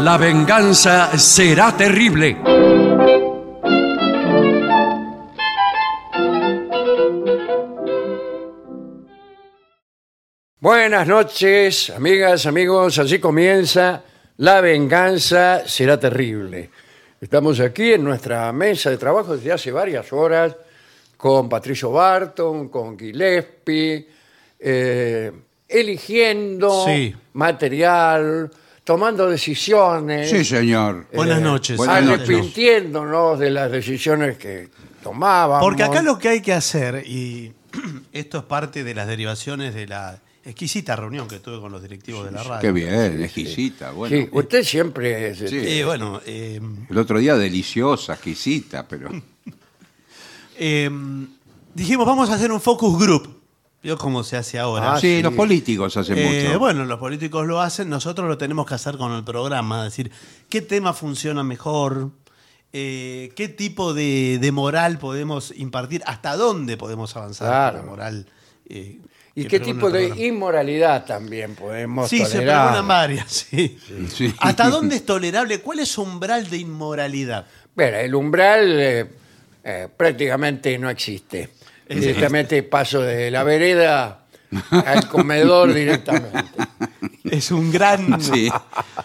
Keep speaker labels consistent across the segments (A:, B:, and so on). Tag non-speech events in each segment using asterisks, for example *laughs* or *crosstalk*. A: La venganza será terrible. Buenas noches, amigas, amigos. Así comienza La venganza será terrible. Estamos aquí en nuestra mesa de trabajo desde hace varias horas con Patricio Barton, con Gillespie, eh, eligiendo
B: Sí.
A: material, tomando decisiones,
C: Sí, señor. Eh,
B: Buenas noches. Ah,
C: buenas noches.
A: arrepintiéndonos de las decisiones que tomábamos.
B: Porque acá lo que hay que hacer, y *clears throat* esto es parte de las derivaciones de la exquisita reunión que tuve con los directivos de la radio.
C: Qué bien, exquisita. Bueno,
A: Sí, usted siempre es-
C: Sí.
B: Eh, bueno, eh,
C: el otro día deliciosa, exquisita, pero
B: eh, dijimos, vamos a hacer un focus group. ¿Vio cómo se hace ahora?
A: Ah,
C: *laughs* sí,
A: sí.
C: los políticos hacen
B: Eh,
C: mucho.
B: Bueno, los políticos lo hacen, nosotros lo tenemos que hacer con el programa, es decir, qué tema funciona mejor, Eh, qué tipo de, de moral podemos impartir, hasta dónde podemos avanzar con
A: Claro.
B: la moral. eh,
A: ¿Y qué
B: que pregona
A: tipo
B: el
A: de
B: programa.
A: inmoralidad también podemos
B: Sí, se
A: tolerar?
B: preguntan varias, sí.
C: Sí.
B: ¿Hasta dónde es tolerable? ¿Cuál es su umbral de inmoralidad?
A: Bueno, el umbral eh, eh, prácticamente no existe.
B: Es-
A: Directamente paso de la vereda
C: *laughs*
A: al comedor directamente.
B: Es un gran,
C: *laughs* Sí.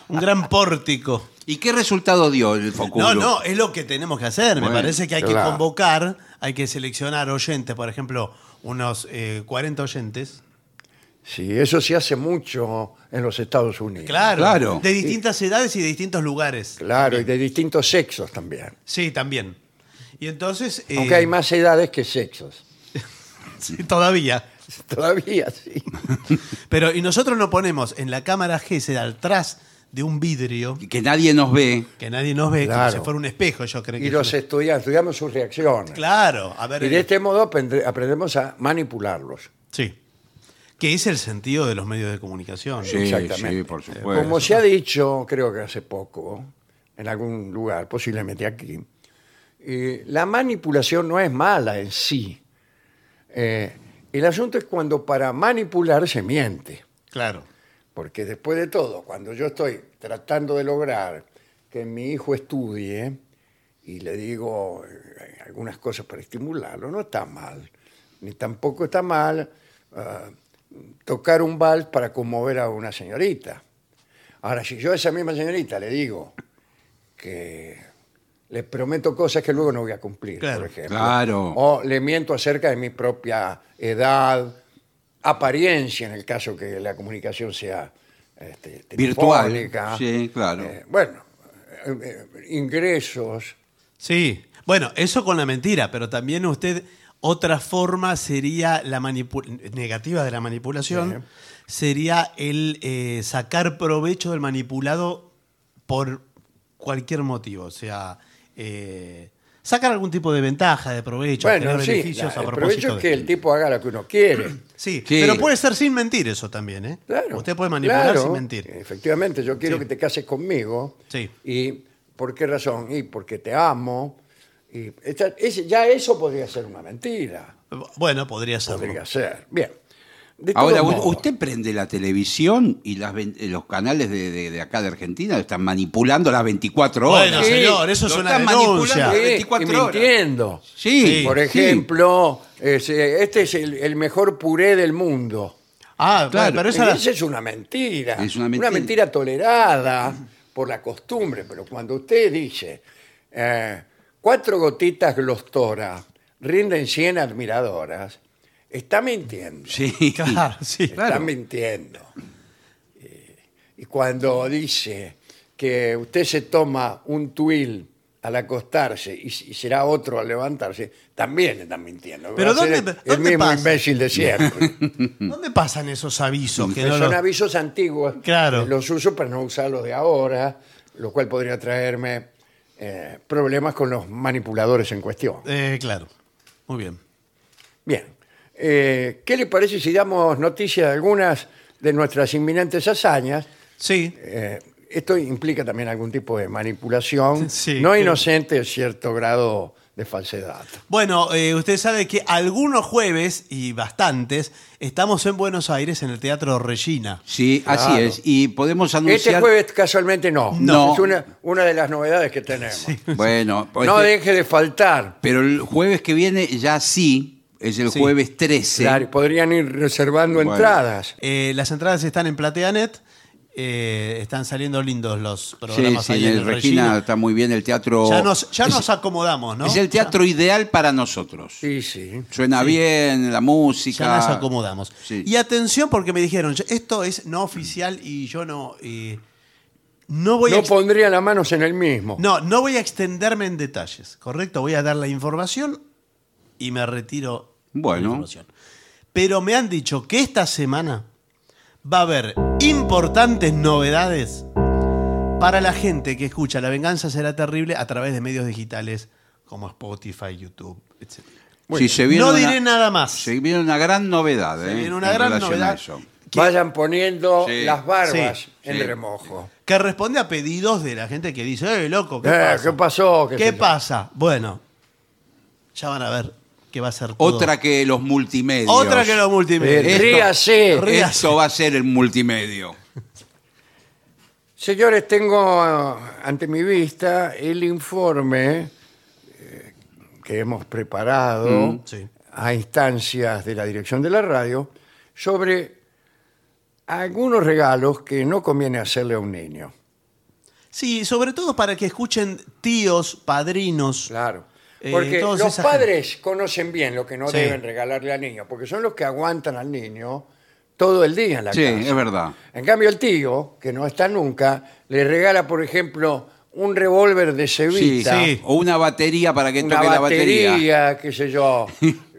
B: un gran pórtico.
C: ¿Y qué resultado dio el focus
B: No,
C: group?
B: no, es lo que tenemos que hacer. Me
C: Bueno,
B: parece que hay que
A: claro.
B: convocar, hay que seleccionar oyentes, por ejemplo, unos eh, 40 oyentes.
A: Sí, eso se hace mucho en los Estados Unidos.
B: Claro,
C: Claro.
B: De distintas edades y de distintos lugares.
A: Claro, y de distintos sexos también.
B: Sí, también. Y entonces. eh,
A: Aunque hay más edades que sexos. *laughs*
B: sí, *laughs* Todavía.
A: Todavía
C: *laughs*
A: sí.
B: Pero, y nosotros nos ponemos en la cámara G, atrás de un vidrio
C: Que nadie nos ve.
B: que nadie nos ve,
A: Claro.
B: como si fuera un espejo, yo creo que.
A: Y
B: es
A: los
B: un-
A: estudiamos, estudiamos sus reacciones.
B: Claro, a ver.
A: Y de
B: eh,
A: este modo aprende- aprendemos a manipularlos.
B: Sí. Que es el sentido de los medios de comunicación.
C: Sí,
A: Exactamente. Eh,
C: sí, por supuesto.
A: Como se ha dicho, creo que hace poco, en algún lugar, posiblemente aquí, eh, la manipulación no es mala en sí. Eh, el asunto es cuando para manipular se miente.
B: Claro.
A: Porque después de todo, cuando yo estoy tratando de lograr que mi hijo estudie y le digo eh, algunas cosas para estimularlo, no está mal. Ni tampoco está mal ah, tocar un vals para conmover a una señorita. Ahora, si yo a esa misma señorita le digo que le prometo cosas que luego no voy a cumplir,
B: Claro.
A: por ejemplo,
C: Claro.
A: o le miento acerca de mi propia edad, apariencia, en el caso que la comunicación sea este,
C: Virtual,
A: telefónica.
C: sí, claro.
A: Eh, bueno, eh, eh, ingresos.
B: Sí. Bueno, eso con la mentira, pero también usted. Otra forma sería la manipu- negativa de la manipulación, sería el eh, sacar provecho del manipulado por cualquier motivo. O sea, eh, sacar algún tipo de ventaja, de provecho,
A: Bueno,
B: tener
A: sí, la-
B: beneficios a
A: el
B: propósito.
A: provecho es
B: de-
A: que el tipo haga lo que uno quiere.
B: *clears throat* Sí,
C: Sí.
B: pero puede ser sin mentir eso también, ¿eh?
A: Claro,
B: Usted puede manipular
A: claro.
B: sin mentir.
A: Efectivamente, yo quiero
B: Sí.
A: que te cases conmigo.
B: Sí.
A: ¿Y por qué razón? Y porque te amo. Y esta- ese- ya eso podría ser una mentira.
B: Bueno, podría ser.
A: Podría ser. Bien. De
C: Ahora,
A: todos
C: u-
A: modos-
C: usted prende la televisión y las ven- eh, los canales de, de- de acá de Argentina están manipulando las 24 horas.
B: Bueno,
A: Sí,
B: señor, eso es
C: lo
B: una
C: están manipulando
B: denuncia.
C: las
A: Sí,
C: 24
A: y
C: horas.
A: mintiendo.
C: Sí,
B: Sí,
A: Por
C: sí.
A: ejemplo, ese- este es el, el mejor puré del mundo.
B: Ah,
C: Claro.
B: bueno, pero
A: Y
B: esa
A: Esa
B: la-
A: es una mentira.
C: Es una mentira.
A: tolerada por la costumbre. Pero cuando usted dice eh, cuatro gotitas glostora rinden 100 admiradoras, está mintiendo.
C: Sí.
B: *laughs* Claro, sí.
A: está mintiendo. Eh, Y cuando dice que usted se toma un tuil al acostarse y, s- y será otro al levantarse, también está mintiendo.
B: Pero
A: Va a ser
B: ¿dónde-
A: el, el
B: dónde
A: mismo
B: pasa?
A: imbécil de
B: *laughs*
A: siempre.
C: Mm.
B: ¿Dónde pasan esos avisos? Que no
A: Son
B: los-
A: avisos antiguos.
B: Claro.
A: eh, Los uso para no usarlos de ahora, lo cual podría traerme eh, problemas con los manipuladores en cuestión.
B: Eh, claro. Muy bien.
A: Bien. Eh, ¿Qué le parece si damos noticia de algunas de nuestras inminentes hazañas?
B: Sí.
A: Eh, esto implica también algún tipo de manipulación,
B: Sí,
A: no
B: creo-
A: inocente de cierto grado de falsedad.
B: Bueno, eh, usted sabe que algunos jueves, y bastantes, estamos en Buenos Aires en el Teatro Regina.
C: Sí, así
A: Claro.
C: es. Y podemos anunciar.
A: Este jueves casualmente no.
C: No.
A: Es una, una de las novedades que tenemos.
C: Bueno, pues
A: No
C: este-
A: deje de faltar.
C: pero el jueves que viene ya sí, es el
B: Sí.
C: jueves 13.
A: Claro, podrían ir reservando
C: Bueno.
A: entradas.
B: Eh, las entradas están en Plateanet. eh, están saliendo lindos los
C: Sí,
B: programas
C: sí,
B: ahí
C: en el Regina, está muy bien el teatro.
B: Ya nos, ya
C: es,
B: nos acomodamos, ¿no?
C: es el teatro ideal para nosotros.
A: Sí, sí.
C: Suena bien, la música.
B: Ya nos acomodamos.
C: Sí.
B: Y atención porque me dijeron, "Yo- esto es no oficial y yo no... eh, no voy a...
A: No
B: ex-
A: pondría las manos en el mismo.
B: No, no voy a extenderme en detalles, ¿correcto? Voy a dar la información y me retiro
C: Bueno.
B: la información. Pero me han dicho que esta semana va a haber importantes novedades para la gente que escucha La Venganza será terrible a través de medios digitales como Spotify, YouTube, etc.
C: Sí, se viene
B: no
C: una-
B: diré nada más.
C: Se viene una gran novedad.
B: Se
C: eh,
B: viene una
C: en
B: gran
C: relación a
B: novedad
C: eso.
B: que-
A: Vayan poniendo
C: Sí.
A: las barbas
B: Sí,
A: en
C: sí.
A: remojo.
B: que responde a pedidos de la gente que dice, ¡eh, loco! ¿Qué
A: Eh,
B: pasa?
A: ¿Qué pasó? ¿Qué
B: ¿Qué
A: sé yo?
B: pasa? Bueno, ya van a ver que va a ser todo.
C: Otra que los multimedios.
B: Otra que los multimedia.
A: Eh, ríase.
B: ríase.
C: Esto va a ser el multimedio.
A: Señores, tengo eh, ante mi vista el informe eh, que hemos preparado
B: sí.
A: a instancias de la dirección de la radio sobre algunos regalos que no conviene hacerle a un niño.
B: Sí, sobre todo para que escuchen tíos, padrinos.
A: Claro.
B: Eh,
A: Porque
B: todos
A: los
B: esa
A: padres conocen bien lo que no
B: Sí.
A: deben regalarle al niño, porque son los que aguantan al niño todo el día en la
C: Sí,
A: casa.
C: es verdad.
A: En cambio, el tío, que no está nunca, le regala, por ejemplo, un revólver de
C: Sí,
A: Cevita,
B: Sí.
C: O una batería para que
A: una
C: toque la
A: batería,
C: batería.
A: qué sé
C: *laughs*
A: yo,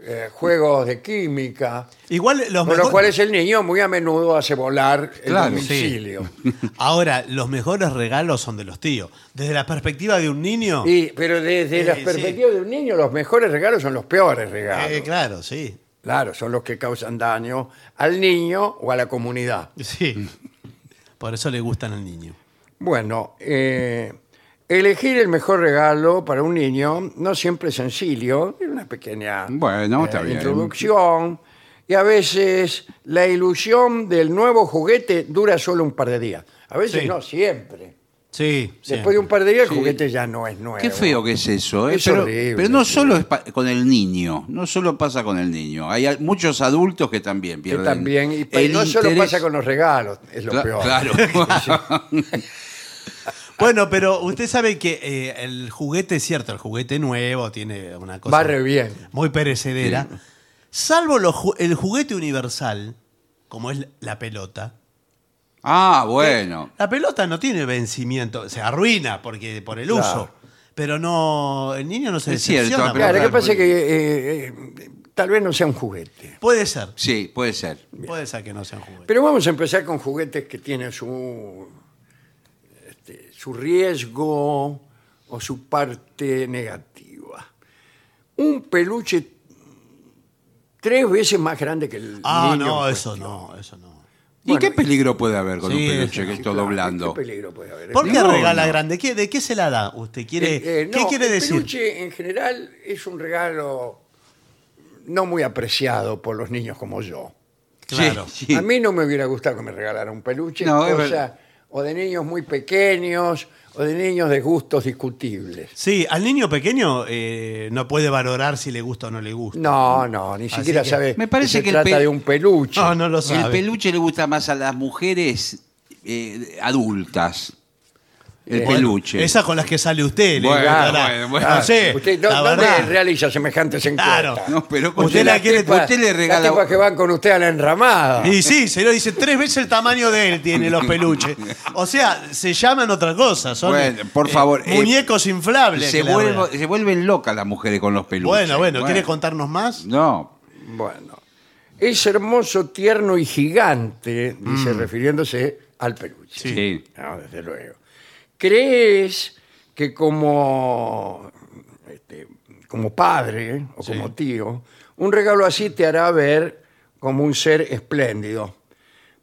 A: eh, juegos de química,
B: Igual los
A: con los
B: mejor-
A: cuales el niño muy a menudo hace volar el
C: Claro, sí.
A: domicilio.
B: *laughs* Ahora, los mejores regalos son de los tíos. Desde la perspectiva de un niño. eh,
A: Y- pero desde
B: Sí,
A: las
B: sí.
A: perspectivas de un niño, los mejores regalos son los peores regalos.
B: eh, claro, sí. *laughs*
A: Claro, son los que causan daño al niño o a la comunidad.
B: Sí. Por eso le gustan al niño.
A: Bueno, eh, elegir el mejor regalo para un niño no siempre es sencillo, es una pequeña
C: Bueno,
A: eh,
C: está bien.
A: introducción y a veces la ilusión del nuevo juguete dura solo un par de días. A veces
B: Sí.
A: no, siempre.
B: Sí.
A: Después de un par de días el
C: Sí.
A: juguete ya no es nuevo.
C: Qué feo que es eso, ¿eh?
A: Es
C: pero,
A: horrible,
C: pero no
A: sí.
C: solo es pa- con el niño, no solo pasa con el niño. Hay al- muchos adultos que también
A: Que
C: pierden.
A: también, y pa-
C: el
A: no solo
C: interés.
A: pasa con los regalos, es lo
C: Cla-
A: peor. *laughs*
C: Claro.
B: Bueno, pero usted sabe que eh, el juguete es cierto, el juguete nuevo tiene una cosa.
A: Barre bien.
B: muy perecedera. Salvo los ju- el juguete universal, como es la pelota.
C: *laughs* ah, bueno.
B: La pelota no tiene vencimiento, se arruina porque por el
A: Claro.
B: uso. Pero no, el niño no se
C: Es cierto,
B: decepciona.
C: pero-
A: Claro, lo
B: porque-
A: que pasa es que eh, eh, tal vez no sea un juguete.
B: Puede ser,
C: Sí, puede ser.
B: puede ser que no sea un juguete.
A: Pero vamos a empezar con juguetes que tienen su, este, su riesgo o su parte negativa. Un peluche tres veces más grande que el
B: ah,
A: niño. pues,
B: no,
A: en
B: eso
A: cuestión.
B: no, eso no.
A: Bueno,
C: ¿Y qué peligro puede haber con
B: Sí,
C: un
B: sí,
C: peluche que
B: sí,
C: es
A: Sí,
C: todo
A: claro,
C: blando?
A: ¿Qué peligro puede haber?
B: ¿Por qué
C: No,
B: regala
C: no.
B: grande? ¿Qué- ¿De qué se la da? ¿Usted quiere,
A: Eh, eh, no,
B: ¿Qué quiere
A: el
B: decir?
A: peluche en general es un regalo no muy apreciado por los niños como yo.
B: Claro.
C: Sí, sí.
A: A mí no me hubiera gustado que me regalara un peluche,
C: No, es
A: cosa
C: verdad.
A: o de niños muy pequeños, o de niños de gustos discutibles.
B: Sí, al niño pequeño eh, no puede valorar si le gusta o no le gusta.
A: No, no, ni siquiera
B: que-
A: sabe
C: Me parece
A: se
C: que el
A: trata
C: pe-
A: de un peluche.
B: *laughs* No, no lo
C: el
B: sabe.
C: peluche le gusta más a las mujeres eh, adultas. El
A: Eh,
C: peluche.
B: Esas con las que sale usted. le
C: Bueno,
B: gustará.
C: bueno, bueno.
B: No sé,
A: Ah, Usted no,
B: la
A: no
B: verdad.
A: le realiza semejantes
B: Claro.
A: encuestas.
C: No, pero con-
B: Usted la
A: Las
B: quiere-
A: tipas-
C: usted le regala-
A: Las tipas que van con usted a la enramada.
B: Y sí, se lo dice tres veces el tamaño de él tiene los
C: *laughs*
B: peluches. O sea, se llaman otra cosa. Son,
C: Bueno, por favor, eh,
B: muñecos inflables.
C: se,
B: que la
C: vuelve-
B: verdad.
C: se vuelven locas las mujeres con los peluches.
B: bueno, bueno, ¿quiere contarnos más?
C: No,
A: Bueno, es hermoso, tierno y gigante, dice refiriéndose al peluche.
B: Mm. Sí.
C: sí.
A: No, desde luego. ¿Crees que como, este, como padre eh, o como tío, un regalo así te hará ver como un ser espléndido?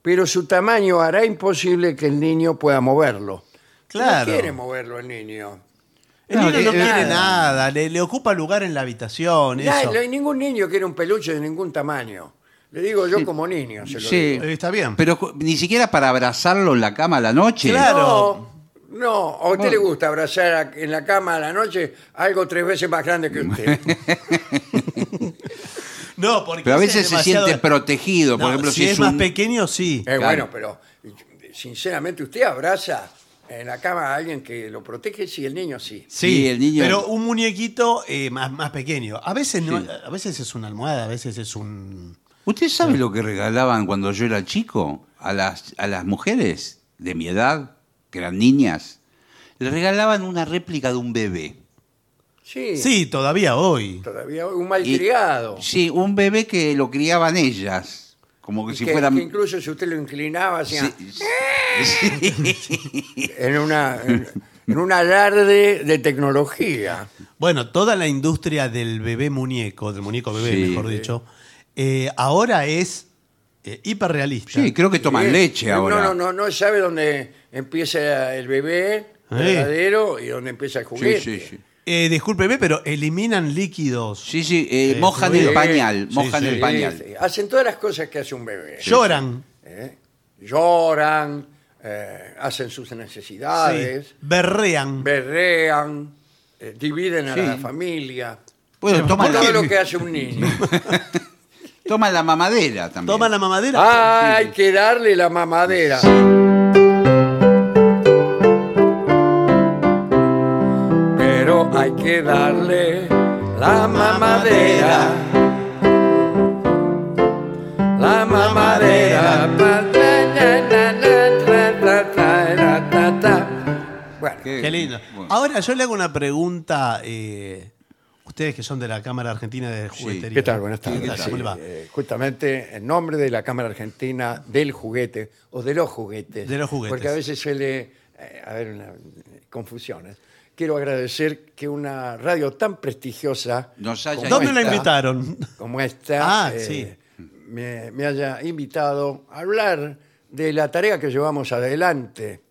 A: Pero su tamaño hará imposible que el niño pueda moverlo.
B: Claro.
A: No quiere moverlo el niño.
B: El
C: No,
B: niño
C: que-
B: no quiere
A: nada.
B: nada, le, le ocupa lugar en la habitación,
A: Ya,
B: eso.
A: no hay ningún niño quiere un peluche de ningún tamaño. Le digo yo como niño, se lo
C: Sí.
A: digo.
B: Eh, Está bien.
C: Pero cu- ni siquiera para abrazarlo en la cama a la noche.
B: Claro.
A: No, no, a usted le gusta abrazar a- en la cama a la noche algo tres veces más grande que usted.
C: *laughs*
A: Eh,
B: no, porque
C: Pero a
B: ese
C: veces
B: es
C: se
B: demasiado-
C: siente protegido. Por
B: No,
C: ejemplo,
B: si es
C: un-
B: más pequeño, sí.
A: Eh, Bueno, pero sinceramente usted abraza en la cama a alguien que lo protege, sí, el niño sí.
B: Sí,
C: y el niño-
B: pero un muñequito eh, más, más pequeño. A veces, no, a veces es una almohada, a veces es un...
C: ¿Usted sabe lo que regalaban cuando yo era chico a las, a las mujeres de mi edad, que eran niñas? Les regalaban una réplica de un bebé.
A: Sí,
B: Sí, todavía hoy.
A: todavía un malcriado.
C: Sí, un bebé que lo criaban ellas. Como que si
A: que,
C: fueran.
A: que incluso si usted lo inclinaba hacia,
C: Sí, sí.
A: en, una, en, en un alarde de tecnología.
B: Bueno, toda la industria del bebé muñeco, del muñeco bebé,
C: Sí.
B: mejor dicho, eh, ahora es eh, hiperrealista.
C: Sí, creo que toman
A: Sí.
C: leche
A: No,
C: ahora. ¿Eh?
A: No, no, no, no sabe dónde empieza el bebé verdadero y dónde empieza el
C: Sí,
A: juguete.
C: sí, sí.
B: Eh, discúlpeme, pero eliminan líquidos.
C: Sí, sí, eh,
B: Sí,
C: mojan
B: sí.
C: el pañal,
B: Sí,
C: mojan
B: sí.
C: el
A: Sí,
C: pañal.
A: sí. Hacen todas las cosas que hace un bebé.
B: Lloran.
A: ¿eh? Lloran, eh, hacen sus necesidades,
B: sí, Berrean.
A: berrean, eh, dividen a
C: Sí.
A: la familia.
C: Bueno, toman
A: Todo
C: la,
A: lo que hace un
C: *laughs*
A: niño.
C: toman la mamadera también.
B: Toman la mamadera.
A: Ah, hay que darle la mamadera. Pero hay que darle la mamadera. La mamadera. Pa, ta, na, na, na, tra, tra, tra, ra, ta, ta. Bueno,
B: Qué lindo.
C: bueno.
B: Ahora, yo le hago una pregunta. eh, ustedes que son de la Cámara Argentina de Juguetería.
A: ¿Qué tal? Buenas
B: ¿Qué tal?
A: tardes.
B: ¿Cómo le va?
A: Sí, eh, justamente en nombre de la Cámara Argentina del Juguete o de los juguetes.
B: De los juguetes.
A: Porque a veces suele eh, haber una- confusiones. Quiero agradecer que una radio tan prestigiosa
C: Nos haya
A: como
B: ¿Dónde la
A: esta-
B: invitaron? *laughs*
A: como esta,
B: Ah,
A: eh,
B: sí.
A: me, me haya invitado a hablar de la tarea que llevamos adelante,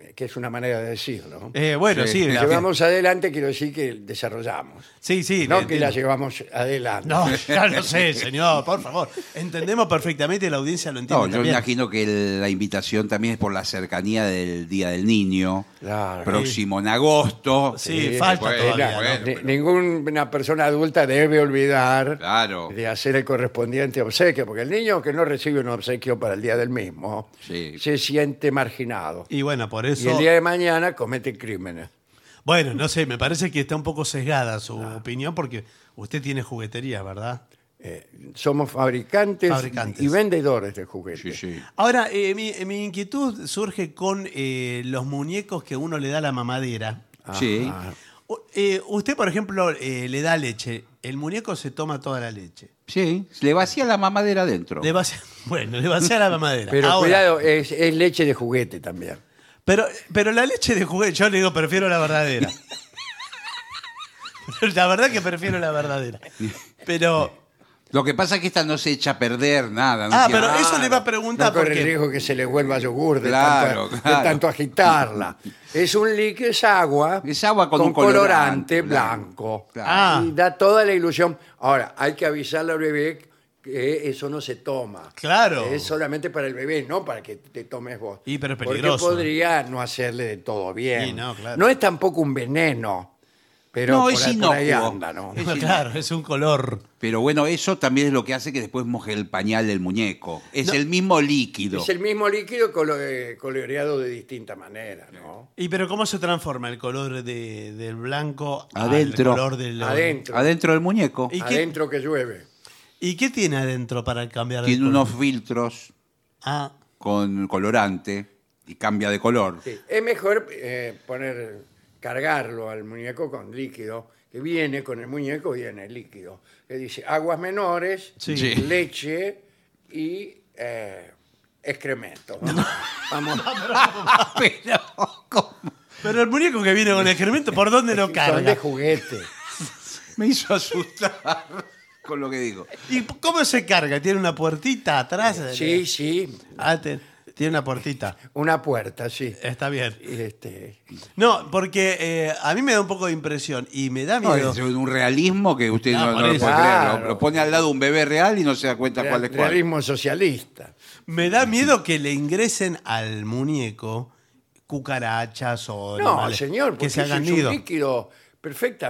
A: eh, que es una manera de decirlo.
B: Eh, bueno, sí.
C: Sí.
B: la-
A: llevamos adelante quiero decir que desarrollamos,
B: Sí, sí.
A: no
B: le-
A: que la llevamos adelante.
B: No, ya lo
A: *laughs*
B: sé, señor, por favor. Entendemos perfectamente y la audiencia lo entiende
C: No, yo
B: también.
C: imagino que el- la invitación también es por la cercanía del Día del Niño,
A: Claro.
C: próximo en agosto. Eh,
B: Sí,
A: Sí,
B: falta
C: bueno,
B: todavía. ¿no?
C: bueno.
A: Ni- Ninguna persona adulta debe olvidar
C: Claro.
A: de hacer el correspondiente obsequio, porque el niño que no recibe un obsequio para el día del mismo
C: Sí.
A: se siente marginado.
B: Y bueno, por
A: Y
B: eso.
A: el día de mañana comete crímenes.
B: Bueno, no sé, me parece que está un poco sesgada su
A: Ah.
B: opinión porque usted tiene juguetería, ¿verdad?
A: Somos fabricantes,
B: Fabricantes.
A: y vendedores de juguetes.
C: Sí, sí.
B: Ahora, eh, mi, mi inquietud surge con eh, los muñecos que uno le da a la mamadera.
A: Ah.
C: Sí.
B: U- eh, usted, por ejemplo, eh, le da leche. El muñeco se toma toda la leche.
C: Sí, le vacía la mamadera adentro.
B: Le vacía- *laughs* bueno, le vacía la mamadera.
A: Pero
B: Ahora,
A: cuidado, es, es leche de juguete también.
B: Pero, pero la leche de juguete, yo le digo, prefiero
A: *laughs*
B: la verdadera. la verdad que prefiero la verdadera. Pero.
C: Lo que pasa es que esta no se echa a perder nada. no
B: Ah,
C: tiene-
B: pero eso le va a
A: No
B: preguntar
A: corre
B: porque.
A: el riesgo que se le vuelva yogur de,
C: Claro,
A: tanto, de
C: claro.
A: tanto agitarla. Es un líquido, es agua.
C: Es agua con un
A: colorante,
C: colorante
A: blanco.
C: blanco.
B: Claro.
A: Y da toda la ilusión. Ahora, hay que avisarle al bebé que eso no se toma.
B: Claro.
A: Es solamente para el bebé, no para que te tomes vos.
B: Y, pero es
A: Porque
B: peligroso.
A: podría no hacerle de todo bien.
B: Y no, claro.
A: es tampoco un veneno, pero
C: No,
A: por,
C: es
A: ahí- por ahí
C: inocuo.
A: anda, ¿no?
B: *laughs* No, claro, es un color.
C: Pero bueno, eso también es lo que hace que después moje el pañal del muñeco. Es el mismo líquido.
A: Es el mismo líquido colo- eh, coloreado de distinta manera, ¿no?
B: ¿Y pero cómo se transforma el color de- del blanco
C: Adentro.
B: al color del
A: Adentro.
C: Adentro del muñeco.
B: ¿Y qué,
A: adentro que llueve.
B: ¿Y qué tiene adentro para cambiar el
C: Tiene
B: color?
C: unos filtros
B: Ah,
C: con colorante y cambia de color.
A: Sí, Es mejor eh, poner, cargarlo al muñeco con líquido, que viene con el muñeco, viene el líquido, que dice aguas menores,
B: Sí.
C: Sí.
A: leche y eh, excremento. Vamos.
C: *laughs* Pero, ¿cómo?
B: pero el muñeco que viene con excremento, ¿por dónde lo
A: *laughs* Son de
B: carga?
A: juguete.
C: Me hizo asustar *laughs* con lo que digo.
B: ¿Y cómo se carga? ¿Tiene una puertita atrás?
A: Sí, sí.
B: Ah, te- Tiene una puertita.
A: Una puerta, sí.
B: Está bien.
A: Este,
B: No, porque eh, a mí me da un poco de impresión y me da
C: No,
B: miedo.
C: es un realismo que usted
B: Ah,
C: no, no
B: por
C: lo puede
B: eso.
C: creer.
A: Claro.
C: Lo, lo pone al lado un bebé real y no se da cuenta cuál es cuál.
A: realismo socialista.
B: Me da miedo que le ingresen al muñeco cucarachas o
A: No,
B: animales
A: señor, porque
B: que se hagan
A: eso es
B: nido.
A: un líquido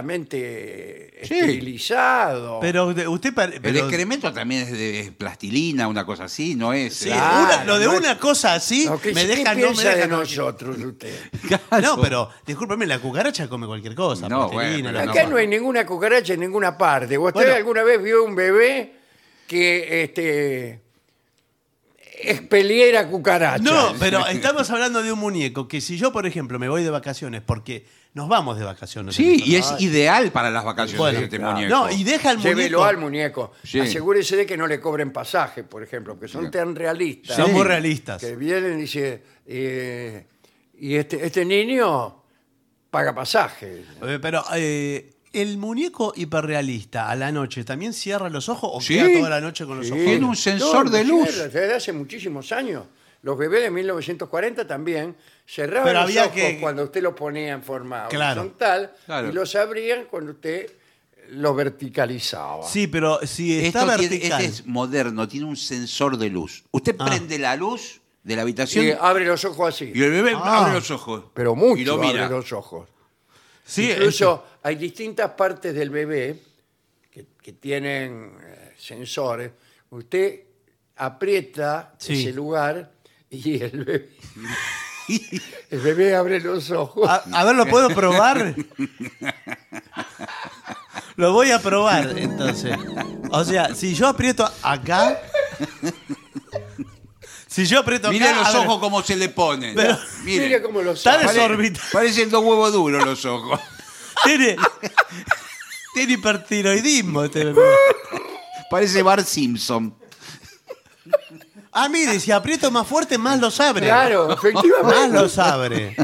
A: perfectamente
C: Sí.
A: esterilizado.
B: Pero de- usted pare-
C: El
B: pero-
C: excremento también es de es plastilina, una cosa así, ¿no es? eh,
B: Sí, ah,
A: Claro,
B: una- lo de
A: no es-
B: una cosa así
A: No, ¿qué-
B: me
A: qué
B: deja no me
A: piensa
B: deja
A: de
B: no-
A: nosotros usted?
B: *laughs* No, pero discúlpeme, la cucaracha come cualquier cosa,
C: No,
B: plastilina,
C: bueno,
B: lo
C: pero
B: que
A: Acá
B: sea.
A: no hay ninguna cucaracha en ninguna parte. ¿Usted
B: Bueno.
A: alguna vez vio un bebé que este expeliera cucarachas?
B: No, pero estamos hablando de un muñeco que si yo, por ejemplo, me voy de vacaciones, porque nos vamos de vacaciones.
C: Sí, y
B: Víctor.
C: es ideal para las vacaciones
B: Bueno,
C: este
A: claro.
C: muñeco.
B: No, y deja el
A: Llévelo
B: muñeco.
A: al muñeco.
C: Sí.
A: Asegúrese de que no le cobren pasaje, por ejemplo, que son tan realistas.
B: Son
C: Sí.
B: muy realistas.
A: Que vienen y dice, eh, y este, este niño paga pasaje.
B: Eh, Pero eh, el muñeco hiperrealista a la noche también cierra los ojos o
C: Sí.
B: queda toda la noche con los
A: Sí.
B: ojos.
C: Tiene un sensor de luz.
A: cierra, Desde hace muchísimos años. Los bebés de 1940 también cerraban
B: Pero
A: los
B: había
A: ojos
B: que-
A: cuando usted los ponía en forma
B: Claro.
A: horizontal
C: Claro.
A: y los abrían cuando usted los verticalizaba.
B: Sí, pero si está
C: Esto tiene-
B: vertical.
C: este es moderno, tiene un sensor de luz. Usted
B: Ah.
C: prende la luz de la habitación
A: Y abre los ojos así.
C: y el bebé
B: Ah.
C: abre los ojos.
A: Pero mucho
C: Y lo mira.
A: abre los ojos.
B: Sí,
A: Incluso hay distintas partes del bebé que, que tienen eh, sensores. Usted aprieta
B: Sí.
A: ese lugar y el bebé,
B: *laughs*
A: el bebé abre los ojos.
B: A, a ver, ¿lo puedo
C: *laughs*
B: probar? lo voy a probar, entonces. O sea, si yo aprieto acá. Si yo aprieto
C: Mire
B: acá.
C: los
B: abre-
C: ojos como se le ponen.
B: Pero-
C: Mire.
A: Mire cómo los
B: Está
A: abre.
B: desordenado.
C: Pare- Parecen dos huevos duros los ojos.
B: Tiene, tiene hipertiroidismo este bebé.
C: Parece Bart Simpson.
B: Ah, mire, si aprieto más fuerte, más los abre.
A: Claro, *laughs*
B: Más
A: efectivamente.
B: los abre.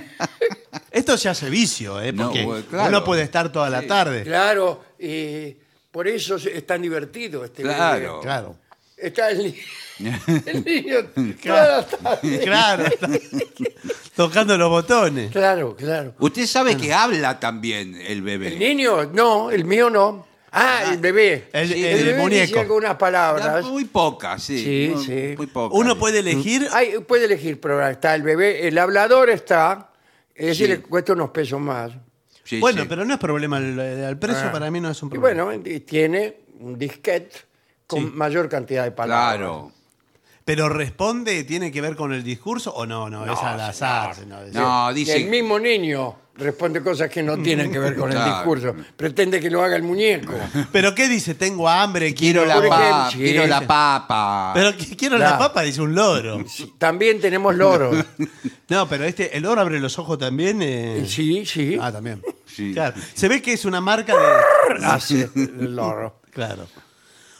B: Esto se hace vicio, ¿eh?
C: No,
B: Porque
C: bueno, claro.
B: uno puede estar toda la tarde.
A: Claro, y por eso se- es tan divertido este bebé.
C: Claro.
B: Claro.
A: Está el, ni- *laughs* el
B: *laughs*
A: niño toda la tarde.
B: Claro. *laughs* Tocando los botones.
A: Claro, claro.
C: Usted sabe que habla también el
A: Ah, ¿El
C: bebé.
A: niño? No, el mío no. Ah, el bebé.
B: El- el
A: bebé
B: muñeco.
A: dice algunas palabras.
C: Muy poca, sí.
A: Sí,
C: muy,
A: sí.
C: muy poca.
B: Uno puede elegir.
A: Hay- puede elegir programa. Está el bebé, el hablador está. Es decir,
C: Sí.
A: le cuesta unos pesos más. Ah.
C: Sí,
B: bueno,
C: sí. Ah.
B: pero no es problema. El, el precio para mí no es un
A: Y
B: problema.
A: bueno, y tiene un disquete con
B: Sí.
A: mayor cantidad de palabras.
C: Claro.
B: Pero responde, ¿tiene que ver con el discurso o no? No, es al azar. señor.
C: No,
A: Y
C: dice.
A: el mismo niño responde cosas que no tienen que ver con el
C: Claro.
A: discurso. Pretende que lo haga el muñeco.
B: ¿Pero qué dice? Tengo hambre,
C: Quiero la,
A: Por ejemplo,
C: papa,
A: sí.
C: quiero la papa.
B: Pero que quiero la
A: Claro.
B: papa, dice un
C: *laughs*
B: loro.
A: Sí, También tenemos
B: *laughs*
A: loros.
B: No, pero este, el loro abre los ojos también. eh.
A: Sí, sí.
B: Ah, también.
C: Sí.
B: Claro. Se ve que es una marca
A: *laughs*
B: de.
A: Hace el loro.
B: Claro.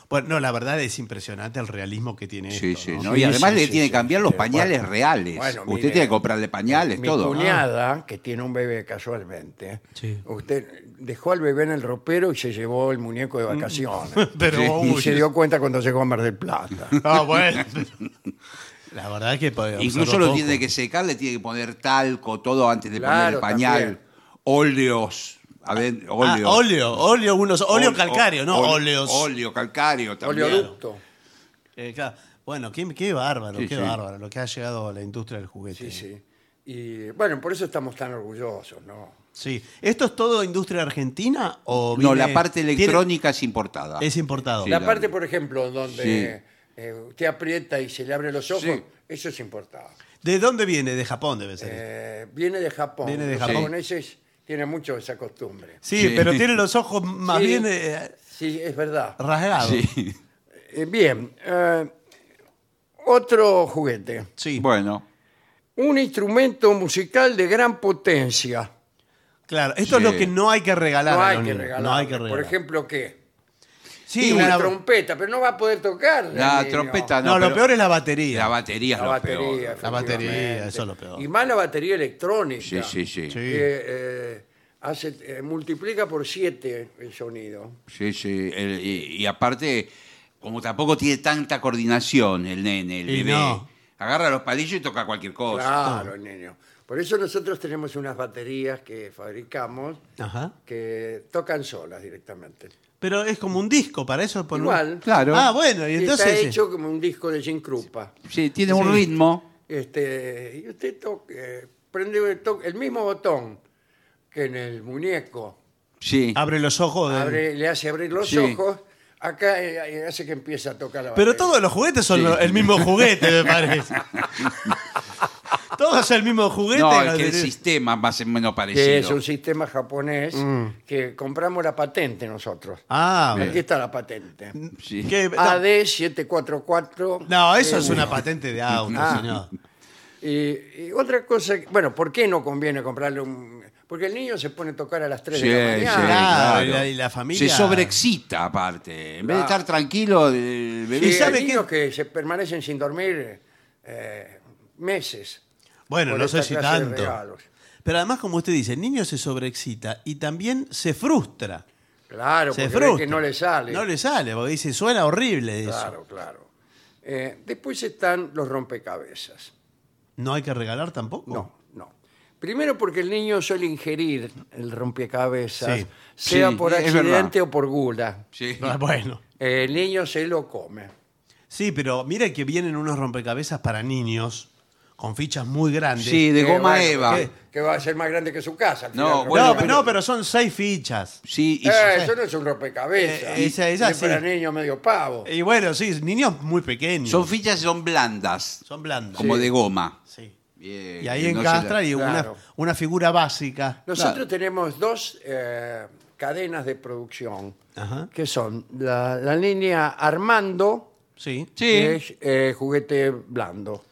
B: Bueno, no, la verdad es impresionante el realismo que tiene
C: Sí,
B: esto,
C: sí,
B: ¿no?
C: ¿no?
A: Sí,
C: y además
A: sí,
C: le
A: sí,
C: tiene
A: sí,
C: que cambiar los
A: sí,
C: pañales
A: bueno.
C: reales.
A: Bueno,
C: Usted
A: mire,
C: tiene que comprarle pañales,
A: Mi
C: todo. Ah.
A: cuñada, que tiene un bebé casualmente,
B: Sí.
A: usted dejó al bebé en el ropero y se llevó el muñeco
C: Mm.
A: de
C: *laughs*
A: vacaciones.
B: Pero
C: Sí.
A: y
B: uy,
A: se dio cuenta cuando llegó a Mar del Plata.
B: *laughs* Ah, bueno. La verdad es que pues,
C: Incluso
B: observo
C: lo
B: poco.
C: tiene que secar, le tiene que poner talco, todo antes de
A: Claro,
C: poner el pañal.
A: también.
C: Óleos. A ver,
B: Ah,
C: óleo.
B: óleo, óleo, unos, óleo
C: Ol-
B: calcario, no
C: ol-
B: óleos.
C: Óleo calcario *laughs* también.
A: Oleoducto.
B: Eh, claro. Bueno, qué, qué bárbaro,
C: Sí,
B: qué
C: sí.
B: bárbaro lo que ha llegado a la industria del juguete.
A: Sí, sí. Y bueno, por eso estamos tan orgullosos, ¿no?
B: Sí. ¿Esto es todo industria argentina o
C: No,
B: viene-
C: la parte
B: tiene-
C: electrónica es importada.
B: es importado?
C: Sí,
A: la
C: la-
A: parte, por ejemplo, donde
C: Sí.
A: eh, usted aprieta y se le abre los ojos,
C: Sí.
A: eso es importado.
B: ¿De dónde viene? De Japón debe ser.
A: Eh, viene de Japón.
B: Viene de
A: los
B: Japón.
A: japoneses tienen mucho esa costumbre.
B: sí,
C: sí.
B: pero tiene los ojos más
A: Sí.
B: bien eh,
A: Sí, es verdad.
B: rasgados. Sí.
C: Sí.
A: Eh, bien, eh, otro juguete.
C: Bueno.
A: Un instrumento musical de gran potencia.
B: Claro, esto es
C: Sí.
B: lo que no hay que regalar.
A: No
B: a
A: hay,
B: los
A: que
B: niños.
A: regalar.
B: No hay que regalar.
A: Por ejemplo, ¿qué?
B: sí,
A: una,
B: una-
A: trompeta, pero no va a poder tocar.
C: La trompeta
B: No,
C: no.
B: lo
C: pero
B: peor es la batería.
C: La batería es
A: La
C: lo
A: batería.
C: peor.
B: La batería,
A: efectivamente.
B: eso es lo peor.
A: Y más la batería electrónica.
C: Sí, sí, sí.
B: Sí.
A: que, eh, hace, eh, multiplica por siete el sonido.
C: Sí, sí. El- y, y aparte, como tampoco tiene tanta coordinación el nene, el
B: Y
C: bebé.
B: no.
C: Agarra los palillos y toca cualquier cosa.
A: Claro, niño. Por eso nosotros tenemos unas baterías que fabricamos
B: Ajá.
A: que tocan solas directamente.
B: Pero es como un disco, para eso. por un-
A: Igual.
C: Claro.
B: Ah, bueno, y
A: Y
B: entonces. eh,
A: está hecho como un disco de Jim Krupa.
C: Sí, tiene un ritmo.
A: Este, y usted to- eh, prende el, to- el mismo botón que en el muñeco.
C: Sí.
B: Abre los ojos. de-
A: Abre- le hace abrir los
C: Sí.
A: ojos. Acá eh, eh, hace que empiece a tocar la
B: Pero
A: batería.
B: todos los juguetes son lo- el mismo juguete, me
C: *laughs*
B: parece. todos el mismo juguete.
C: No, es que el sistema más o menos
A: Que es
C: parecido.
A: un sistema japonés
B: Mm.
A: que compramos la patente nosotros.
B: Ah,
A: Aquí está la patente.
C: Sí.
B: que- no,
A: AD744.
B: no, eso es
A: eh,
B: una patente de auto,
A: Ah.
B: señor.
A: Y, y otra cosa, que- bueno, ¿por qué no conviene comprarle un...? Porque el niño se pone a tocar a las 3
C: Sí,
A: de la
C: sí,
A: mañana.
B: Claro, y la- y la familia-
C: Se sobreexcita, aparte. En vez de
A: Claro.
C: estar tranquilo, el
A: Sí,
C: bebé.
B: ¿Y sabe
A: Eh, hay niños que se permanecen sin dormir eh, meses.
B: Bueno,
A: por
B: no
A: esta
B: sé si
A: clase de
B: tanto.
A: regalos.
B: Pero además, como usted dice, el niño se sobreexcita y también se frustra.
A: Claro,
B: Se
A: porque ve
B: frustra.
A: que no le sale.
B: No le sale, porque dice, suena horrible eso.
A: Claro, claro. Eh, después están los rompecabezas.
B: ¿No hay que regalar tampoco?
A: No, no. Primero porque el niño suele ingerir el rompecabezas,
B: Sí,
A: sea
C: sí,
A: por
C: es
A: accidente
C: verdad.
A: o por gula.
C: Sí.
B: *laughs* Ah, Bueno.
A: Eh, El niño se lo come.
B: Sí, pero mira que vienen unos rompecabezas para niños con fichas muy grandes.
C: Sí, de
A: Que,
C: goma
A: Eh, bueno,
C: Eva.
A: Que, que va a ser más grande que su casa. al
C: No,
A: final, el
C: bueno,
B: no,
A: rompecabezas.
B: pero, no, pero son seis fichas.
C: Sí, y-
A: Eh, eso no es un rompecabezas.
B: Eh, esa- esa
A: es para
B: sí.
A: niños medio pavo.
B: Y bueno, sí, niños muy pequeños.
C: son fichas son blandas,
B: Son blandos.
C: como
A: Sí.
C: de goma.
B: Sí.
C: Bien,
B: Y ahí
C: que no se la-
B: encastra y una,
A: Claro.
B: una figura básica.
A: Nosotros
C: Claro.
A: tenemos dos eh, cadenas de producción,
B: Ajá.
A: que son la, la línea Armando,
B: Sí.
A: que
C: Sí,
A: es eh, juguete blando,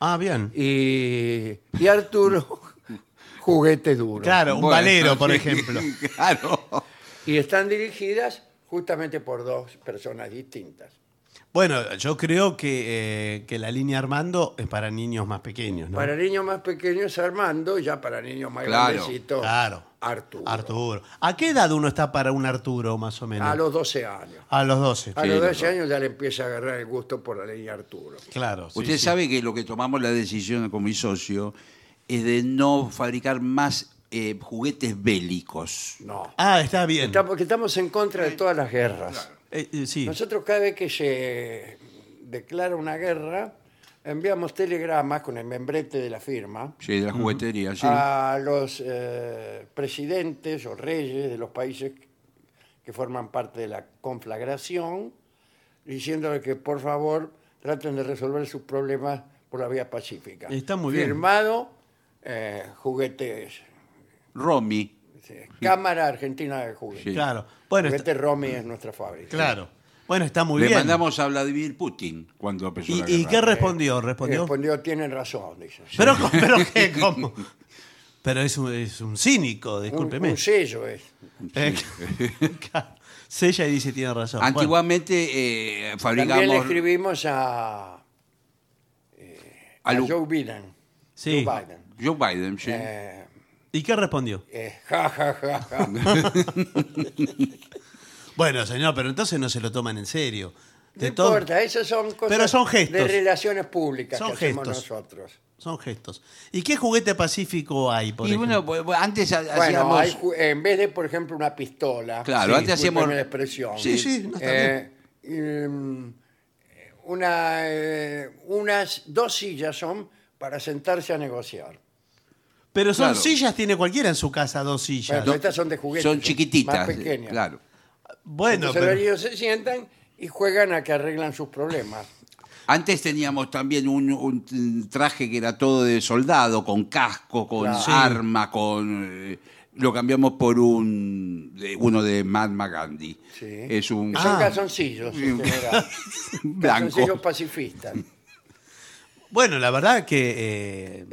B: Ah, bien.
A: y, y
B: *laughs*
A: Arturo, juguete duro.
B: Claro, un
C: Bueno, *laughs*
B: valero, por
C: sí,
B: ejemplo.
C: claro.
A: Y están dirigidas justamente por dos personas distintas.
B: Bueno, yo creo que, eh, que la línea Armando es para niños más pequeños, ¿no?
A: Para niños más pequeños Armando, y ya para niños más
C: Claro.
A: grandecitos
B: Claro.
A: Arturo.
B: Arturo. ¿A qué edad uno está para un Arturo, más o menos?
A: A los 12 años.
B: A los 12.
A: A
C: Sí,
A: los
C: no,
A: 12 años ya le empieza a agarrar el gusto por la línea Arturo.
B: Claro. sí,
C: Usted
B: sí.
C: sabe que lo que tomamos la decisión con mi socio es de no fabricar más eh, juguetes bélicos.
A: No.
B: Ah, está bien.
A: Está- porque estamos en contra de todas las guerras.
B: Eh, eh, sí.
A: Nosotros cada vez que se declara una guerra, enviamos telegramas con el membrete de la firma
C: Sí, de la juguetería, sí.
B: Ah.
A: a los eh, presidentes o reyes de los países que forman parte de la conflagración, diciéndole que por favor traten de resolver sus problemas por la vía pacífica.
B: Está muy bien.
A: Firmado eh, juguetes,
C: Romy.
A: eh, Cámara Argentina de Juguetes.
C: Sí.
B: Claro. Bueno, está-
A: Juguete Romy es nuestra fábrica.
B: claro. Bueno, está muy
C: Le
B: bien.
C: mandamos a Vladimir Putin cuando empezó
B: ¿Y,
C: la
B: y
C: guerra.
B: qué respondió? ¿Respondió?
A: Respondió, respondió tienen razón, dice.
B: Pero, *laughs* pero qué, ¿cómo? Pero es un, es un cínico,
A: un,
B: discúlpeme.
A: un sello es.
B: Eh, claro. Sella y dice tiene razón. Bueno,
C: Antiguamente eh,
A: También le
C: fabricamos
A: escribimos a, a
C: a Lu-
A: Joe Biden.
B: sí.
A: Joe Biden.
C: Joe Biden, sí.
A: Eh,
B: ¿Y qué respondió?
A: eh, ja, ja, ja,
B: *laughs*
A: ja.
B: Bueno, señor, pero entonces no se lo toman en serio.
A: No
B: De todo-
A: importa, esas son cosas
B: Pero son gestos.
A: de relaciones públicas
B: Son
A: que hacemos
B: gestos.
A: nosotros.
B: Son gestos. ¿Y qué juguete pacífico hay, por
C: y
B: ejemplo?
C: bueno, bu- bu- antes ha-
A: Bueno,
C: hacíamos...
A: hay ju- en vez de, por ejemplo, una pistola,
C: Claro, antes
A: discúlpeme
C: hacíamos-
A: la expresión.
C: Sí,
B: sí, no está
A: eh, mm, una, eh, unas dos sillas son para sentarse a negociar.
B: Pero son
C: claro.
B: sillas, tiene cualquiera en su casa dos sillas.
A: Bueno, estas son de juguete,
C: Son
A: son
C: chiquititas. eh,
A: más pequeñas.
C: Claro.
B: Bueno,
A: Entonces
B: pero-
A: los niños se sientan y juegan a que arreglan sus problemas.
C: Antes teníamos también un, un traje que era todo de soldado, con casco, con
A: Claro.
B: Sí.
C: arma, con... eh, lo cambiamos por un de- uno de Mahatma Gandhi.
A: Sí.
C: Es un
A: Son
C: *laughs*
B: Ah.
A: calzoncillos, en general.
B: *laughs*
C: blanco.
A: calzoncillos pacifistas.
B: bueno, la verdad que eh,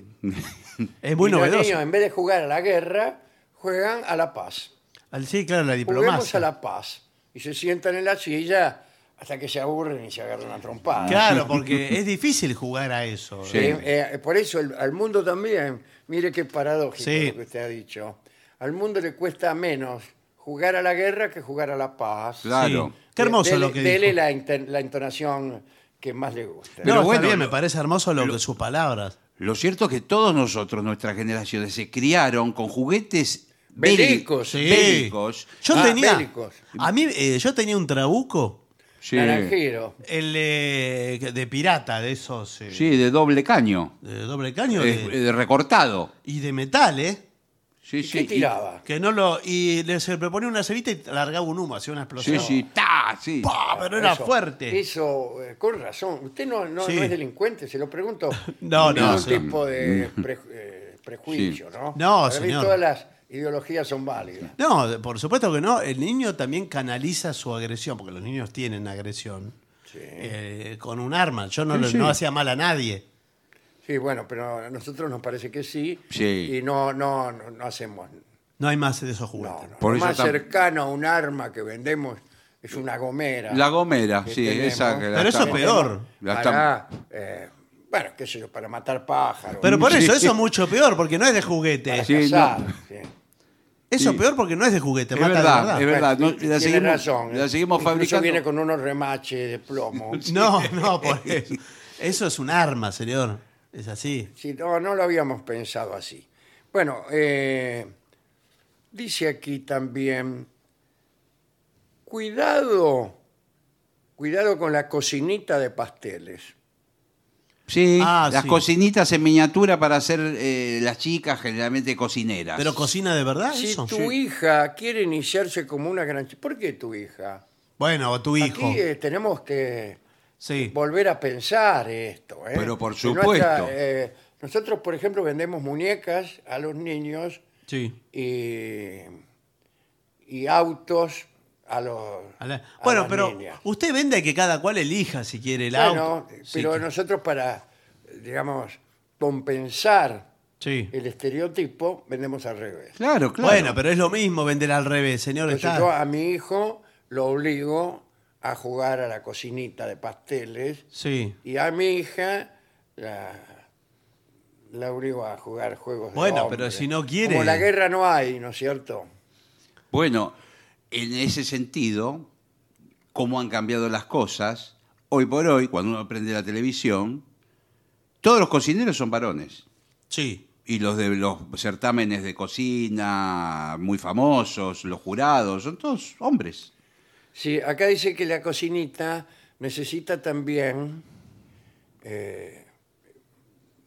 B: es muy
A: y los
B: novedoso.
A: niños, en vez de jugar a la guerra, juegan a la paz.
B: Al- Sí, claro, la
A: Juguemos
B: diplomacia.
A: a la paz. Y se sientan en la silla hasta que se aburren y se agarran a trompadas.
B: Claro, porque es difícil jugar a eso.
C: Sí.
A: Eh, eh, por eso el- al mundo también, mire qué paradójico
B: Sí.
A: lo que usted ha dicho. Al mundo le cuesta menos jugar a la guerra que jugar a la paz.
C: Claro.
B: Qué hermoso
A: Dele-
B: lo que
A: dele
B: dijo.
A: la, inten- la entonación que más le gusta.
C: Pero
B: no,
C: bueno,
B: está bien,
C: lo-
B: me parece hermoso lo,
C: lo-
B: que sus palabras.
C: Lo cierto es que todos nosotros, nuestras generaciones, se criaron con juguetes
A: Bélicos,
C: béli-
A: sí.
C: bélicos.
B: Yo
A: Ah,
B: tenía.
A: bélicos.
B: A mí, eh, yo tenía un trabuco.
C: Sí.
A: Naranjero.
B: El eh, de pirata, de esos. eh,
C: Sí, de doble caño.
B: De doble caño.
C: Eh,
B: de-
C: eh, recortado.
B: y de metal, ¿eh?
C: Sí, sí.
A: ¿Qué
C: y-
A: tiraba?
B: Que no lo. Y le se le ponía una cebita y largaba un humo, hacía una
C: Sí,
B: explosión.
C: sí. ¡Ta! Sí.
B: ¡Pah! Pero era
A: Eso,
B: fuerte.
A: Eso, eh, con razón. Usted no, no,
B: Sí.
A: no es delincuente, se lo pregunto.
B: *laughs* No,
A: Sin
B: no,
A: Ningún
B: sí.
A: tipo de
C: Mm.
A: pre- eh, prejuicio, ¿no?
B: No,
A: Para mí
B: señor.
A: todas las ideologías son válidas.
B: No, de- por supuesto que no. El niño también canaliza su agresión, porque los niños tienen agresión. eh, con un arma. Yo no,
C: Sí,
B: lo-
C: sí.
B: no hacía mal a nadie.
A: Sí, bueno, pero a nosotros nos parece que sí.
C: Sí.
A: Y no, no, no, no hacemos.
B: No hay más de esos
A: No,
B: juguetes.
A: no.
C: Por
A: Lo
C: eso
A: más
C: tam-
A: cercano a un arma que vendemos es una gomera.
C: La gomera, sí,
A: tenemos.
C: esa que la
B: Pero eso es
C: estamos-
B: peor.
C: La
A: Para, eh, bueno, qué sé yo, para matar pájaros.
B: Pero por
C: Sí. Ah,
B: eso, eso es mucho peor, porque no es de juguete.
A: para
C: Sí, no.
A: cazar, sí.
B: Eso es
C: Sí.
B: peor porque no es de juguete.
C: Es
B: mata de
C: verdad,
B: verdad.
C: es verdad, no, la
A: Tiene
C: seguimos-
A: razón. ¿eh?
C: la seguimos
A: Incluso
C: fabricando.
A: viene con unos remaches de plomo.
C: *laughs*
B: No, *laughs* no, por eso. Eso es un arma, señor. Es así.
A: Sí, no, no lo habíamos pensado así. Bueno, eh, dice aquí también, cuidado, cuidado con la cocinita de pasteles.
C: Sí,
B: Ah,
C: las
B: sí.
C: cocinitas en miniatura para hacer eh, las chicas generalmente cocineras.
B: ¿Pero cocina de verdad
A: Si
B: Ah, eso?
A: tu hija quiere iniciarse como una gran... chi- ¿Por qué tu hija?
B: Bueno, o tu hijo.
A: Aquí eh, tenemos que
B: Sí.
A: volver a pensar esto. ¿eh?
C: Pero por
A: Que no haya,
C: supuesto.
A: eh, nosotros, por ejemplo, vendemos muñecas a los niños
B: Sí.
A: y, y autos a los.
B: A la-
A: a
B: Bueno,
A: las
B: pero
A: niñas.
B: usted vende que cada cual elija si quiere el
A: Bueno,
B: auto. Sí,
A: pero
B: que-
A: nosotros, para, digamos, compensar
B: sí.
A: el estereotipo, vendemos al revés.
C: Claro, claro.
B: Bueno, pero es lo mismo vender al revés, señor.
A: Entonces,
B: está-
A: yo a mi hijo lo obligo a jugar a la cocinita de pasteles
B: Sí.
A: y a mi hija la, la obligo a jugar juegos de
B: Bueno, pero
A: hombre.
B: si no quiere-
A: Como la guerra no hay, ¿no es cierto?
C: Bueno, en ese sentido, cómo han cambiado las cosas, hoy por hoy, cuando uno aprende la televisión, todos los cocineros son varones.
B: Sí.
C: Y los de los certámenes de cocina muy famosos, los jurados, son todos hombres.
A: Sí, acá dice que la cocinita necesita también eh,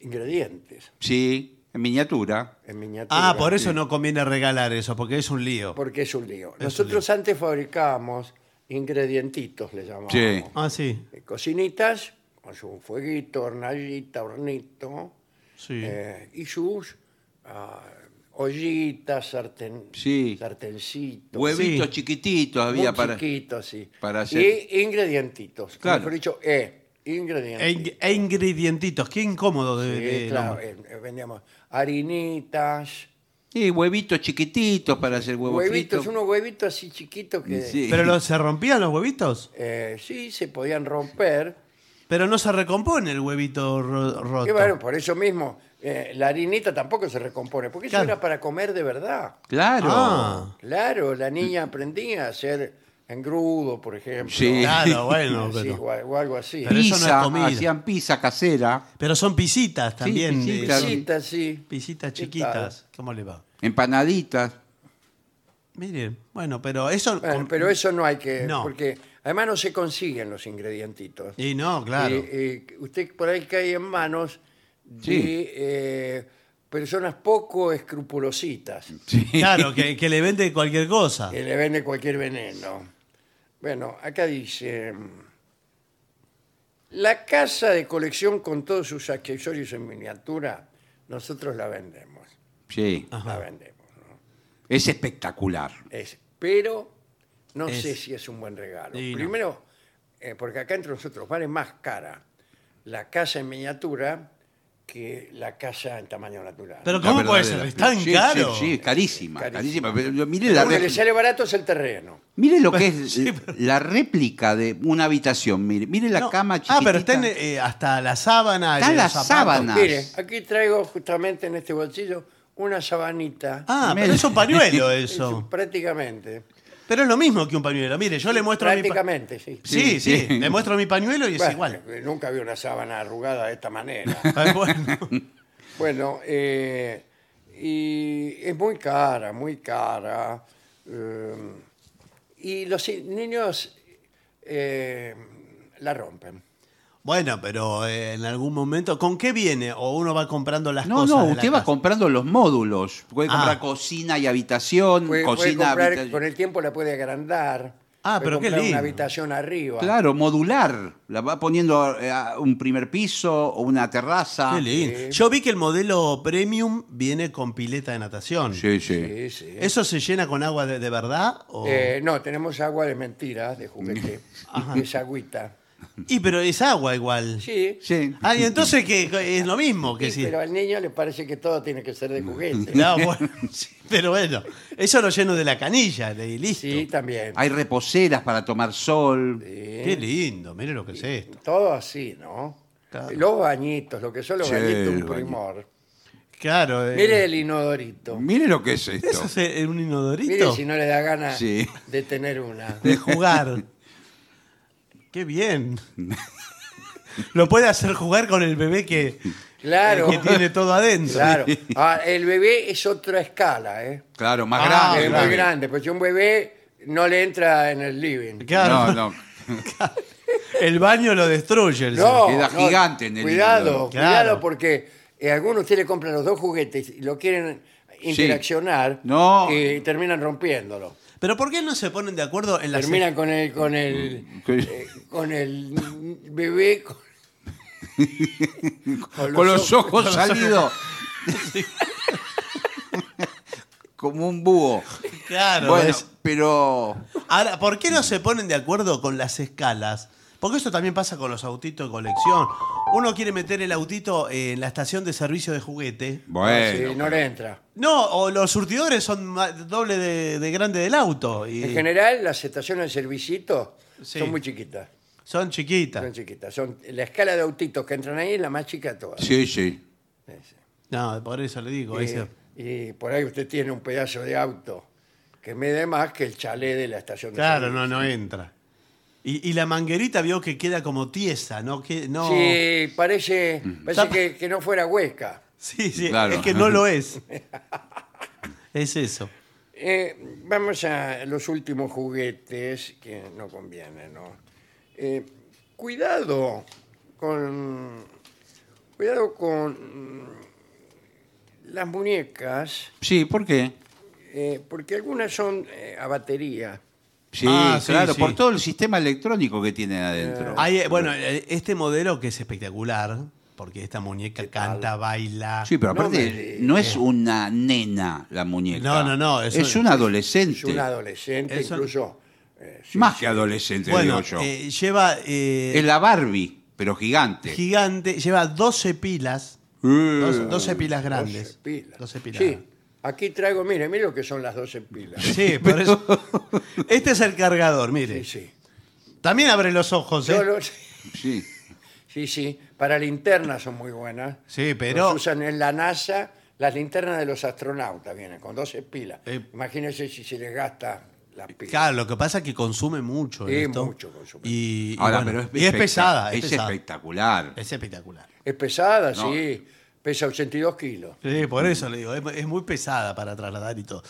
A: ingredientes
C: Sí, en miniatura.
A: en miniatura.
B: Ah, por eso no conviene regalar eso, porque es un lío.
A: Porque es un lío. Nosotros antes fabricábamos ingredientitos, le llamábamos.
C: Sí.
B: Ah, sí.
A: Eh, Cocinitas con su fueguito, hornallita, hornito,
B: Sí.
A: eh, y sus ah, ollitas, sarten,
C: Sí.
A: sartencitos.
C: Huevitos
B: Sí.
C: chiquititos
A: muy
C: había para...
A: chiquitos, sí.
C: para hacer-
A: Y ingredientitos.
C: Claro.
A: Mejor dicho, E,
B: E,
A: ingredientes.
B: ing- e ingredientitos. Qué incómodo de.
A: Sí,
B: de-
A: claro,
B: no.
A: eh, eh, vendíamos harinitas,
C: Sí, huevitos chiquititos para hacer huevos
A: huevitos,
C: fritos.
A: unos huevitos así chiquitos que
C: Sí.
B: Pero los- se rompían los huevitos.
A: eh, sí se podían romper.
B: Pero no se recompone el huevito ro- roto.
A: Y bueno, por eso mismo, eh, la harinita tampoco se recompone, porque
B: Claro.
A: eso era para comer de verdad.
C: *laughs* Claro.
B: Ah,
A: Claro, la niña aprendía a hacer engrudo, por ejemplo.
C: Sí.
A: *laughs*
B: claro, bueno.
A: Sí,
B: Pero,
A: o, a- o algo así.
B: Pero eso no es
C: Pizza,
B: comida.
C: hacían pizza casera,
B: pero son pisitas también.
C: Sí,
B: eh,
C: pisitas.
B: son
A: Pisitas, sí.
B: pisitas
A: ¿Qué
B: chiquitas. ¿Cómo le va?
C: empanaditas.
B: Mire, bueno, pero eso.
A: Bueno,
B: con-
A: pero eso no hay que...
B: No.
A: Porque además no se consiguen los ingredientitos.
B: Y no, claro.
C: Eh, *laughs*
A: Y, y usted por ahí cae en manos de
C: Sí.
A: eh, personas poco escrupulositas
B: Claro, que, que le vende cualquier cosa.
C: Eh,
A: que le vende cualquier veneno. Bueno, acá dice, la casa de colección con todos sus accesorios en miniatura, nosotros la vendemos.
C: Sí.
B: Ah.
A: La vendemos. ¿no?
C: Es espectacular.
A: Es- pero no
B: Es-
A: sé si es un buen regalo.
B: Y no.
A: Primero, eh, porque acá entre nosotros vale más cara la casa en miniatura que la casa en tamaño natural.
B: Pero
C: La
B: ¿cómo puede
C: verdadera.
B: ser? Es tan
C: Sí,
B: caro.
C: Sí, sí, carísima,
A: Carísima.
C: carísima. Pero mire,
A: Lo
C: la
A: único que
C: répli-
A: le sale barato es el terreno.
C: mire lo
B: *laughs*
C: que es la réplica de una habitación. Mire, mire la
B: No.
C: cama chiquitita.
B: Ah, pero está en, eh, hasta la sábana.
C: Está
B: en
C: la
B: los zapatos.
C: sábana. Nas.
A: Mire, aquí traigo justamente en este bolsillo una sabanita.
B: Ah, pero
C: Mira. *laughs*
B: es un pañuelo
A: Es un-
B: eso.
A: prácticamente.
B: Pero es lo mismo que un pañuelo. Mire, yo le muestro mi pa-
A: Prácticamente, sí.
B: Sí, sí,
C: Sí, sí.
B: le muestro mi pañuelo y es
A: Bueno,
C: *laughs*
A: eh,
B: igual.
A: Nunca vi una sábana arrugada de esta
B: *laughs*
A: manera.
B: Ah, bueno.
A: Bueno, eh, y es muy cara, muy cara. eh, y los i- niños eh, la rompen.
B: Mm, Bueno, pero eh, en algún momento, ¿con qué viene? ¿O uno va comprando las
C: No,
B: cosas?
C: no,
B: de la
C: usted va
B: casa?
C: comprando los módulos. Puede
B: Ah.
C: comprar cocina y habitación,
A: Puede, puede
C: cocina,
A: comprar,
C: habitación.
A: con el tiempo la puede agrandar.
B: Ah,
A: puede
B: pero qué
A: comprar
B: lindo.
A: una habitación arriba.
C: Claro, modular. La va poniendo eh, a un primer piso o una terraza.
B: Qué lindo. Yo vi que el modelo premium viene con pileta de natación.
C: Sí,
A: Sí,
C: sí.
A: sí.
B: ¿Eso se llena con agua de, de verdad? o-
A: Eh, no, tenemos agua de mentiras, de
B: *laughs*
A: juguete. es agüita.
B: Y pero es agua igual.
A: Sí,
C: Sí.
B: Ah, y entonces que es lo mismo que
A: sí,
B: sí.
A: pero al niño le parece que todo tiene que ser de juguete.
B: *laughs* No, bueno, *laughs* sí, pero bueno, eso lo lleno de la canilla, de listo.
A: Sí, también.
C: Hay reposeras para tomar sol.
B: Qué lindo, mire lo que es esto.
A: Todo así, ¿no?
B: Claro.
A: Los bañitos, lo que son los
C: Sí,
A: bañitos, un
C: el baño.
A: primor.
B: Claro, eh,
A: Mire el inodorito.
C: Mire lo que es esto.
B: eso es eh, un
A: Mire
B: inodorito
A: si no le da gana
C: Sí.
A: de tener
B: *laughs*
A: una.
B: de jugar.
A: *laughs*
B: Qué bien. Lo puede hacer jugar con el bebé que,
A: Claro, *laughs*
B: que tiene todo adentro.
A: claro. Ah, el bebé es otra escala, ¿eh?
C: Claro, más
B: Ah,
C: grande.
A: es
B: claro.
A: muy grande, porque un bebé no le entra en el living.
B: Claro.
C: No, no.
B: El baño lo destruye. el
A: No,
C: Queda
A: no,
C: gigante en el
A: Cuidado,
C: inodoro.
A: cuidado,
B: Claro.
A: porque eh, algunos ustedes le compran los dos juguetes y lo quieren interaccionar
C: No.
A: y terminan rompiéndolo.
B: señor. Pero ¿por qué no se ponen de acuerdo en la
A: Terminan con el, con el,
C: que-
A: eh, con el bebé.
C: *laughs*
A: Con, con
C: Con los ojos
B: los ojos.
C: salidos. *laughs* Como un búho.
B: Claro.
C: bueno,
B: es-
C: pero.
B: Ahora, ¿por qué no se ponen de acuerdo con las escalas? Porque eso también pasa con los autitos de colección. Uno quiere meter el autito eh, en la estación de servicio de juguete.
A: Sí, no le entra.
B: No, o los surtidores son ma- doble de, de grande del auto. Y
A: En general, las estaciones de servicito
B: Sí.
A: son muy chiquitas.
B: son
A: Son
B: chiquitas.
A: chiquitas. Son, la escala de autitos que entran ahí es la más chica de todas.
C: Ah, Sí, sí.
B: No, por eso le digo. ese-
A: Eh, Y, y por ahí usted tiene un pedazo de auto que mide más que el chalet de la estación de
B: Claro,
A: servicio.
B: no, no entra. Y, y la manguerita vio que queda como tiesa, ¿no? Que, no Mm.
A: Sí, parece, parece
B: Está-
A: que, que no fuera huesca.
B: sí, sí,
C: Claro.
B: es que no
A: *laughs*
B: lo es. es eso.
A: Eh, vamos a los últimos juguetes que no conviene, ¿no? Eh, cuidado con. Cuidado con mm, las muñecas,
C: Sí, ¿por qué?
A: eh, porque algunas son eh, a batería.
C: Sí,
B: Ah, sí,
C: claro,
B: sí.
C: por todo el sistema electrónico que tienen adentro.
B: Hay, eh, bueno, eh, este modelo que es espectacular, porque esta muñeca canta, baila.
C: Sí, pero
A: No
C: aparte,
A: me-
C: no, es una nena la muñeca.
B: No, no, no,
C: Es,
B: es
C: un
B: un-
A: Es
C: adolescente.
A: un adolescente,
B: Eso-
A: incluso. eh, sí,
C: Más
A: sí.
C: que adolescente,
B: bueno,
C: digo yo.
B: eh, lleva eh,
C: es la Barbie, pero gigante.
B: gigante, lleva 12 pilas,
C: Eh,
B: 12, 12 pilas
A: 12
B: grandes. 12
A: Mm. pilas.
B: pilas.
A: Sí, aquí traigo, mire, mire lo que son las 12 pilas.
C: *laughs*
B: Sí, por eso. Este es el cargador,
A: Sí,
B: mire.
A: sí.
B: También abre los ojos, ¿eh?
A: Yo lo-
C: sí.
A: Sí, sí, para linternas son muy buenas.
B: Sí, pero-
A: Los usan en la NASA, las linternas de los astronautas vienen con 12 pilas.
B: Eh.
A: Imagínense si se les gasta la pila.
B: Claro, lo que pasa es que consume mucho
A: Sí,
B: esto.
A: mucho consume.
B: Y, y
C: Ahora,
B: bueno,
C: pero es,
B: y es
C: espectac-
B: pesada, es,
C: es
B: pesada. Eh,
C: espectacular.
B: Es espectacular.
A: Es pesada,
C: No.
A: sí, pesa 82
B: *laughs*
A: kilos.
B: Sí, por eso le digo, es, es muy pesada para trasladar y todo.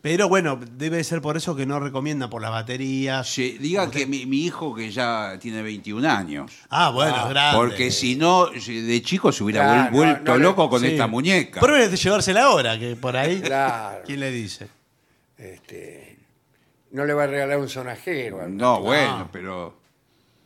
B: Pero bueno, debe ser por eso que no recomienda por las baterías.
C: Sí, diga que mi, mi hijo que ya tiene 21 años.
B: Ah, bueno, es grande.
C: Porque si no, de chico se hubiera
A: Claro,
C: vuel-
A: no,
C: vuelto
A: no le-
C: loco con
B: Sí.
C: esta muñeca.
B: Pruebe de llevársela ahora, que por ahí.
A: Claro.
B: ¿Quién le dice?
A: Este, no le va a regalar un sonajero.
B: Ah.
C: No, bueno, pero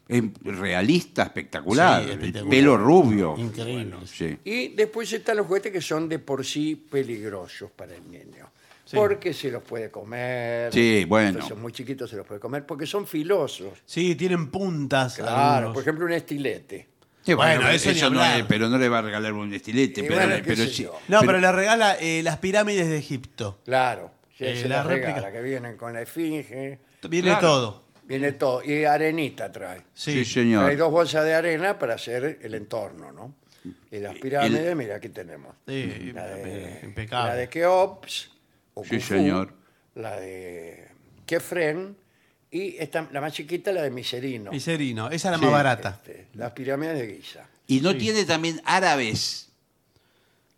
C: es realista, espectacular.
B: Sí,
C: el
B: espectacular.
C: Pelo rubio.
B: Increíble.
C: Sí.
A: Y después están los juguetes que son de por sí peligrosos para el niño. Porque se los puede comer.
C: Sí, bueno.
A: Entonces, Son muy chiquitos, se los puede comer porque son filosos.
B: Sí, tienen puntas.
A: Claro,
B: algunos.
A: por ejemplo, un estilete.
C: Sí, bueno,
B: Bueno, eso
C: eso,
B: ni
C: no
B: hablar.
C: es- pero no le va a regalar un estilete.
A: Y
C: pero
A: bueno, qué
C: pero
A: sé
C: sí-
A: yo.
B: No, pero, le regala eh, las pirámides de Egipto.
A: Claro, sí,
B: Eh,
A: se
B: la
A: la
B: réplica.
A: regala, que vienen con la esfinge,
B: Viene
C: Claro.
B: todo.
A: viene todo, y arenita trae.
B: Sí.
C: sí, señor.
A: Hay dos bolsas de arena para hacer el entorno, ¿no? Y las pirámides, mira, aquí tenemos.
B: Sí, eh,
A: Eh, La de,
B: impecable.
A: la de Keops, o
C: Sí,
A: Khufu,
C: señor.
A: La de Kefren y esta- la más chiquita, la de Miserino.
B: Miserino, esa es la
C: Sí,
B: más barata.
A: Este, las pirámides de Giza.
C: Y no tiene también árabes.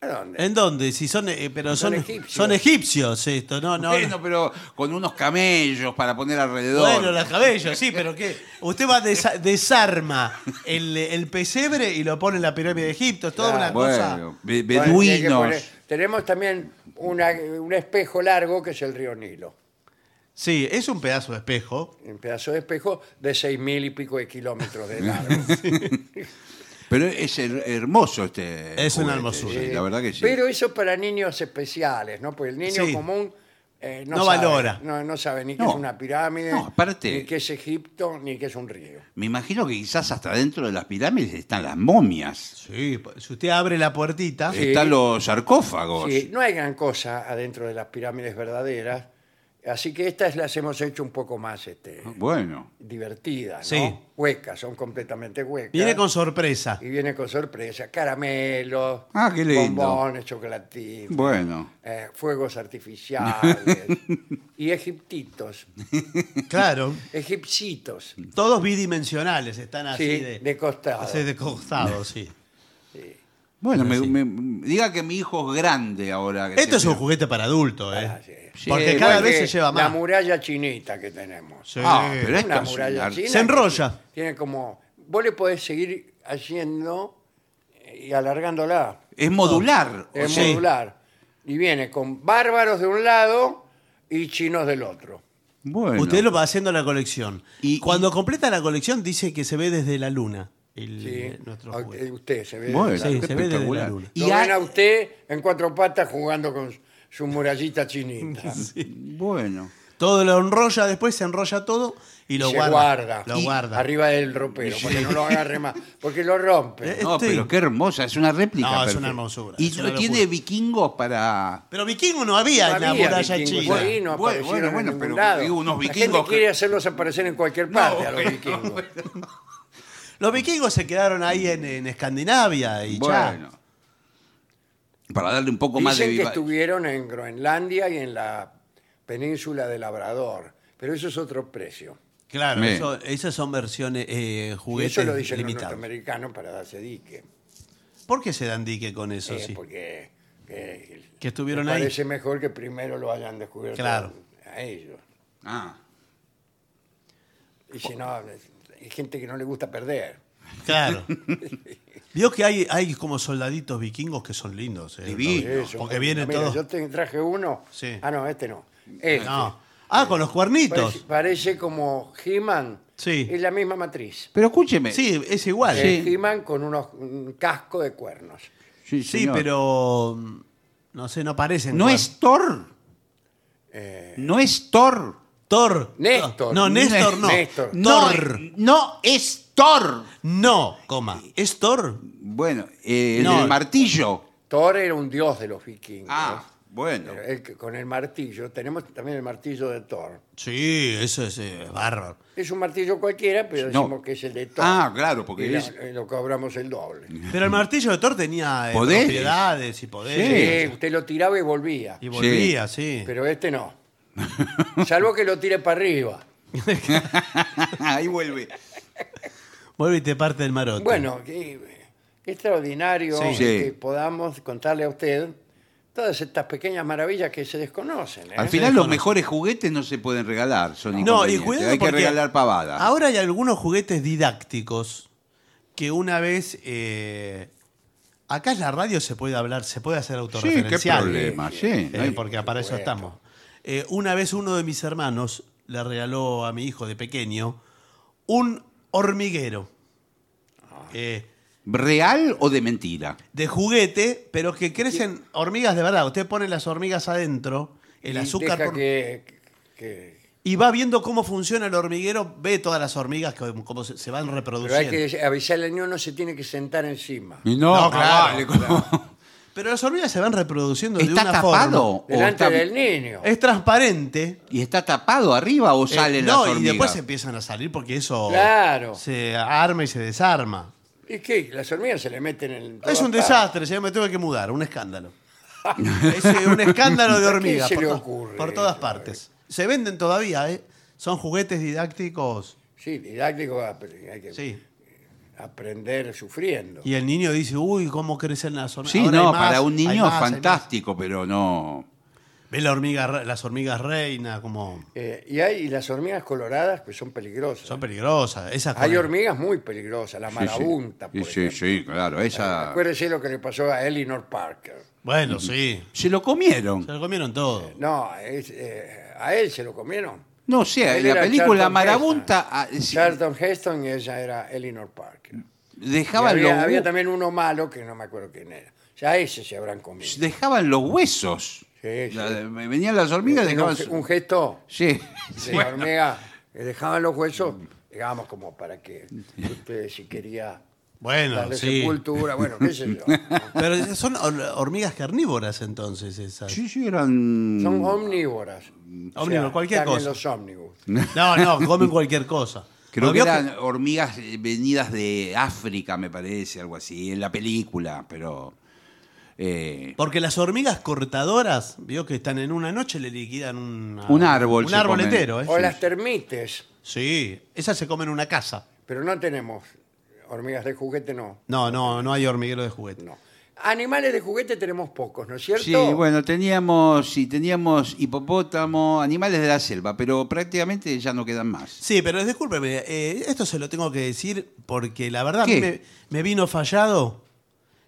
A: ¿A dónde?
B: ¿En dónde? Si son, eh, pero
A: Son
B: son,
A: egipcios.
B: son egipcios. esto, no, no.
C: bueno, pero con unos camellos para poner alrededor.
B: Bueno, los cabellos, sí, pero ¿qué? Usted va a desa- desarma el, el pesebre y lo pone en la pirámide de Egipto, es toda una cosa.
C: Bueno, be-
A: Bueno, tiene que
C: beduinos.
A: poner- tenemos también una- un espejo largo que es el río Nilo.
B: Sí, es un pedazo de espejo.
A: Un pedazo de espejo de seis mil y pico de kilómetros de largo.
C: *laughs* Pero es her- hermoso este.
B: Es una
C: juguete,
B: hermosura.
C: sí, la verdad que sí.
A: Pero eso para niños especiales, ¿no? Porque el niño
B: Sí.
A: común eh, no,
B: No
A: sabe,
B: valora.
A: No, no sabe ni que
C: No.
A: es una pirámide,
C: No, aparte-
A: ni que es Egipto, ni que es un río.
C: Me imagino que quizás hasta dentro de las pirámides están las momias.
B: Sí, pues, si usted abre la puertita,
A: Sí.
C: Están los sarcófagos.
A: Sí, no hay gran cosa adentro de las pirámides verdaderas, así que estas las hemos hecho un poco más este,
C: Bueno.
A: divertidas, ¿no?
B: Sí.
A: Huecas, son completamente huecas.
B: viene con sorpresa.
A: y viene con sorpresa, caramelos,
C: Ah, qué lindo.
A: bombones, chocolatín,
C: Bueno.
A: eh, fuegos
B: *laughs*
A: artificiales y egiptitos,
B: Claro.
A: egipcitos.
B: Todos bidimensionales, están así
A: Sí,
B: de,
A: de costado.
B: así de costado, sí.
C: Bueno, me- me- diga que mi hijo es grande ahora. que
B: Esto es
C: se-
B: un juguete para adulto, ¿eh?
A: Ah, sí.
C: Sí,
B: Porque cada
C: bueno,
B: vez
A: Que
B: se lleva
A: La
B: más.
A: muralla chinita que tenemos.
B: Sí.
C: Ah, pero esto
A: Una
C: es
A: muralla
C: una-
A: china.
B: Se enrolla.
A: que Tiene como. Vos le podés seguir haciendo y alargándola.
C: Es modular.
A: Es
B: Sí.
A: modular. Y viene con bárbaros de un lado y chinos del otro.
C: Bueno.
B: Usted lo va haciendo la colección.
C: Y-
B: Y cuando completa la colección dice que se ve desde la luna el,
A: Sí.
B: eh, nuestro
A: A-
B: juguete.
A: Usted se ve.
C: Bueno,
B: Sí,
C: qué
B: se ve desde la
C: espectacular.
B: luna.
A: Lo
C: Y
A: ven
C: hay-
A: a usted en cuatro patas jugando con su murallita
B: *laughs*
A: chinita.
C: Bueno.
B: Todo lo enrolla después, se enrolla todo y lo
A: se
B: guarda.
A: guarda.
B: Lo
A: Y
B: guarda.
A: Arriba del ropero, para que no lo agarre más. Porque lo rompe.
B: Eh,
C: No,
B: Este-
C: pero qué hermosa, es una réplica.
B: No, es
C: perfecta.
B: una hermosura,
C: Y
B: es una
C: tiene
B: locura.
C: vikingos para.
B: Pero vikingo no había
A: No
B: en la
A: había
B: muralla
A: vikingos
B: china.
A: ahí, no
C: Bueno,
A: aparecieron
C: bueno, bueno,
A: en ningún
C: pero
A: lado.
C: digo, unos
A: La
C: vikingos
A: gente
C: que-
A: quiere hacerlos aparecer en cualquier parte a los
C: pero-
A: vikingos.
B: Los vikingos se quedaron ahí en, en Escandinavia y
C: Bueno. Para darle un poco más de
A: Dicen que
C: viva-
A: estuvieron en Groenlandia y en la península de Labrador, pero eso es otro precio.
B: ya. Claro,
C: Bien.
B: eso- esas son versiones eh,
A: Y
B: juguetes
A: eso lo dicen los
B: limitados.
A: norteamericanos para darse dique.
B: ¿Por qué se dan dique con eso?
A: Eh,
B: sí?
A: Porque eh,
B: Que estuvieron
A: me
B: ahí.
A: parece mejor que primero lo hayan descubierto
B: Claro.
A: a ellos.
C: Ah,
A: Y si no, hay gente que no le gusta perder. *laughs*
B: Claro. Vio que hay, hay como soldaditos vikingos que son lindos. eh,
C: Divino.
B: ¿no?
A: Eso,
B: Porque vienen
A: mira,
B: todos.
A: Yo te traje uno.
B: Sí.
A: Ah, no, este no. Este.
B: No. Ah, con los
A: Parece,
B: cuernitos.
A: parece como He-Man.
B: Sí.
A: Es la misma matriz.
C: Pero escúcheme.
B: Sí, es igual.
A: Es He-Man con unos, un casco de cuernos.
C: Sí,
B: Sí,
C: señor.
B: pero mm, no sé, no parecen.
C: No
B: cuer-
C: es Thor.
B: Eh.
C: No es Thor.
B: Thor.
A: Néstor.
B: No, Néstor no.
A: Néstor.
C: No,
B: Thor.
C: no es Thor.
B: No, coma. ¿Es Thor?
C: Bueno, eh, el
B: No.
C: del martillo.
A: Thor era un dios de los vikingos.
C: Ah, bueno.
A: Pero él que- con el martillo. Tenemos también el martillo de Thor.
B: Sí, eso es eh, bárbaro.
A: Es un martillo cualquiera, pero
C: No.
A: decimos que es el de Thor.
C: Ah, claro, porque
A: Y lo-
C: es- *laughs*
A: eh, lo cobramos el doble.
B: Pero el martillo de Thor tenía eh,
C: Poderes.
B: propiedades y
A: Sí,
B: poderes.
A: usted lo tiraba y volvía.
B: Y volvía, sí.
A: Pero este no. Salvo que lo tire para arriba.
C: Ahí vuelve.
A: Eh,
B: Vuelve y te parte el marote.
A: Bueno, qué, qué extraordinario
C: Sí. Sí.
A: que podamos contarle a usted todas estas pequeñas maravillas que se desconocen. ¿eh?
C: Al final los
B: desconoce.
C: mejores juguetes no se pueden regalar, son
B: No, y
C: inconvenientes.
B: cuidado
C: Hay que
B: porque
C: regalar pavadas.
B: Ahora hay algunos juguetes didácticos que una vez. eh, acá en la radio se puede hablar, se puede hacer
C: sí,
B: autorreferencial.
C: qué problema, sí. no
B: Eh,
C: hay-
B: porque para eso
A: supuesto.
B: estamos. Eh, una vez uno de mis hermanos le regaló a mi hijo de pequeño un hormiguero.
C: Ah.
B: Eh,
C: ¿Real o de mentira?
B: de juguete, pero que crecen hormigas de verdad. Usted pone las hormigas adentro, el
A: Y
B: azúcar,
A: deja
B: por-
A: que- que-
B: y va viendo cómo funciona el hormiguero, ve todas las hormigas, que- cómo se, se van
A: Pero hay
B: reproduciendo.
A: que avisarle al niño, no se tiene que sentar encima.
C: Y no, ah,
B: No, claro,
C: vale,
A: claro.
C: ¿cómo?
B: Pero las hormigas se van reproduciendo de
C: ¿Está
B: una
C: tapado?
B: forma.
C: o
A: Delante
C: está-
A: del niño.
B: Es transparente.
C: ¿Y está tapado arriba o
B: eh,
C: salen las
B: no,
C: hormigas?
B: y después empiezan a salir porque eso
A: Claro.
B: se arma y se desarma.
A: ¿Y qué? Las hormigas se le meten en. todas
B: Es un
A: partes.
B: desastre, señor, me tuve que mudar, un escándalo. *laughs* es eh, un escándalo de
A: ¿A quién *laughs*
B: hormigas
A: se
B: por,
A: le
B: to-
A: ocurre
B: por todas
A: eso?
B: partes. Se venden todavía, ¿eh? Son juguetes didácticos.
A: Sí, didáctico apre- hay que
B: Sí.
A: aprender sufriendo.
B: Y el niño dice, uy, cómo crecen las hormigas.
C: Sí,
B: Ahora
C: no,
B: hay más,
C: para un
B: hay
C: niño
B: más, hay
C: es fantástico, pero no.
B: más. Ve la hormiga, re- las hormigas reinas, como
A: Eh, y hay y las hormigas coloradas que son peligrosas.
B: son peligrosas. Esas
A: hay
B: con-
A: hormigas muy peligrosas, la
C: Sí, sí.
A: marabunta,
C: Sí,
A: por
C: sí,
A: ejemplo.
C: sí, claro. Esa...
A: Acuérdese lo que le pasó a Eleanor Parker.
B: Bueno, sí.
C: Se lo comieron.
B: Se lo comieron todo.
A: No, es, eh, a él se lo comieron.
C: No sé,
A: Él
C: la
A: era
C: película
A: Charlton
C: Marabunta
A: Heston.
C: ah, es-
A: Charlton Heston y ella era Eleanor Parker. Y
C: dejaban,
A: había,
C: los,
A: había
C: hu-
A: también uno malo que no me acuerdo quién era. Ya ese se habrán comido.
C: dejaban los huesos.
A: Sí, sí.
C: La- venían las hormigas,
A: Era un,
C: dejaban. su-
A: un gesto
C: Sí. *laughs*
A: de la hormiga que dejaban los huesos, digamos, como para que usted si quería
B: Bueno,
A: darle
B: sí.
A: sepultura, bueno, qué sé yo.
C: *laughs*
B: Pero son hor- hormigas carnívoras entonces esas.
C: Sí, sí, eran.
A: Son omnívoras. O
B: Omnívoro,
A: sea,
B: cualquier
A: carne en
B: cosa.
A: los ómnibus.
B: No, no, comen cualquier cosa.
C: Creo
B: Porque vio
C: que
B: que-
C: eran hormigas eh, venidas de África, me parece, algo así, en la película, pero. eh,
B: Porque las hormigas cortadoras, vio que están en una noche, le liquidan una-
C: Un árbol
B: Un
C: se
B: árbol
C: comen.
B: entero, ¿eh?
A: O las termites,
B: Sí, esas se comen una casa.
A: pero no tenemos hormigas de juguete, no.
B: No, no, no hay hormiguero de juguete.
A: no. Animales de juguete tenemos pocos, ¿no es cierto?
C: sí, bueno, teníamos, sí, teníamos hipopótamo, animales de la selva, pero prácticamente ya no quedan más.
B: Sí, pero discúlpeme, eh, esto se lo tengo que decir porque la verdad a
C: ¿Qué?
B: mí me, me vino fallado.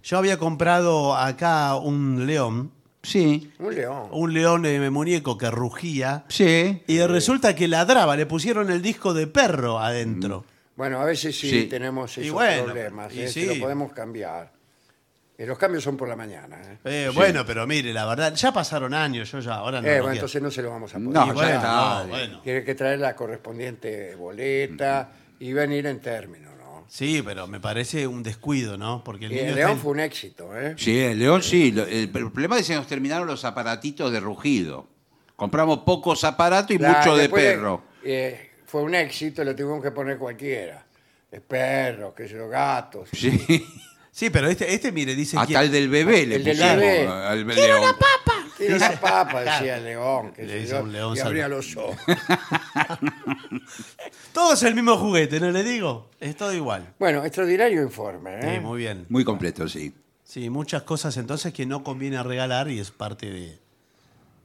B: Yo había comprado acá un león,
C: Sí,
A: Un león.
B: un león eh, muñeco que rugía
C: sí.
B: y resulta que ladraba, le pusieron el disco de perro adentro.
A: Bueno, a veces sí,
C: Sí.
A: tenemos
B: Y
A: esos
B: bueno,
A: problemas,
B: y
A: ¿eh?
B: sí.
A: Se lo podemos cambiar. Eh, los cambios son por la mañana. ¿eh?
B: Eh, Bueno, pero mire, la verdad, ya pasaron años, yo ya ahora no.
A: Eh,
B: lo
A: bueno,
B: quiero.
A: entonces no se lo vamos a poder.
C: No,
B: Y
C: ya
B: bueno,
C: está.
B: no, bueno.
A: Tiene que traer la correspondiente boleta y venir en término, ¿no?
B: Sí, pero me parece un descuido, ¿no? Porque el
A: Y
B: niño
A: el
B: está
A: león
B: en-
A: fue un éxito, ¿eh?
C: Sí, el león sí. Lo- El pr- problema es que se nos terminaron los aparatitos de rugido. Compramos pocos aparatos y
A: La-
C: mucho de
A: después,
C: perro. *laughs*
A: eh, fue un éxito, lo tuvimos que poner cualquiera. De perros, qué sé yo, gatos.
C: Sí.
B: Sí, pero este, este mire, dice que...
C: Hasta el del bebé le
A: El del
C: pusimos
A: bebé.
C: al be- león.
A: Tiene una papa, decía el león, qué
B: Le
A: sé
B: dice
A: yo,
B: un león
A: y
B: salvaje.
A: abría los ojos.
B: Todo es el mismo juguete, ¿no le digo? Es todo igual.
A: Bueno, extraordinario informe, ¿eh?
B: Sí, muy bien.
C: Muy completo, sí.
B: Sí, muchas cosas entonces que no conviene regalar y es parte de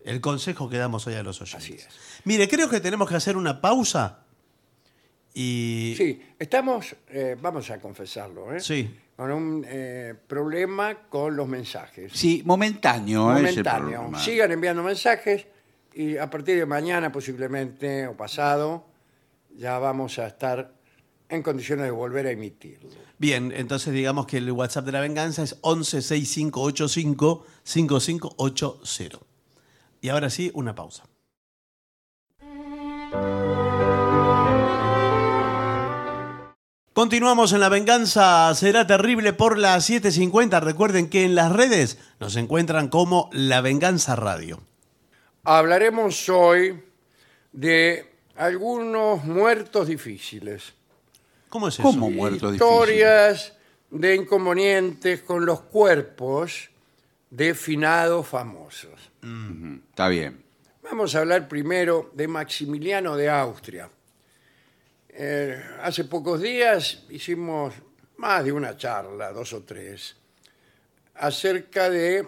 B: el consejo que damos hoy a los oyentes.
A: Así es.
B: Mire, creo que tenemos que hacer una pausa y
A: Sí, estamos, eh, vamos a confesarlo, ¿eh?
B: Sí.
A: Con un eh, problema con los mensajes.
C: Sí, momentáneo, es el
A: Momentáneo. ¿eh?
C: problema.
A: Sigan enviando mensajes y a partir de mañana posiblemente o pasado ya vamos a estar en condiciones de volver a emitirlo.
B: bien, entonces digamos que el WhatsApp de la venganza es 1165855580. Y ahora sí, una pausa. Continuamos en La Venganza Será Terrible por las 7.50. Recuerden que en las redes nos encuentran como La Venganza Radio.
A: Hablaremos hoy de algunos muertos difíciles.
B: ¿Cómo es eso?
C: ¿Cómo muerto difícil?
A: Historias de inconvenientes con los cuerpos de finados famosos.
C: Está bien.
A: Vamos a hablar primero de Maximiliano de Austria. Eh, hace pocos días hicimos más de una charla, dos o tres, acerca de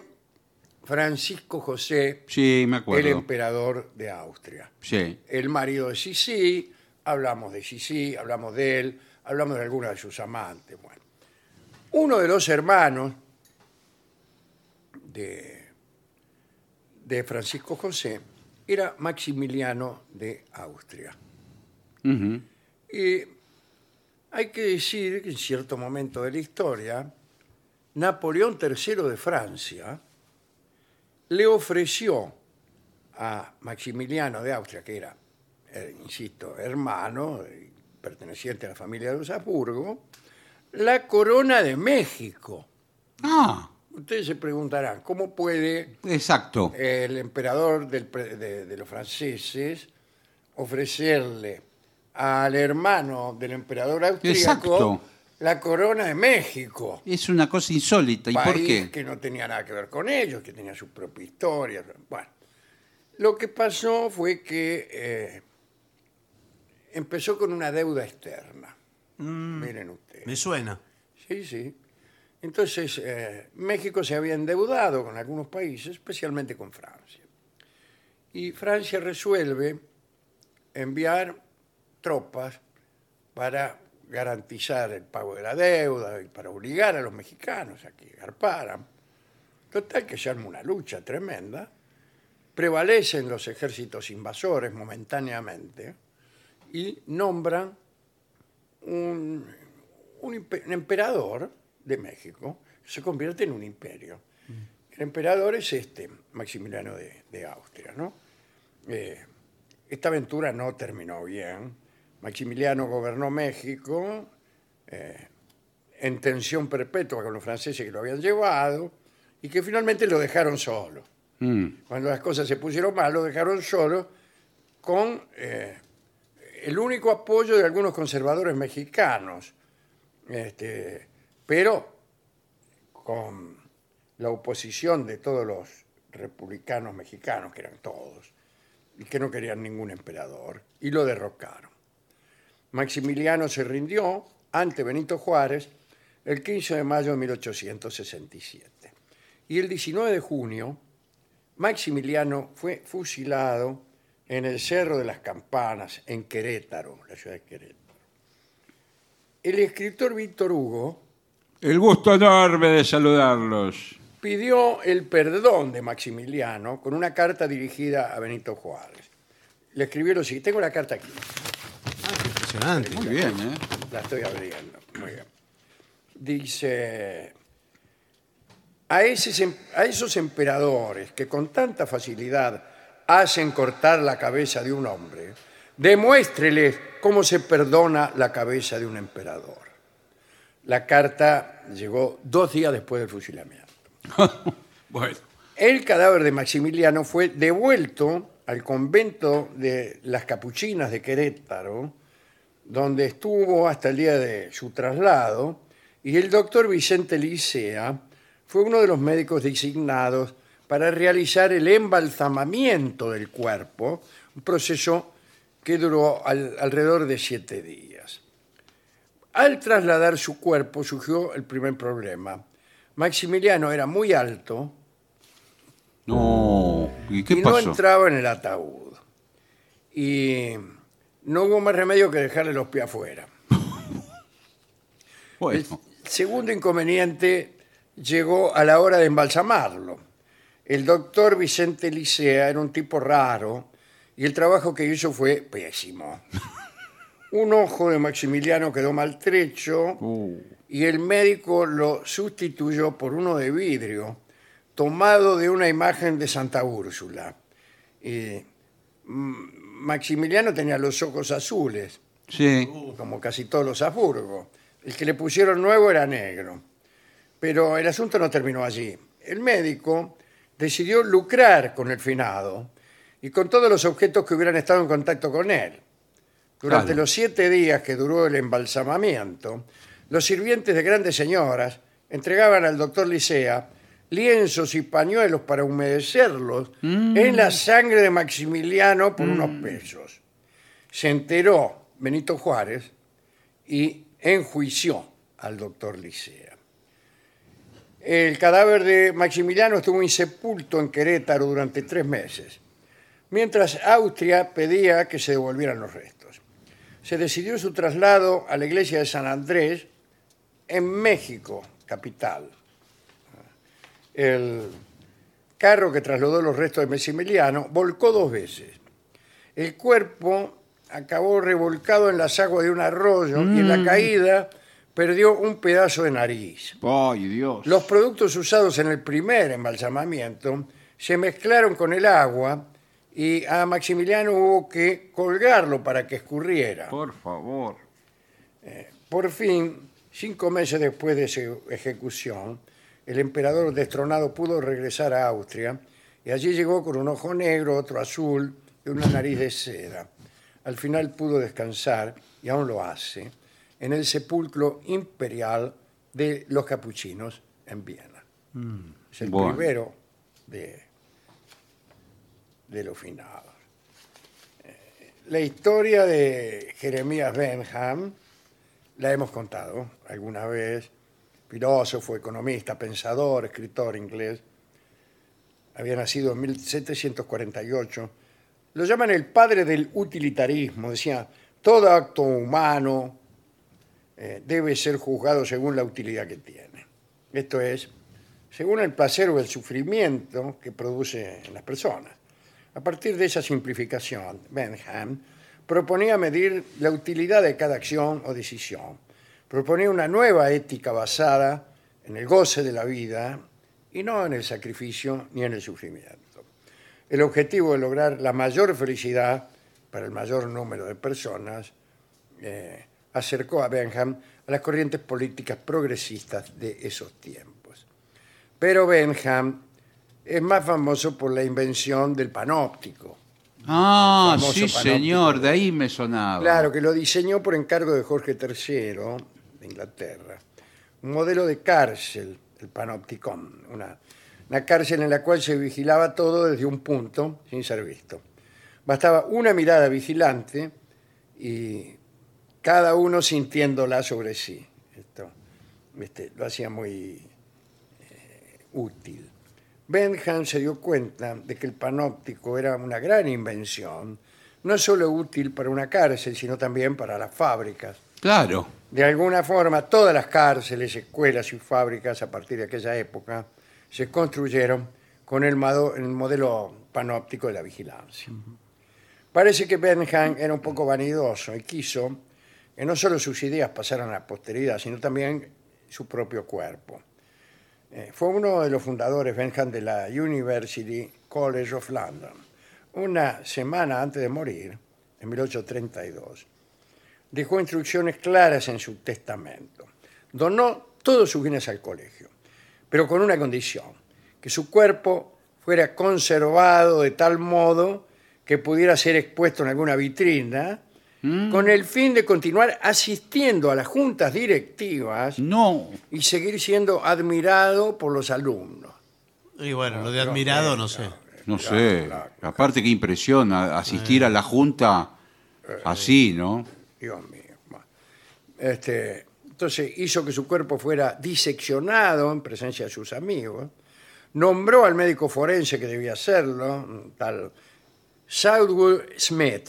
A: Francisco José,
C: Sí, me
A: el
C: acuerdo.
A: emperador de Austria.
C: Sí.
A: El marido de Sisi, hablamos de Sisi, hablamos de él, hablamos de alguna de sus amantes. Bueno, uno de los hermanos de, de Francisco José era Maximiliano de Austria.
C: Ujú.
A: Y hay que decir que en cierto momento de la historia, Napoleón III de Francia le ofreció a Maximiliano de Austria, que era, eh, insisto, hermano, eh, perteneciente a la familia de los Habsburgo, la corona de México.
C: Ah,
A: Ustedes se preguntarán, ¿cómo puede
C: exacto.
A: el emperador del pre- de, de los franceses ofrecerle al hermano del emperador austríaco
C: Exacto.
A: la corona de México.
C: Es una cosa insólita. ¿Y por
A: país
C: qué?
A: que no tenía nada que ver con ellos, que tenía su propia historia. Bueno, Lo que pasó fue que eh, empezó con una deuda externa.
C: Mm.
A: Miren ustedes.
B: Me suena. Ah,
A: Sí, sí. Entonces, eh, México se había endeudado con algunos países, especialmente con Francia. Y Francia resuelve enviar tropas para garantizar el pago de la deuda y para obligar a los mexicanos a que garparan. Total que se arma una lucha tremenda. Prevalecen los ejércitos invasores momentáneamente y nombran un, un impe- un emperador de México, se convierte en un imperio. El emperador es este, Maximiliano de, de Austria, ¿no? Eh, esta aventura no terminó bien. Maximiliano gobernó México eh, en tensión perpetua con los franceses que lo habían llevado y que finalmente lo dejaron solo.
C: Mm.
A: Cuando las cosas se pusieron mal, lo dejaron solo con eh, el único apoyo de algunos conservadores mexicanos, este, pero con la oposición de todos los republicanos mexicanos, que eran todos, y que no querían ningún emperador, y lo derrocaron. Maximiliano se rindió ante Benito Juárez el 15 de mayo de 1867. Y el 19 de junio, Maximiliano fue fusilado en el Cerro de las Campanas, en Querétaro, la ciudad de Querétaro. El escritor Víctor Hugo
C: El gusto enorme de saludarlos.
A: pidió el perdón de Maximiliano con una carta dirigida a Benito Juárez. Le escribió lo siguiente, tengo la carta aquí.
B: Impresionante.
C: Muy bien, ¿eh?
A: La estoy abriendo. Muy bien. Dice, a, esos em- a esos emperadores que con tanta facilidad hacen cortar la cabeza de un hombre, demuéstreles cómo se perdona la cabeza de un emperador. La carta llegó dos días después del fusilamiento.
C: Bueno,
A: El cadáver de Maximiliano fue devuelto al convento de las Capuchinas de Querétaro, donde estuvo hasta el día de su traslado, y el doctor Vicente Licea fue uno de los médicos designados para realizar el embalsamamiento del cuerpo, un proceso que duró al- alrededor de siete días. Al trasladar su cuerpo surgió el primer problema. Maximiliano era muy alto,
C: no. ¿Y qué
A: y no
C: pasó?
A: entraba en el ataúd. Y no hubo más remedio que dejarle los pies afuera. El
C: Bueno,
A: segundo inconveniente llegó a la hora de embalsamarlo. El doctor Vicente Licea era un tipo raro y el trabajo que hizo fue
C: *laughs*
A: pésimo. Un ojo de Maximiliano quedó maltrecho
C: Uh.
A: y el médico lo sustituyó por uno de vidrio tomado de una imagen de Santa Úrsula. Y, mm, Maximiliano tenía los ojos azules
C: sí.
A: como casi todos los Habsburgo. El que le pusieron nuevo era negro. Pero el asunto no terminó allí. El médico decidió lucrar con el finado y con todos los objetos que hubieran estado en contacto con él. Durante
C: Claro.
A: los siete días que duró el embalsamamiento, los sirvientes de grandes señoras entregaban al doctor Licea lienzos y pañuelos para humedecerlos en la sangre de Maximiliano por unos pesos se enteró Benito Juárez y enjuició al doctor Licea. El cadáver de Maximiliano estuvo insepulto en Querétaro durante tres meses, mientras Austria pedía que se devolvieran los restos. Se decidió su traslado a la iglesia de San Andrés en México, capital. El carro que trasladó los restos de Maximiliano volcó dos veces. El cuerpo acabó revolcado en las aguas de un arroyo y en la caída perdió un pedazo de nariz.
C: Ay, Dios.
A: Los productos usados en el primer embalsamamiento se mezclaron con el agua y a Maximiliano hubo que colgarlo para que escurriera.
C: Por favor.
A: Por fin, cinco meses después de su ejecución, el emperador destronado pudo regresar a Austria y allí llegó con un ojo negro, otro azul y una nariz de seda. Al final pudo descansar, y aún lo hace, en el sepulcro imperial de los capuchinos en Viena. Es el
C: Bueno.
A: primero de de los finados. Eh, La historia de Jeremías Benham la hemos contado alguna vez. Filósofo, economista, pensador, escritor inglés. Había nacido en 1748. Lo llaman el padre del utilitarismo. Decía, todo acto humano eh, debe ser juzgado según la utilidad que tiene. Esto es, según el placer o el sufrimiento que produce en las personas. A partir de esa simplificación, Benham proponía medir la utilidad de cada acción o decisión. Proponía una nueva ética basada en el goce de la vida y no en el sacrificio ni en el sufrimiento. El objetivo de lograr la mayor felicidad para el mayor número de personas eh, acercó a Benham a las corrientes políticas progresistas de esos tiempos. Pero Benham es más famoso por la invención del panóptico.
C: Ah,
A: famoso
C: sí,
A: panóptico.
C: señor, de ahí me sonaba.
A: Claro, que lo diseñó por encargo de Jorge III de Inglaterra. Un modelo de cárcel, el panopticón, una, una cárcel en la cual se vigilaba todo desde un punto sin ser visto. Bastaba una mirada vigilante y cada uno sintiéndola sobre sí. Esto este, lo hacía muy eh, útil. Benham se dio cuenta de que el panóptico era una gran invención, no solo útil para una cárcel, sino también para las fábricas.
C: Claro.
A: De alguna forma, todas las cárceles, escuelas y fábricas a partir de aquella época se construyeron con el, mado- el modelo panóptico de la vigilancia. Parece que Benham era un poco vanidoso y quiso que no solo sus ideas pasaran a la posteridad, sino también su propio cuerpo. Eh, fue uno de los fundadores, Benham, de la University College of London. Una semana antes de morir, en 1832, dejó instrucciones claras en su testamento. Donó todos sus bienes al colegio, pero con una condición, que su cuerpo fuera conservado de tal modo que pudiera ser expuesto en alguna vitrina, con el fin de continuar asistiendo a las juntas directivas
C: No.
A: y seguir siendo admirado por los alumnos.
B: Y bueno, lo de admirado, no sé.
C: No sé.
A: claro.
C: Aparte, qué impresión a- asistir a la junta
A: Eh.
C: así, ¿no?
A: Dios mío. Bueno. Este, entonces hizo que su cuerpo fuera diseccionado en presencia de sus amigos. Nombró al médico forense que debía hacerlo, un tal Southwood Smith,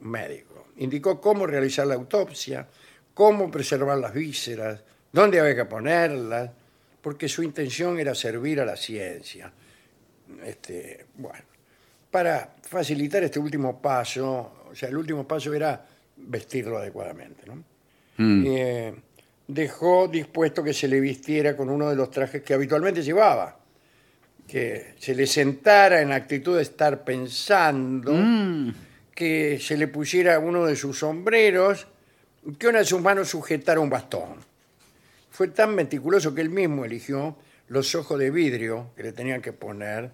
A: un médico. Indicó cómo realizar la autopsia, cómo preservar las vísceras, dónde había que ponerlas, porque su intención era servir a la ciencia. Este, bueno, para facilitar este último paso, o sea, el último paso era vestirlo adecuadamente, ¿no? Eh, dejó dispuesto que se le vistiera con uno de los trajes que habitualmente llevaba, que se le sentara en actitud de estar pensando, que se le pusiera uno de sus sombreros, que una de sus manos sujetara un bastón. Fue tan meticuloso que él mismo eligió los ojos de vidrio que le tenían que poner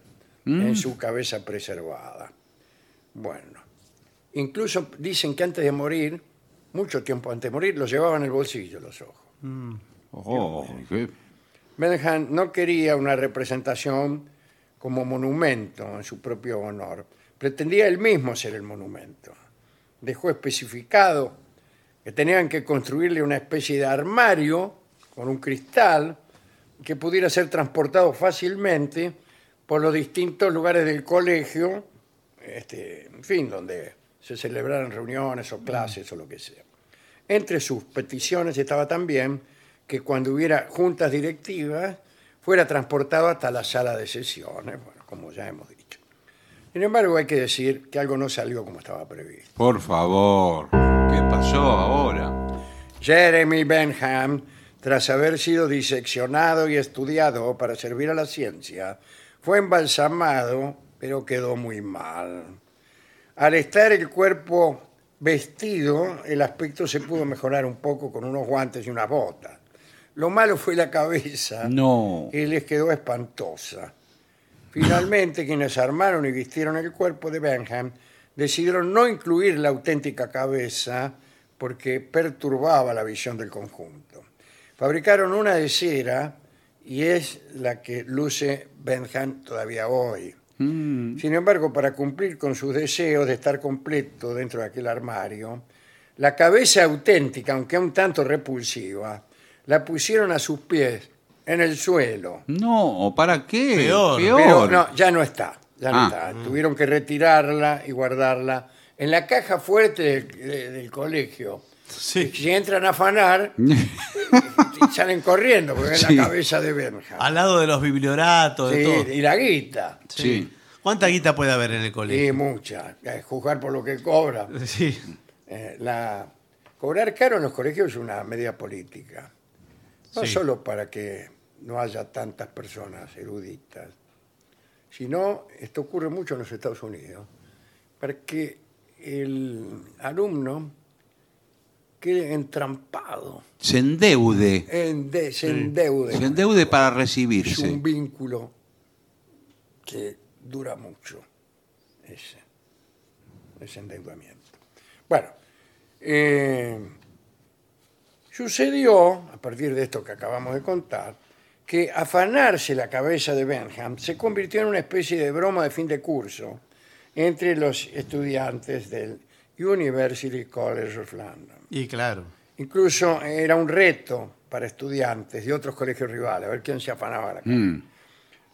A: en su cabeza preservada. Bueno, incluso dicen que antes de morir, mucho tiempo antes de morir, los llevaba en el bolsillo los ojos.
C: Oh, qué-
A: Benham no quería una representación como monumento en su propio honor. Pretendía él mismo ser el monumento. Dejó especificado que tenían que construirle una especie de armario con un cristal que pudiera ser transportado fácilmente por los distintos lugares del colegio, este, en fin, donde se celebraran reuniones o clases o lo que sea. Entre sus peticiones estaba también que cuando hubiera juntas directivas fuera transportado hasta la sala de sesiones, bueno, como ya hemos dicho. Sin embargo, hay que decir que algo no salió como estaba previsto.
C: por favor. ¿Qué pasó ahora?
A: Jeremy Benham, tras haber sido diseccionado y estudiado para servir a la ciencia, fue embalsamado, pero quedó muy mal. Al estar el cuerpo vestido, el aspecto se pudo mejorar un poco con unos guantes y unas botas. Lo malo fue la cabeza,
C: No.
A: que les quedó espantosa. Finalmente, quienes armaron y vistieron el cuerpo de Benham decidieron no incluir la auténtica cabeza porque perturbaba la visión del conjunto. Fabricaron una de cera y es la que luce Benham todavía hoy.
C: Mm.
A: Sin embargo, para cumplir con sus deseos de estar completo dentro de aquel armario, la cabeza auténtica, aunque un tanto repulsiva, la pusieron a sus pies, en el suelo.
C: No, ¿para qué?
B: Peor.
A: Pero no, ya no está. Ya no
C: Ah.
A: está. Tuvieron que retirarla y guardarla en la caja fuerte del, de- del colegio.
B: Sí.
A: Si entran a
C: *laughs*
A: afanar, salen corriendo, porque es
C: Sí.
A: la cabeza de Benja.
B: Al lado de los biblioratos, de
A: Sí,
B: todo.
A: y la guita.
C: Sí.
B: ¿Cuánta guita puede haber en el colegio?
A: Y mucha. Eh, Juzgar por lo que cobra.
B: *laughs* Sí.
A: Eh, la, cobrar caro en los colegios es una medida política. No
B: Sí.
A: solo para que no haya tantas personas eruditas, sino, esto ocurre mucho en los Estados Unidos, para que el alumno quede entrampado,
C: Se endeude.
A: ende- se endeude.
C: Se endeude para
A: Es
C: recibirse.
A: un vínculo que dura mucho, ese, ese endeudamiento. Bueno, eh, sucedió, a partir de esto que acabamos de contar, que afanarse la cabeza de Benham se convirtió en una especie de broma de fin de curso entre los estudiantes del University College of London.
B: Y claro.
A: Incluso era un reto para estudiantes de otros colegios rivales, a ver quién se afanaba la cabeza.
C: Mm.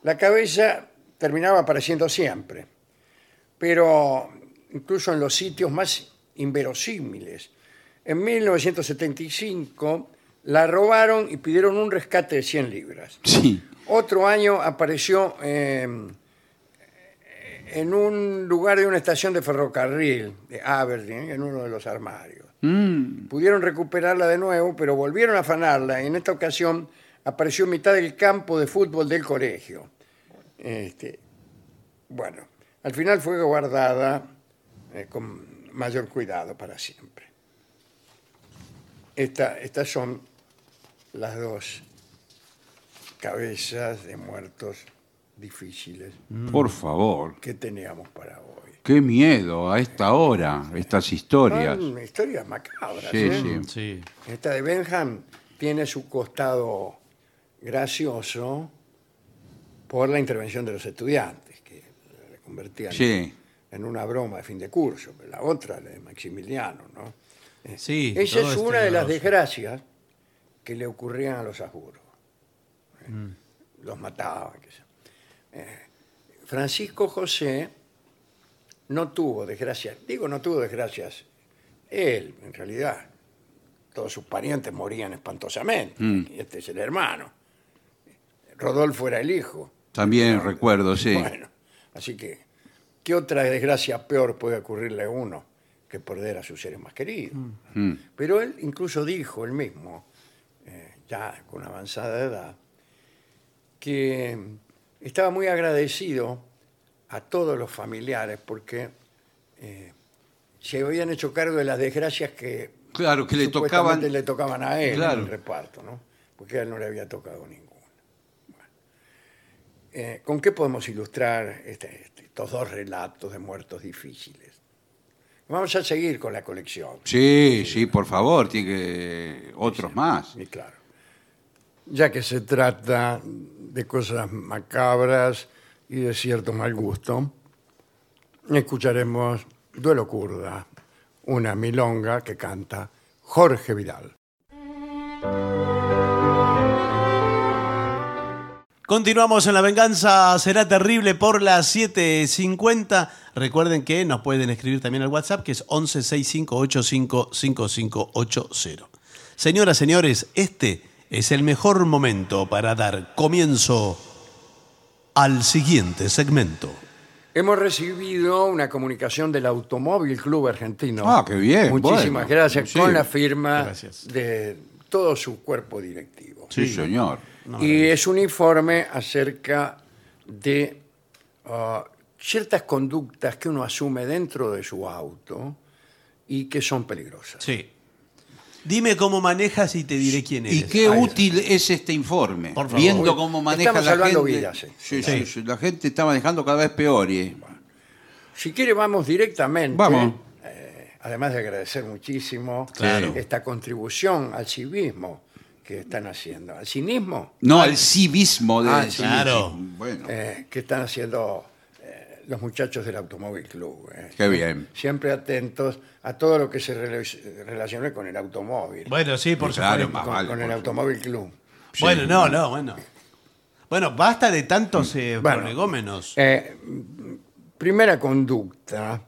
A: La cabeza terminaba apareciendo siempre, pero incluso en los sitios más inverosímiles. En 1975 la robaron y pidieron un rescate de 100 libras.
C: Sí.
A: Otro año apareció eh, en un lugar de una estación de ferrocarril de Aberdeen, en uno de los armarios.
C: Mm.
A: Pudieron recuperarla de nuevo, pero volvieron a afanarla. Y en esta ocasión apareció en mitad del campo de fútbol del colegio. Este, bueno, al final fue guardada eh, con mayor cuidado para siempre. Esta- estas son las dos cabezas de muertos difíciles
C: Por favor.
A: que teníamos para hoy.
C: Qué miedo a esta hora, estas historias.
A: Son historias macabras.
C: Sí,
A: ¿eh?
C: sí.
B: Sí.
A: Esta de Benham tiene su costado gracioso por la intervención de los estudiantes, que la convertían
C: Sí.
A: en una broma de fin de curso, pero la otra, la de Maximiliano, ¿no?
B: Sí.
A: Esa
B: todo este
A: es
B: es
A: una de las
B: tenebroso.
A: desgracias que le ocurrían a los asburos. ¿eh?
B: Mm.
A: Los mataban. qué sé yo. Eh, Francisco José no tuvo desgracias. Digo, no tuvo desgracias. Él, en realidad. Todos sus parientes morían espantosamente.
B: Mm.
A: Y este es el hermano. Rodolfo era el hijo.
C: También recuerdo, sí.
A: Bueno, así que, ¿qué otra desgracia peor puede ocurrirle a uno que perder a sus seres más queridos?
B: Mm.
C: Mm.
A: Pero él incluso dijo, él mismo, eh, ya con avanzada edad, que estaba muy agradecido a todos los familiares porque eh, se habían hecho cargo de las desgracias que
C: Claro, que le tocaban.
A: supuestamente le tocaban a él
C: Claro.
A: en el reparto, ¿no? Porque a él no le había tocado ninguna. Bueno. Eh, ¿Con qué podemos ilustrar este- este- estos dos relatos de muertos difíciles? Vamos a seguir con la colección.
C: Sí, sí, por favor, tiene que. Otros más.
A: Y claro. Ya que se trata de cosas macabras y de cierto mal gusto, escucharemos Duelo Kurda, una milonga que canta Jorge Vidal.
B: Continuamos en La Venganza Será Terrible por las 7.50. Recuerden que nos pueden escribir también al WhatsApp que es 1165855580. Señoras, señores, este es el mejor momento para dar comienzo al siguiente segmento.
A: Hemos recibido una comunicación del Automóvil Club Argentino.
C: Ah, qué bien,
A: Muchísimas
C: bueno.
A: gracias.
C: Sí.
A: Con la firma
B: Gracias.
A: de todo su cuerpo directivo.
C: Sí, señor.
A: y es un informe acerca de ah, ciertas conductas que uno asume dentro de su auto y que son peligrosas.
B: Sí. Dime cómo manejas y te diré quién eres.
C: Y qué útil es este informe.
B: Por favor.
C: Viendo cómo maneja
A: Estamos
C: la
A: salvando
C: gente.
A: vidas, sí.
C: Sí, sí, sí, La gente está manejando cada vez peor. Y...
A: Si quiere, vamos directamente.
C: Vamos.
A: eh, además de agradecer muchísimo
C: Claro.
A: esta contribución al civismo que están haciendo, al cinismo
C: No, al civismo de
A: Ah, sí.
B: Claro.
C: Bueno.
A: eh, que están haciendo eh, los muchachos del Automóvil Club. ¿eh?
C: Qué bien.
A: Siempre atentos a todo lo que se rela- relacione con el automóvil.
B: Bueno, sí, por
C: Claro,
B: supuesto.
C: más
A: con,
C: vale,
A: con el
C: por
A: Automóvil Club.
C: Sí.
B: Bueno, no, no, bueno. Bueno, basta de tantos eh,
A: Bueno.
B: prolegómenos.
A: Eh, mm, primera conducta,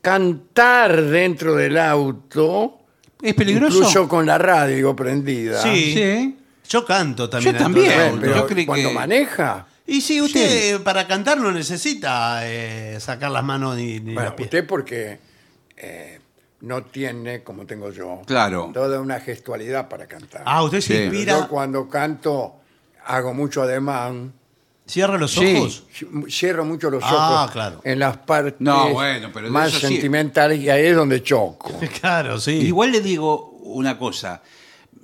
A: cantar dentro del auto,
C: ¿Es peligroso?
A: incluso con la radio prendida.
B: Sí.
C: Sí.
B: Yo canto también.
C: Yo
B: dentro del
C: también,
A: Bueno,
B: auto.
A: pero
C: yo creí
A: cuando
C: que-
A: maneja,
B: Y sí, usted eh, para cantar no necesita eh, sacar las manos ni, ni
A: bueno,
B: los pies.
A: usted porque eh, no tiene, como tengo yo,
C: Claro.
A: toda una gestualidad para cantar.
B: Ah, usted se
C: Sí.
B: inspira,
A: yo cuando canto hago mucho ademán,
B: cierra los
C: Sí.
B: ojos. *laughs*
A: cierro mucho los
B: Ah,
A: ojos
B: claro.
A: en las partes
C: No, bueno, pero de
A: más
C: eso sí.
A: sentimentales y ahí es donde choco.
B: Claro, sí.
C: Igual le digo una cosa.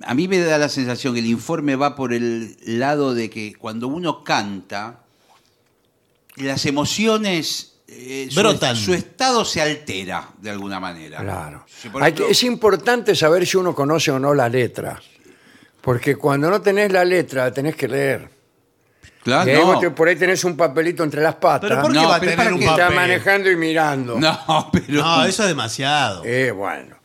C: A mí me da la sensación que el informe va por el lado de que cuando uno canta, las emociones. eh, su,
B: Brotan.
C: su estado se altera de alguna manera.
A: Claro.
C: Si, por
A: Hay
C: ejemplo,
A: que- es importante saber si uno conoce o no la letra. Porque cuando no tenés la letra, la tenés que leer.
C: claro,
A: Y ahí
C: no.
A: vos te- por ahí tenés un papelito entre las patas.
B: Ah, Pero ¿por qué
C: No,
B: va a
C: pero
B: tener
C: para
B: un
A: que está
B: papel?
A: manejando y mirando.
C: No, pero.
B: No, eso es demasiado.
A: Eh, bueno.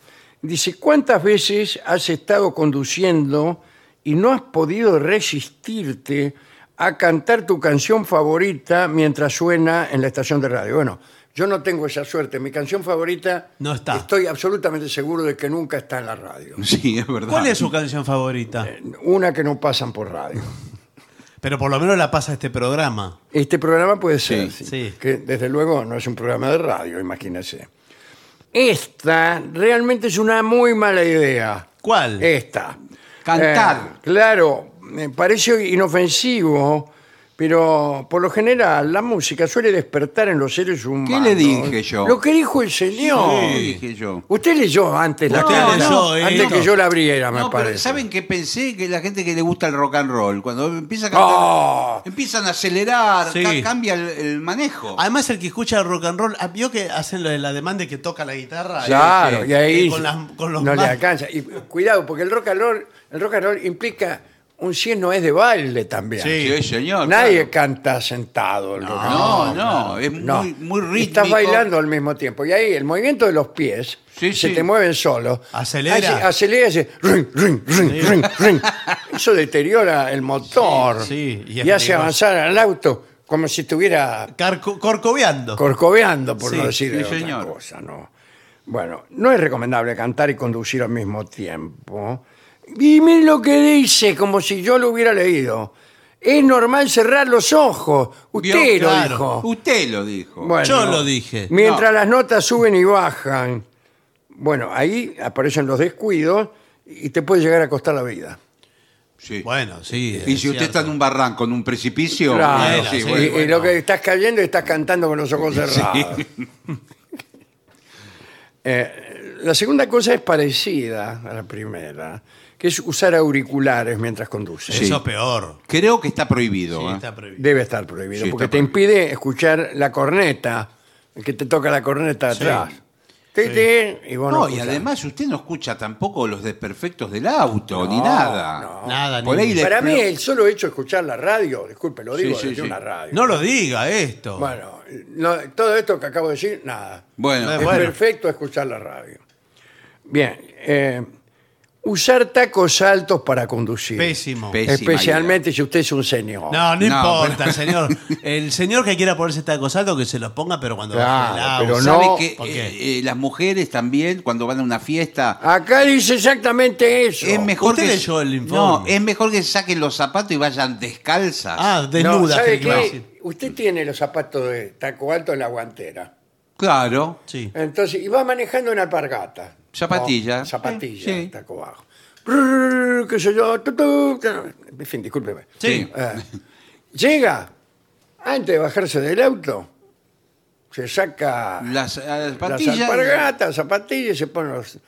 A: Dice, ¿cuántas veces has estado conduciendo y no has podido resistirte a cantar tu canción favorita mientras suena en la estación de radio? Bueno, yo no tengo esa suerte. Mi canción favorita
B: No está.
A: estoy absolutamente seguro de que nunca está en la radio.
C: Sí, es verdad.
B: ¿Cuál es su canción favorita?
A: Eh. Una que no pasan por radio.
B: Pero por lo menos la pasa este programa.
A: Este programa puede ser, sí,
C: Sí,
B: sí.
A: que desde luego no es un programa de radio, imagínense. Esta realmente es una muy mala idea.
B: ¿Cuál?
A: Esta.
C: Cantar.
A: Eh, claro, me parece inofensivo, pero por lo general la música suele despertar en los seres humanos.
C: le dije yo?
A: Lo que dijo el señor.
C: Sí, dije yo.
A: Usted leyó antes la
C: No,
A: carta,
B: no,
A: antes
B: esto.
A: que yo la abriera, me
C: No, pero
A: parece.
C: ¿saben qué pensé? Que la gente que le gusta el rock and roll, cuando empieza a cantar,
A: ¡Oh!
C: empiezan a acelerar,
B: Sí.
C: ca- cambia el, el manejo.
B: Además, el que escucha rock and roll, ah, vio que hacen lo de la demanda de que toca la guitarra.
A: Claro,
B: Eh,
A: y ahí
B: eh, con las- con los
A: no le
B: más-
A: alcanza. Y cuidado, porque el rock and roll, el rock and roll implica un no es de baile también.
B: Sí.
C: Sí, señor.
A: Nadie
C: claro.
A: canta sentado. el rock and roll.
C: No, no, es
A: No.
C: muy, muy rítmico.
A: Estás bailando al mismo tiempo. Y ahí el movimiento de los pies
C: Sí,
A: se
C: sí.
A: te mueven solos.
B: Acelera.
A: Hace- acelera y hace ring, ring, ring, ring, ring. Eso deteriora el motor.
B: Sí, sí, y
A: y
B: es
A: hace
B: peligroso.
A: avanzar al auto como si estuviera
B: Carco- *laughs* corcoveando.
A: corcoveando, por
B: Sí,
A: no decir
C: sí,
A: otra
C: señor.
A: cosa, ¿no? Bueno, no es recomendable cantar y conducir al mismo tiempo. Y miren lo que dice, como si yo lo hubiera leído. Es normal cerrar los ojos. Usted
C: Vio,
A: lo
B: claro.
A: dijo.
C: Usted lo dijo.
A: Bueno,
B: Yo lo dije.
A: Mientras las notas suben y bajan. Bueno, ahí aparecen los descuidos y te puede llegar a costar la vida.
C: Sí.
B: Bueno, sí.
C: y si usted está en un barranco, en un precipicio,
A: Claro,
C: bueno, sí,
A: y,
B: bueno,
A: y
B: bueno.
A: lo que estás cayendo y estás cantando con los ojos cerrados. Eh, la segunda cosa es parecida a la primera, que es usar auriculares mientras conduces.
B: Eso es peor.
C: creo que está prohibido.
B: Sí,
C: ¿eh?
B: está prohibido.
A: Debe estar prohibido,
C: Sí,
A: porque
C: está
A: te impide escuchar la corneta, el que te toca la corneta atrás. Ti, ti, y vos no
C: No, y
A: escuchás.
C: además usted no escucha tampoco los desperfectos del auto, ni nada.
B: Nada,
C: Por
B: ni-
C: ahí le-
A: Para mí,
C: pero-
A: el solo hecho de escuchar la radio, disculpe, lo
C: Sí,
A: digo
C: sí,
A: desde
C: sí.
A: una radio.
B: No lo diga esto.
A: Bueno, no, todo esto que acabo de decir, nada.
C: Bueno,
B: Eh,
A: Es
B: bueno.
A: perfecto escuchar la radio. Bien, eh, usar tacos altos para conducir.
B: Pésimo.
C: Pésimo. Pésima
A: Especialmente si usted es un señor.
B: No, no,
C: No,
B: importa,
C: pero- *laughs*
B: señor. El señor que quiera ponerse tacos altos que se los ponga, pero cuando
A: Claro,
B: baje el
A: pero
B: auto.
C: ¿sabe
A: no,
C: que
B: ¿por
C: eh,
B: qué? Ah,
C: eh, las mujeres también, cuando van a una fiesta,
A: Acá dice exactamente eso.
C: es mejor
B: Usted
C: que
B: leyó el
C: No,
B: informe.
C: es mejor que saquen los zapatos y vayan descalzas.
B: Ah,
A: No,
B: desnuda.
A: ¿sabe
B: que iba a
A: qué?
B: decir.
A: Usted tiene los zapatos de taco alto en la guantera.
C: claro.
B: Sí.
A: Entonces, y va manejando una alpargata.
C: Zapatilla.
A: No, zapatilla,
C: Sí, sí.
A: taco bajo. Brrr, qué sé yo. tu, tu, que- En fin, discúlpeme.
B: Sí.
C: *laughs*
A: Eh, llega, antes de bajarse del auto, se saca
C: Las, eh,
A: las
C: zapatillas-
A: alpargatas, zapatillas, se pone los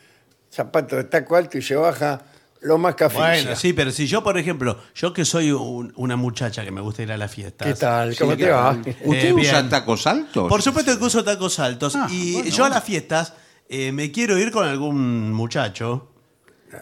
A: zapatos de taco alto y se baja lo más café.
B: Bueno, sí, pero si yo, por ejemplo, yo que soy un- una muchacha que me gusta ir a las fiestas.
A: ¿Qué tal?
C: Sí,
A: ¿Cómo te va?
C: claro. ¿Usted
B: Eh,
C: usa
B: bien.
C: tacos altos?
B: Por supuesto que uso tacos altos.
C: Ah,
B: y
C: bueno.
B: yo a las fiestas eh, me quiero ir con algún muchacho.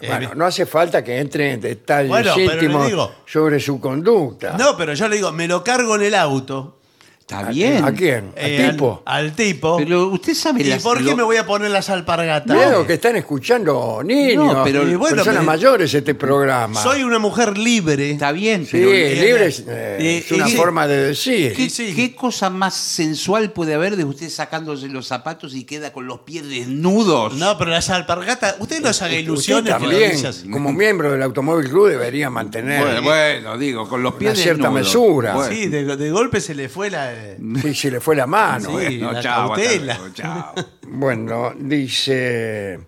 B: Eh,
A: Bueno,
B: me-
A: no hace falta que entre en detalles
B: Bueno, pero le
A: íntimos
B: digo-
A: sobre su conducta.
B: no, pero yo le digo, me lo cargo en el auto.
C: Está bien.
A: ¿A quién? ¿Al
B: Eh,
A: tipo?
B: Al, al tipo.
C: Pero usted sabe
B: ¿Y
C: las-
B: por qué
C: lo-
B: me voy a poner las alpargatas?
A: Claro, que están escuchando niños,
C: No, pero-
A: y bueno, personas
B: pero-
A: mayores este programa.
B: Soy una mujer libre.
C: Está bien,
A: sí,
C: pero
B: eh,
A: libre es, eh,
B: eh,
A: es una
B: eh, sí.
A: forma de decir.
C: ¿qué,
B: sí.
C: qué cosa más sensual puede haber de usted sacándose los zapatos y queda con los pies desnudos?
B: No, pero las alpargatas. Usted
C: Eh,
B: no se haga
A: Usted
B: ilusiones. que lo
A: también,
B: dice así.
A: como miembro del Automóvil Club, debería mantener.
C: Bueno, bueno, digo, con los pies
A: cierta
C: desnudos.
A: mesura.
C: Bueno,
B: eh, Sí, de, de golpe se le fue la. eh,
A: Sí, se le fue la mano.
B: Sí.
A: eh.
C: bueno,
B: la
C: chao, hasta
B: cautela.
C: luego, chao.
A: Bueno, dice,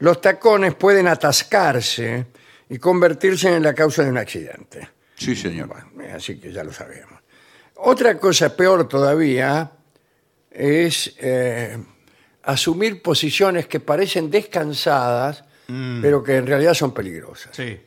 A: los tacones pueden atascarse y convertirse en la causa de un accidente.
C: *laughs* Sí, señor.
A: Eh, Así que ya lo sabemos. Otra cosa peor todavía es eh, asumir posiciones que parecen descansadas, pero que en realidad son peligrosas.
B: Sí.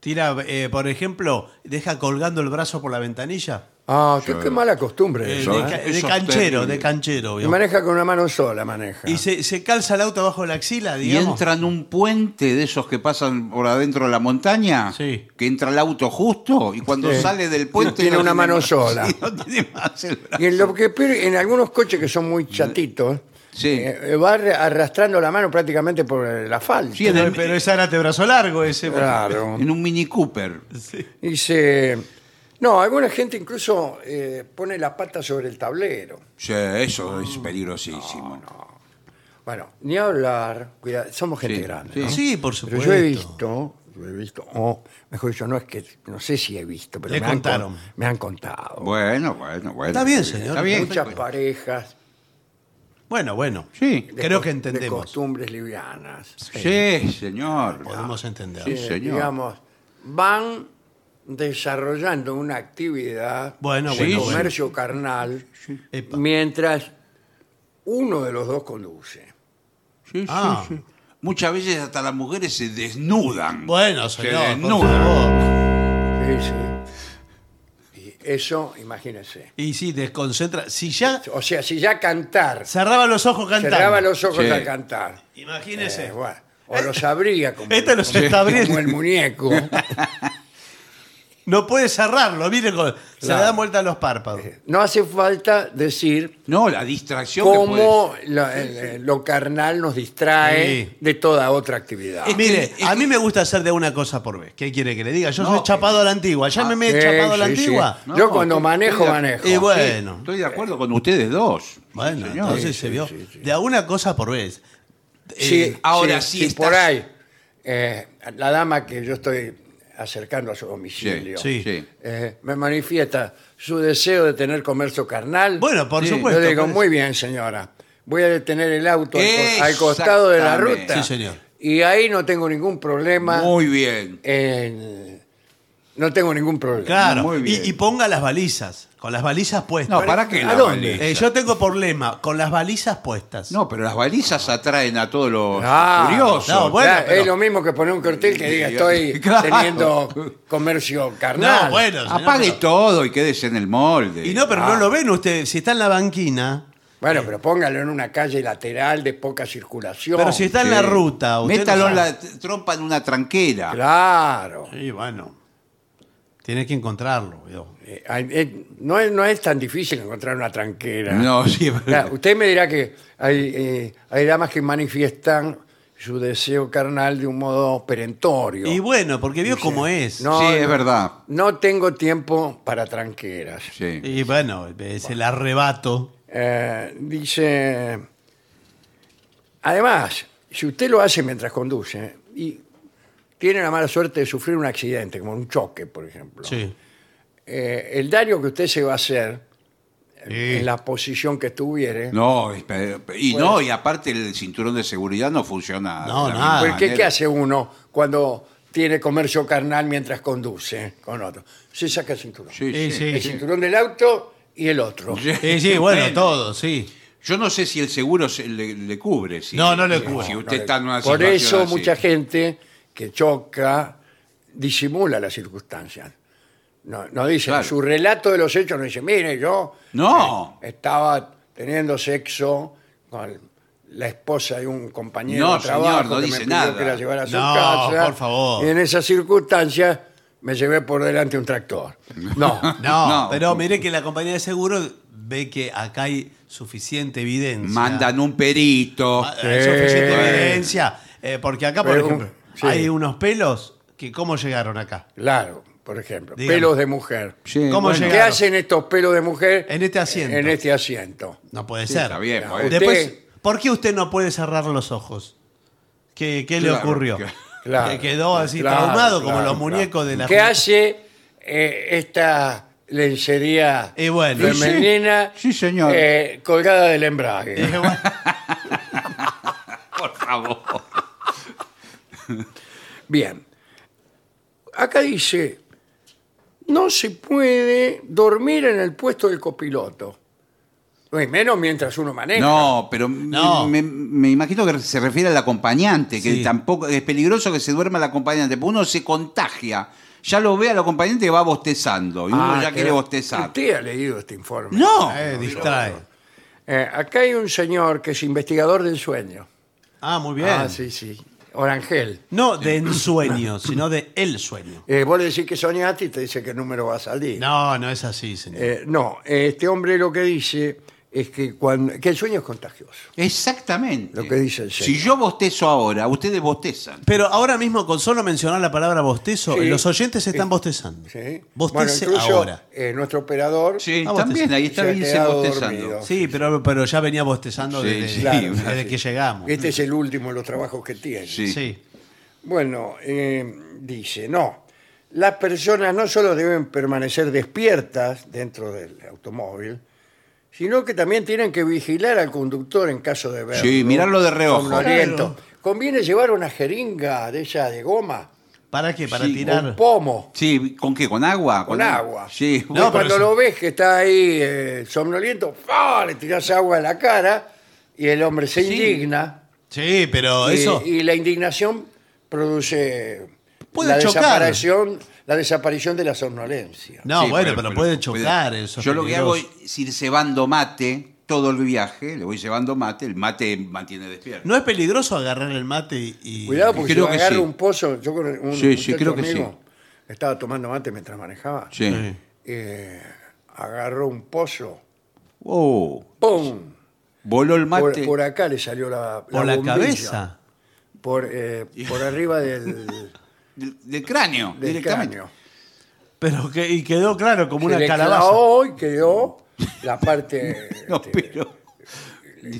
B: Tira, eh, por ejemplo, deja colgando el brazo por la ventanilla.
A: Ah, qué, qué mala costumbre
B: Eh,
A: eso.
B: de,
A: ¿eh?
B: ca- de
C: Eso es
B: canchero,
C: terrible.
B: de canchero.
A: Y
B: digamos.
A: maneja con una mano sola, maneja.
B: Y se, se calza el auto bajo la axila,
C: Y
B: digamos. *laughs*
C: entra en un puente de esos que pasan por adentro de la montaña,
B: Sí.
C: que entra el auto justo y cuando
A: Sí.
C: sale del puente...
A: No tiene una mano
C: más-
A: sola.
C: Sí, no tiene más el brazo.
A: Y en lo que peor, en algunos coches que son muy chatitos,
C: Sí.
A: eh, va arra- arrastrando la mano prácticamente por el asfalto.
C: Sí, en
B: Pero,
C: el-
B: pero es Zárate brazo largo ese. porque-
A: Claro.
C: En un Mini Cooper.
A: Dice. No, alguna gente incluso eh, pone la pata sobre el tablero.
C: Sí, eso es peligrosísimo.
A: Bueno, ni hablar. Cuidado, somos gente
C: Sí,
A: grande.
C: sí.
A: ¿no?
B: Sí, por
A: Pero
B: supuesto.
A: yo he visto, yo he visto, o mejor dicho, no es que, no sé si he visto, pero
B: Le
A: me han con-
B: contaron.
A: me han contado.
C: Bueno, bueno, bueno.
B: Está bien, señor.
C: Está bien.
A: Muchas parejas
B: Bueno, bueno.
C: Sí.
A: de
B: Creo
A: cos-
B: que
A: de
B: entendemos.
A: costumbres livianas.
C: Sí, señor.
B: Podemos entender.
C: Sí,
A: que,
C: señor.
A: digamos, van desarrollando una actividad,
B: Bueno,
A: de
B: bueno, bueno.
A: comercio carnal,
B: Epa.
A: mientras uno de los dos conduce.
C: Sí, sí,
B: Ah.
C: sí. Muchas veces hasta las mujeres se desnudan.
B: Bueno,
C: Se
B: señor. por
C: desnudan.
B: favor.
A: Sí, sí. Y eso, imagínense.
B: Y sí, desconcentra. Si ya
A: O sea, si ya cantar,
B: cerraba los ojos cantando.
A: cerraba los ojos
C: Sí.
A: al cantar,
B: Imagínese.
A: eh, bueno, o los abría como,
B: Este los
A: como-
B: está abriendo.
A: como el
B: *laughs*
A: muñeco.
B: No puede cerrarlo. Mire, con- se le
A: Claro. Eh,
B: dan vuelta los párpados.
A: No hace falta decir
C: No, la distracción que puede
A: cómo lo, eh, lo carnal nos distrae
B: Sí.
A: de toda otra actividad.
C: Es que-
B: Mire,
C: es que-
B: a mí me gusta hacer de una cosa por vez. ¿Qué quiere que le diga? Yo
C: No,
B: soy chapado a la antigua. Llámeme
A: Sí,
B: chapado a la
A: sí, sí.
B: antigua.
C: No,
A: Yo cuando
C: estoy-
A: manejo,
C: estoy de-
A: manejo.
B: Y
C: Sí,
B: bueno.
C: Estoy de acuerdo con ustedes dos.
B: Bueno,
C: Sí, señor.
B: entonces
A: Sí,
B: se
A: sí,
B: vio.
A: sí, sí.
B: De a una cosa por vez.
A: Sí,
B: Eh,
C: ahora
A: sí,
C: sí
A: si
C: estás-
A: por ahí eh, la dama que yo estoy acercando a su domicilio
B: Sí,
C: sí.
A: eh, me manifiesta su deseo de tener comercio carnal.
B: Bueno, por
C: Sí,
B: supuesto. pues.
A: yo digo,
B: por-
A: muy bien, señora. Voy a detener el auto al, co- al costado de la
C: Exactamente.
A: ruta.
B: Sí, señor.
A: Y ahí no tengo ningún problema.
C: Muy bien.
A: en- no tengo ningún problema.
B: Claro.
C: Muy bien.
B: Y, y ponga las balizas. Con las balizas puestas.
C: No, ¿para qué?
A: ¿A
C: la
A: dónde?
C: baliza?
B: Eh, yo tengo problema. Con las balizas puestas.
C: No, pero las balizas atraen a todos los
A: Ah,
C: curiosos.
B: no, bueno,
A: Claro,
B: pero-
A: Es lo mismo que poner un cartel que diga
B: *laughs*
C: Sí,
A: estoy
C: claro.
A: teniendo comercio carnal.
B: No, bueno. señor,
C: Apague
B: pero-
C: todo y quédese en el molde.
B: Y no, pero
A: Ah.
B: no lo ven ustedes. Si está en la banquina.
A: Bueno, pero póngalo en una calle lateral de poca circulación.
B: Pero si está en la ruta. usted no
C: Métalo en
B: sabe.
C: la t- trompa en una tranquera.
A: Claro.
B: Sí, bueno. Tiene que encontrarlo. yo.
A: Eh, hay- eh, no, es, no es tan difícil encontrar una tranquera.
C: No, sí, es verdad.
A: Claro,
B: *laughs*
A: usted me dirá que hay, eh, hay damas que manifiestan su deseo carnal de un modo perentorio.
B: Y bueno, porque vio cómo es.
A: No,
C: sí,
A: no.
C: es verdad.
A: No tengo tiempo para tranqueras.
C: Sí.
B: Y bueno, es el arrebato.
A: Eh, dice, además, si usted lo hace mientras conduce y tiene la mala suerte de sufrir un accidente, como un choque, por ejemplo,
B: Sí.
A: eh, el daño que usted se va a hacer
B: Sí.
A: en la posición que estuviere,
C: No, es pe- y no, y aparte el cinturón de seguridad no funciona.
B: No,
C: de la
B: nada.
C: misma
A: porque ¿qué
C: manera.
A: hace uno cuando tiene comercio carnal mientras conduce con otro? Se saca el cinturón.
C: Sí,
B: Sí,
C: sí.
B: sí.
A: El cinturón del auto y el otro.
B: Sí, sí, bueno, todo, sí.
C: Yo no sé si el seguro se- le, le cubre. Si,
B: No, no le
C: si-
B: cubre.
C: Si
B: No,
C: usted está en una
A: Por
C: situación
A: eso
C: así.
A: mucha gente que choca disimula las circunstancias. No, no dice,
C: Claro.
A: su relato de los hechos no dice, mire, yo
C: No.
A: eh, estaba teniendo sexo con la esposa de un compañero
C: No,
A: de trabajo
C: señor, no
A: que me
C: dice
A: pidió
C: nada.
A: que la llevara a su
B: No,
A: casa.
B: por favor.
A: Y en esas circunstancias me llevé por delante un tractor. No.
B: No,
C: *laughs* No.
B: pero mire que la compañía de seguro ve que acá hay suficiente evidencia.
C: Mandan un perito.
B: Ah, Hay suficiente
A: Sí.
B: evidencia. eh, porque acá, por
A: Pero,
B: ejemplo,
A: sí.
B: hay unos pelos que cómo llegaron acá.
A: Claro, por ejemplo,
B: Dígame.
A: pelos de mujer.
C: Sí,
B: ¿Cómo
C: bueno,
B: llega?
A: ¿Qué
B: Claro.
A: hacen estos pelos de mujer?
B: En este asiento.
A: En este asiento.
B: No puede
C: sí,
B: ser.
C: Está bien,
A: No,
C: pues.
A: usted-
B: Después, ¿por qué usted no puede cerrar los ojos? ¿Qué, qué le
C: Claro,
B: ocurrió?
C: claro.
A: *laughs* Claro,
B: que quedó así
A: claro,
B: traumado como
A: claro,
B: los muñecos
A: claro.
B: de la
A: ¿Qué hace eh, esta lencería
B: Y bueno.
C: Y sí.
A: femenina
C: Sí, señor.
A: eh, colgada del embrague?
B: Eh, *laughs* bueno,
C: Por favor.
A: Bien. Acá dice, no se puede dormir en el puesto del copiloto. No, y menos mientras uno maneja.
C: *laughs* No, pero me-
B: No.
C: Me, me imagino que se refiere al acompañante, que
B: Sí.
C: tampoco es peligroso que se duerma el acompañante, porque uno se contagia. Ya lo ve al acompañante que va bostezando y uno
A: Ah,
C: ya
A: pero
C: quiere bostezar.
A: Usted ha leído este informe.
C: No.
B: eh, distrae.
A: Eh, acá hay un señor que es investigador del sueño.
B: Ah, muy bien.
A: Ah, sí, sí. Orangel.
B: No de ensueño, sino de el sueño.
A: Eh, vos le decís que soñaste y te dice qué número va a salir.
B: No, no es así, señor.
A: Eh, no, eh, este hombre lo que dice es que, cuando, que el sueño es contagioso.
C: Exactamente.
A: Lo que dice el
C: Si
A: señor.
C: yo bostezo ahora, ustedes bostezan.
B: Pero ahora mismo, con solo mencionar la palabra bostezo,
A: Sí.
B: los oyentes están
A: Sí.
B: bostezando.
A: ¿sí? Bueno,
B: Bostece
A: incluso
B: ahora.
A: eh, nuestro operador
C: Sí,
B: Ah,
C: también
B: bostezan.
C: ahí está
A: Se ha
C: dice
A: quedado
C: bostezando.
A: dormido.
B: Sí, pero, pero ya venía bostezando
C: Sí,
B: desde,
C: sí,
A: claro,
B: desde
A: sí.
B: que llegamos.
A: Este es el último de los trabajos que tiene.
C: Sí.
B: Sí.
A: Bueno, eh, dice, no, las personas no solo deben permanecer despiertas dentro del automóvil, sino que también tienen que vigilar al conductor en caso de verlo.
C: Sí, mirarlo de reojo.
A: somnoliento.
B: Claro.
A: Conviene llevar una jeringa de esa de goma,
B: ¿Para qué? Para
C: Sí,
A: un
B: tirar.
A: pomo,
C: Sí, ¿con qué? ¿Con agua?
A: con agua.
C: Sí.
A: Y
B: No, pero
A: cuando
B: sí.
A: lo ves que está ahí eh, somnoliento, ¡fa! le tirás agua a la cara y el hombre se
C: Sí.
A: indigna.
B: Sí, pero
A: Y-
B: eso.
A: Y, la indignación produce
B: Puede
A: la
B: chocar.
A: desaparición, la desaparición de la somnolencia.
B: no,
C: Sí,
B: bueno, pero, puede chocar eso. es
C: Yo lo que hago
B: peligroso.
C: es ir cebando mate todo el viaje, le voy llevando mate, el mate mantiene despierto.
B: ¿No es peligroso agarrar el mate y- y.
A: Cuidado porque
C: creo
A: si
C: que
A: agarra
C: sí.
A: un pozo, yo con un
C: Sí, sí,
A: muchacho
C: creo que
A: amigo, estaba tomando mate mientras manejaba,
C: Sí.
B: Sí.
A: eh, agarró un pozo,
C: Oh,
A: ¡pum!
C: voló el
A: Por,
C: mate.
A: por acá le salió la,
B: Por la
A: bombilla.
B: cabeza.
A: Por, eh, por arriba
C: *laughs*
A: del,
C: Del, del cráneo,
A: del
C: directamente.
A: cráneo.
B: Pero que, y quedó claro, como
A: Se
B: una
A: le
B: calabaza.
A: clavó y quedó la parte...
C: *laughs* No,
A: este,
C: pero.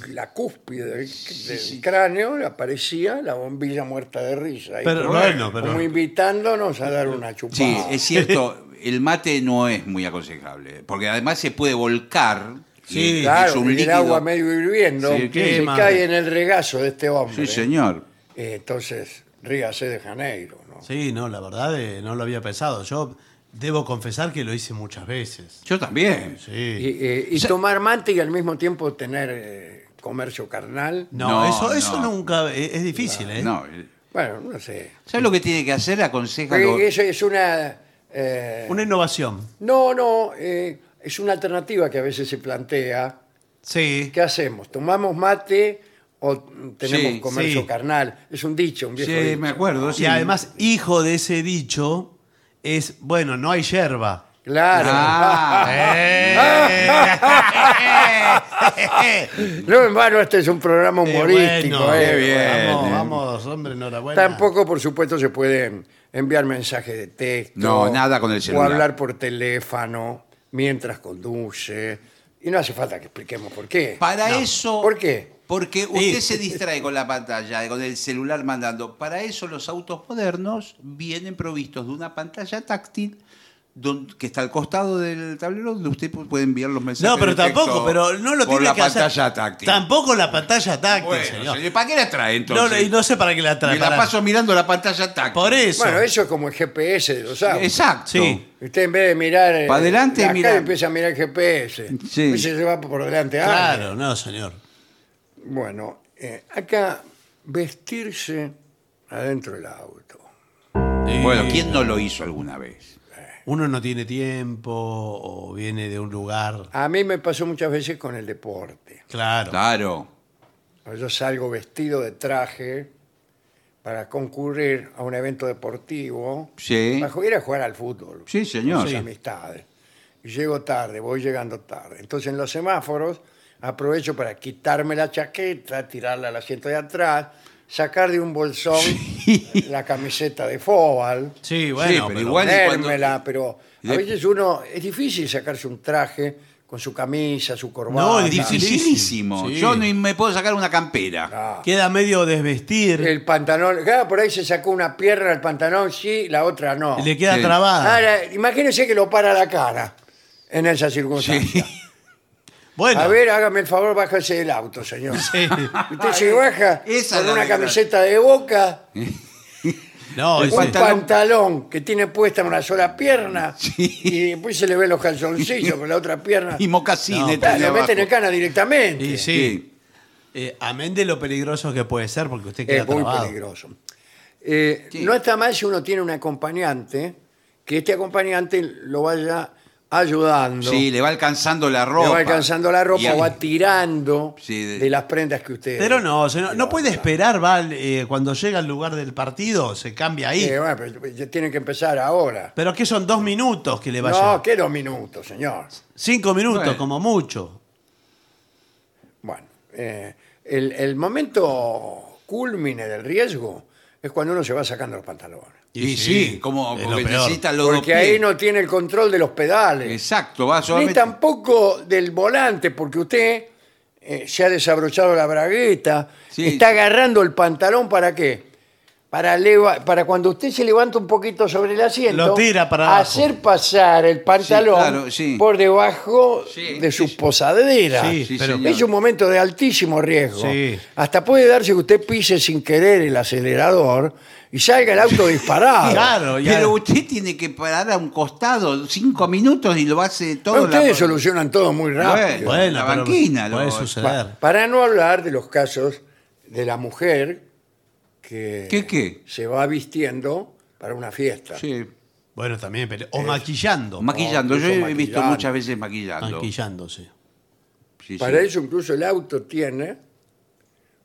A: la cúspide del, del cráneo le aparecía la bombilla muerta de risa. ahí,
B: Pero
A: como-
B: bueno, pero-
A: Como invitándonos a dar una chupada.
C: Sí, es cierto, el mate no es muy aconsejable, porque además se puede volcar. y
B: Sí,
C: es
A: claro,
C: un
A: y el
C: líquido.
A: agua medio hirviendo
C: Sí,
A: se
B: quema.
A: cae en el regazo de este hombre.
C: Sí, señor.
A: Eh, entonces, ríase de Janeiro. ¿no?
B: Sí, no, la verdad eh, no lo había pensado. Yo debo confesar que lo hice muchas veces.
C: Yo también.
A: Y,
B: Sí.
A: eh, y tomar mante y al mismo tiempo tener eh, comercio carnal.
B: No,
C: No,
B: eso, eso
C: no.
B: nunca. Es, es difícil, ¿eh?
C: No, eh,
A: Bueno, no sé.
C: ¿Sabes lo que tiene que hacer? Aconseja. lo-
A: Porque Eso es una... eh,
B: Una innovación.
A: No, no, eh, es una alternativa que a veces se plantea.
B: Sí.
A: ¿qué hacemos? ¿Tomamos mate o tenemos
C: Sí,
A: comercio
B: sí.
A: carnal? Es un dicho, un viejo
C: Sí,
A: dicho.
C: me acuerdo. sí.
B: Y además, hijo de ese dicho es, bueno, no hay yerba.
A: Claro.
C: Ah,
A: *laughs*
B: *laughs*
C: *laughs*
A: No en vano, este es un programa
B: Eh,
A: humorístico.
B: bueno,
A: eh.
C: bien.
B: Vamos, vamos, hombre, enhorabuena.
A: Tampoco, por supuesto, se pueden enviar mensajes de texto.
C: No, nada con el celular.
A: O hablar por teléfono mientras conduce. Y no hace falta que expliquemos por qué.
C: para eso.
A: ¿Por qué?
C: Porque usted
B: Sí.
C: se distrae con la pantalla, con el celular mandando. Para eso los autos modernos vienen provistos de una pantalla táctil don- que está al costado del tablero donde usted pu- puede enviar los mensajes.
B: No, pero
C: de texto
B: tampoco, pero no lo
C: por
B: tiene
C: la
B: que hacer.
C: pantalla táctil.
B: Tampoco la pantalla táctil,
C: Bueno,
B: señor.
C: señor, ¿Para qué la trae
B: No,
C: entonces?
B: no, y no sé para qué la trae.
C: Me la
B: para-
C: paso mirando la pantalla táctil.
B: Por eso.
A: Bueno, eso es como el GPS de los autos.
C: Exacto.
B: Sí.
A: Usted en vez de mirar eh,
C: Pa' adelante,
A: la calle,
C: mira.
A: empieza a mirar el GPS.
C: Sí.
A: Y se va por delante. Ah,
B: Claro, no, señor.
A: Bueno, eh, acá vestirse adentro del auto.
B: Y
C: Bueno, ¿quién no lo hizo alguna vez?
B: Eh, Uno no tiene tiempo o viene de un lugar.
A: A mí me pasó muchas veces con el deporte.
B: Claro.
C: Claro.
A: Yo salgo vestido de traje para concurrir a un evento deportivo,
C: Sí.
A: para ir a jugar al fútbol.
C: Sí, señor.
A: Con mis
C: Sí.
A: amistades. Y Llego tarde, voy llegando tarde. Entonces en los semáforos aprovecho para quitarme la chaqueta, tirarla al asiento de atrás, sacar de un bolsón la camiseta de fóbal,
B: Sí,
C: bueno,
B: bueno.
C: pero igual- y cuando-
A: ponérmela, pero
C: y
A: a
C: de-
A: veces uno es difícil sacarse un traje con su camisa, su corbata.
B: No, es difícil.
C: Dificilísimo.
B: Sí.
C: Yo ni me puedo sacar una campera.
A: Ah,
B: Queda medio desvestir.
A: el pantalón, claro, por ahí se sacó una pierna al pantalón, sí, la otra no.
B: Le queda
C: Oh, Sí.
B: trabada.
A: Ahora, imagínese que lo para la cara en esa circunstancia.
C: *laughs*
B: bueno.
A: A ver, hágame el favor, bájese del auto, señor.
B: sí.
A: Usted se baja
C: Esa es
A: con
C: la
A: una
C: verdad.
A: camiseta de boca,
B: No,
A: un
B: ese-
C: *laughs* Cuánta-
A: pantalón.
C: pantalón.
A: que tiene puesta en una sola pierna
C: Sí.
A: y después se le ven los calzoncillos con la otra pierna.
C: Y mocasines.
B: No,
A: Ah,
C: también
A: le
C: abajo.
A: meten el cana directamente.
B: y sí.
C: Sí.
B: Eh, amén de lo peligroso que puede ser, porque usted queda
A: es muy
B: trabado.
A: peligroso. Eh,
C: Sí.
A: No está mal si uno tiene un acompañante, que este acompañante lo vaya ayudando.
C: Sí, le va alcanzando la ropa.
A: Le va alcanzando la ropa
C: Y-
A: o va tirando
C: Sí,
A: de...
C: de-
A: las prendas que usted.
B: Pero no, se no, no
A: Pero,
B: puede
A: claro.
B: esperar, va, eh, cuando llega al lugar del partido, se cambia ahí.
A: Eh, bueno, pero ya tienen que empezar ahora.
B: Pero que son dos minutos que le va a
A: No,
B: llevar.
A: que dos minutos, señor.
B: Cinco minutos,
C: Bueno.
B: como mucho.
A: Bueno, eh, el, el momento culmine del riesgo es cuando uno se va sacando los pantalones.
C: Y sí, como
B: es lo
C: porque
B: peor.
C: necesita los dos
A: Porque ahí
C: pies.
A: no tiene el control de los pedales.
C: Exacto, va
A: Ni
C: solamente.
A: tampoco del volante, porque usted eh, se ha desabrochado la bragueta,
C: Sí.
A: está agarrando el pantalón para qué? Para, leva- para cuando usted se levanta un poquito sobre el asiento,
B: Lo tira para abajo.
A: hacer pasar el pantalón
C: claro, sí.
A: por debajo
C: Sí,
A: de
C: sí,
A: su
C: sí.
A: posadera.
B: Sí,
C: Sí,
B: pero-
C: señor.
A: Es un momento de altísimo riesgo.
B: Sí.
A: Hasta puede darse que usted pise sin querer el acelerador y salga el auto disparado.
B: Claro, ya-
C: Pero usted tiene que parar a un costado cinco minutos y lo hace todo.
A: No, ustedes
C: la-
A: solucionan todo muy rápido.
C: Bueno,
B: bueno,
C: la
B: pero
C: banquina,
B: puede
C: lo-
B: suceder.
A: Pa- para no hablar de los casos de la mujer que
C: ¿Qué, qué?
A: se va vistiendo para una fiesta.
C: Sí.
B: Bueno, también, pero- o maquillando.
C: Maquillando,
A: No,
C: yo he
A: incluso
C: visto
A: maquillando.
C: muchas veces maquillando.
B: Maquillándose.
C: Sí, sí.
A: Para eso incluso el auto tiene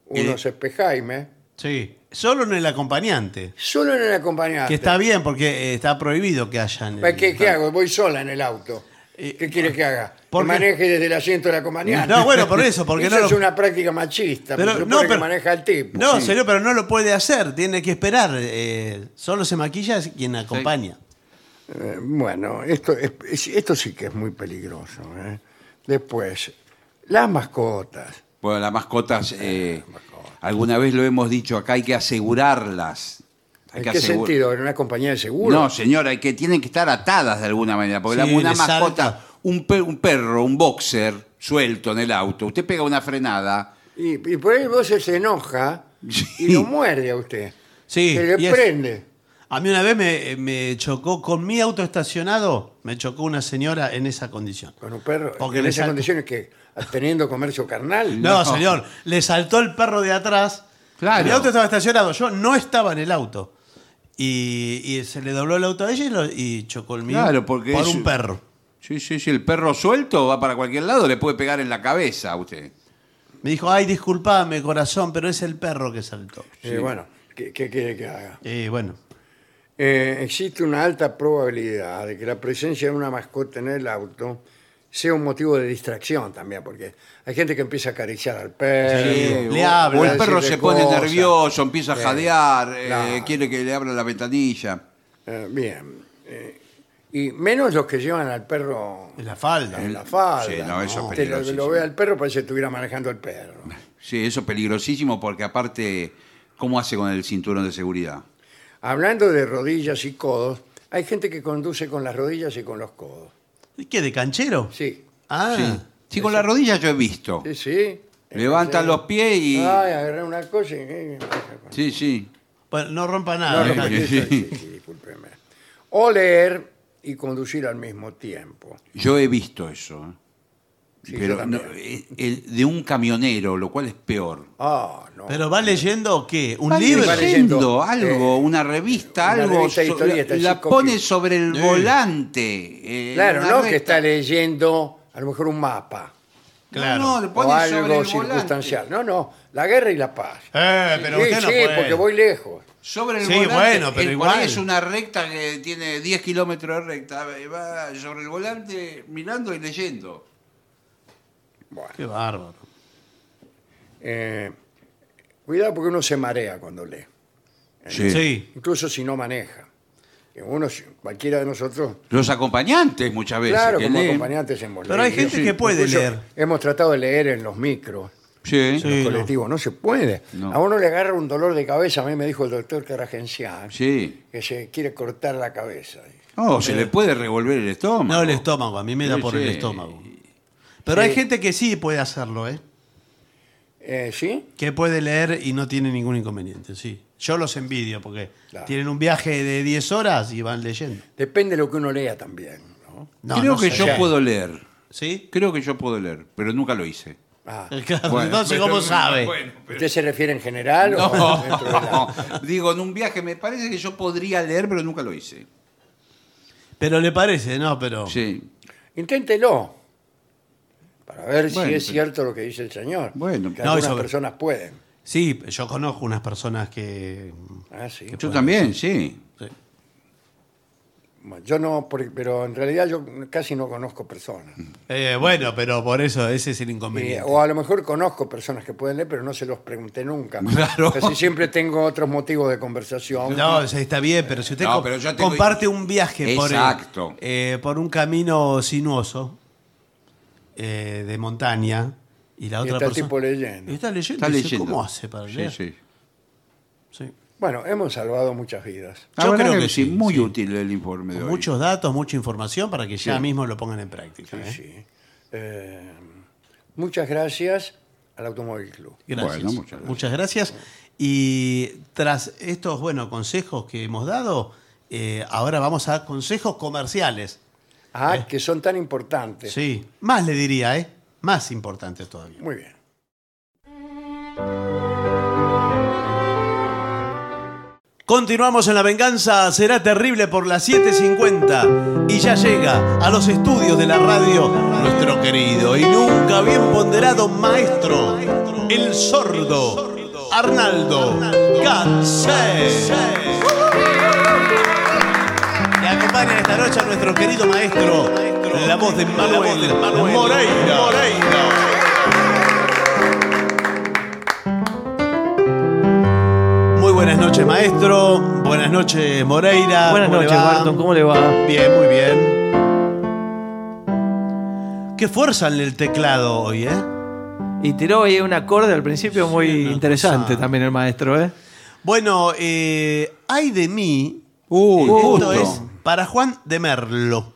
A: unos espejaimes
B: Sí. Solo en el acompañante.
A: solo en el acompañante.
B: Que está bien, porque eh, está prohibido que hayan.
A: Pa-
B: el-
A: ¿Qué, qué hago? Voy sola en el auto.
B: Eh,
A: ¿Qué quiere que haga?
B: ¿por
A: Que
B: qué?
A: maneje desde el asiento del acompañante.
B: No, bueno, por eso, porque
A: Eso
B: no lo-
A: es una práctica machista.
B: Pero-
A: porque se
B: no,
A: supone que
B: pero-
A: maneja el
C: Pues
A: tipo.
B: No,
A: Sí.
B: serio, pero no lo puede hacer. Tiene que esperar. eh, solo se maquilla quien acompaña.
A: Eh, Bueno, esto, es- es- esto sí que es muy peligroso. ¿eh? Después, las mascotas.
C: Bueno, las mascotas, eh, alguna vez lo hemos dicho acá, hay que asegurarlas. Hay
A: ¿En
C: que
A: qué
C: asegur-
A: sentido? ¿En una compañía de seguro?
C: No, señora, hay que, tienen que estar atadas de alguna manera. Porque
B: Sí,
C: la- una
B: le salta.
C: mascota, un, pe- un perro, un boxer suelto en el auto, usted pega una frenada.
A: Y, y por ahí vos se
C: *laughs*
A: enoja y lo muerde a usted.
B: Sí,
A: Se le
B: y es-
A: prende.
B: A mí una vez me, eh, me chocó con mi auto estacionado, me chocó una señora en esa condición.
A: Con un perro.
B: Porque
A: en
B: le
A: esas
B: salta.
A: condiciones que, teniendo comercio carnal.
B: No,
C: No.
B: señor, le saltó el perro de atrás.
C: Claro.
B: Mi auto estaba estacionado, yo no estaba en el auto. Y, y se le dobló el auto a ella y, lo- y chocó el mío
C: Claro, porque
B: por
C: es-
B: un perro.
C: Sí, sí, sí, el perro suelto va para cualquier lado, le puede pegar en la cabeza a usted.
B: Me dijo, ay, disculpame, corazón, pero es el perro que saltó.
A: Eh, bueno, ¿qué, qué quiere que haga?
B: Y bueno,
A: Eh, existe una alta probabilidad de que la presencia de una mascota en el auto sea un motivo de distracción también, porque hay gente que empieza a acariciar al perro.
B: Sí,
C: Eh,
B: le
C: o-
B: habla,
C: o el perro
A: decirle
C: se pone
A: cosas.
C: nervioso, empieza a
A: Sí,
C: jadear, eh,
A: claro.
C: quiere que le abra la ventanilla.
A: Eh, bien. Eh, y menos los que llevan al perro
B: en la falda.
A: en la falda.
C: Sí, no, eso
A: Usted
C: es
A: lo,
C: peligrosísimo.
A: lo ve al perro parece que estuviera manejando al
C: *laughs*
A: perro.
C: Sí, eso es peligrosísimo porque aparte, ¿cómo hace con el cinturón de seguridad?
A: Hablando de rodillas y codos, hay gente que conduce con las rodillas y con los codos.
B: ¿Y ¿Qué, de canchero?
A: Sí,
B: Ah,
C: Sí. Sí, con la rodilla yo he visto.
A: sí, sí.
C: Levantan los pies y...
A: Ay, agarré una cosa y... eh,
C: Sí, sí.
B: bueno, no rompa
A: No,
B: nada.
A: no,
B: Ricardo.
A: sí, sí, sí, discúlpeme. O leer y conducir al mismo tiempo.
C: Yo he visto eso. ¿eh?
A: Sí, yo
C: pero no,
A: también.
C: eh, el de un camionero, lo cual es peor.
A: Ah, no.
B: Pero va leyendo qué? ¿Un
C: Va
B: libro?
A: vale.
C: leyendo
A: leyendo,
C: algo,
A: eh,
C: una revista,
A: una
C: algo.
A: revista de
C: so-
A: historietas,
C: la
A: sí, copio.
C: pone sobre el
B: Sí.
C: volante. eh,
A: claro,
C: una
A: no
C: recta.
A: que está leyendo a lo mejor un mapa.
B: Claro.
C: No, no, le
A: o
C: ponen sobre
A: algo
C: el volante.
A: circunstancial. No, no, la guerra y la paz.
B: Eh, pero
A: sí,
B: usted no
A: sí,
B: puede.
A: porque voy lejos.
C: Sobre el
B: Sí,
C: volante.
B: bueno, pero
C: el por ahí
B: igual.
C: es una recta que tiene 10 kilómetros de recta. eh, Va sobre el volante mirando y leyendo.
A: Bueno,
B: Qué bárbaro.
A: eh, cuidado porque uno se marea cuando lee,
B: Sí.
A: incluso si no maneja. Que Uno, si- cualquiera de nosotros,
C: Los acompañantes muchas veces.
A: claro,
C: que
A: como
C: leen.
A: acompañantes hemos
B: Pero hay
A: leído.
B: gente que puede
A: Incluso
B: leer.
A: Hemos tratado de leer en los micros,
C: Sí.
A: en
B: Sí,
A: los
B: no.
A: colectivos, no se puede.
C: No.
A: A uno le agarra un dolor de cabeza, a mí me dijo el doctor Caragencián,
C: Sí.
A: que se quiere cortar la cabeza.
C: No, se
A: Eh.
C: le puede revolver el estómago.
B: No, el estómago, a mí me da
C: Sí,
B: por
C: sí.
B: el estómago. Pero
A: Sí.
B: hay gente que sí puede hacerlo, ¿eh?
A: Eh, ¿Sí?
B: Que puede leer y no tiene ningún inconveniente, sí. Yo los envidio porque
A: Claro.
B: tienen un viaje de 10 horas y van leyendo.
A: Depende de lo que uno lea también. ¿no?
B: No,
C: Creo
B: no
C: que
B: sé.
C: yo
A: Sí.
C: puedo leer.
B: ¿Sí? *laughs*
C: Creo que yo puedo leer, pero nunca lo hice.
A: Ah,
B: Claro,
C: Bueno,
B: entonces,
C: pero-
B: ¿cómo sabe?
C: Bueno, pero-
A: ¿Usted se refiere en general o dentro de la-
C: *laughs* No, digo, en un viaje me parece que yo podría leer, pero nunca lo hice.
B: Pero le parece, ¿no? Pero.
C: Sí.
A: Inténtelo. Para ver
C: Bueno,
A: si es
C: pero-
A: cierto lo que dice el señor.
C: Bueno,
A: que
B: No,
A: algunas
B: eso-
A: personas pueden.
B: Sí, yo conozco unas personas que.
A: Ah, sí.
C: Yo también, sí.
B: sí.
A: Bueno, Yo no, por- pero en realidad yo casi no conozco personas.
C: Mm,
B: Eh, bueno, pero por eso ese es el
A: Eh,
B: inconveniente.
A: o a lo mejor conozco personas que pueden leer, pero no se los pregunté nunca.
C: *laughs* Claro.
A: Casi siempre tengo otros motivos de conversación.
B: No, sí, está bien, pero si usted
C: No,
B: co-
C: pero yo tengo-
B: comparte un viaje por, el-
C: Exacto.
B: eh, por un camino sinuoso eh, de montaña y la
A: Y
B: otra
A: está el
B: persona
A: tipo leyendo.
B: y está leyendo,
C: Está
B: y dice,
C: leyendo.
B: ¿cómo hace para
C: Sí,
B: leer?
C: sí.
B: Sí.
A: Bueno, hemos salvado muchas vidas.
C: La
B: Yo
C: verdad
B: creo
C: que
B: que
C: sí,
B: sí,
C: muy
B: sí.
C: útil el informe de hoy.
B: Muchos datos, mucha información para que ya mismo lo pongan en práctica. ¿eh?
A: Sí. Eh, muchas gracias al Automóvil Club.
B: Gracias.
C: Bueno, muchas
B: muchas
C: gracias.
B: gracias. Y tras estos bueno, consejos que hemos dado, eh, ahora vamos a consejos comerciales.
A: Ah,
C: ¿Eh?
A: que son tan importantes.
B: Sí. Este, Más le diría, ¿eh? Más importantes todavía.
A: Muy bien.
B: Continuamos en La Venganza Será Terrible por las 7.50 y ya llega a los estudios de la radio nuestro querido y nunca bien ponderado maestro, el sordo, Arnaldo Gansé. Le acompaña esta noche a nuestro querido maestro, la voz de Manuel Moreira. Muy buenas noches, maestro. Buenas noches, Moreira.
D: Buenas
B: ¿Cómo le
D: noches,
B: va?
D: Barton. Ah, ¿Cómo le va?
B: Bien, muy bien. Qué fuerza en el teclado hoy, ¿eh?
D: Y tiró ahí un acorde al principio muy
B: una
D: interesante
B: cosa.
D: también el maestro, ¿eh?
B: Bueno, eh, hay de mí.
C: Uy,
B: Esto
C: justo.
B: es para Juan de Merlo.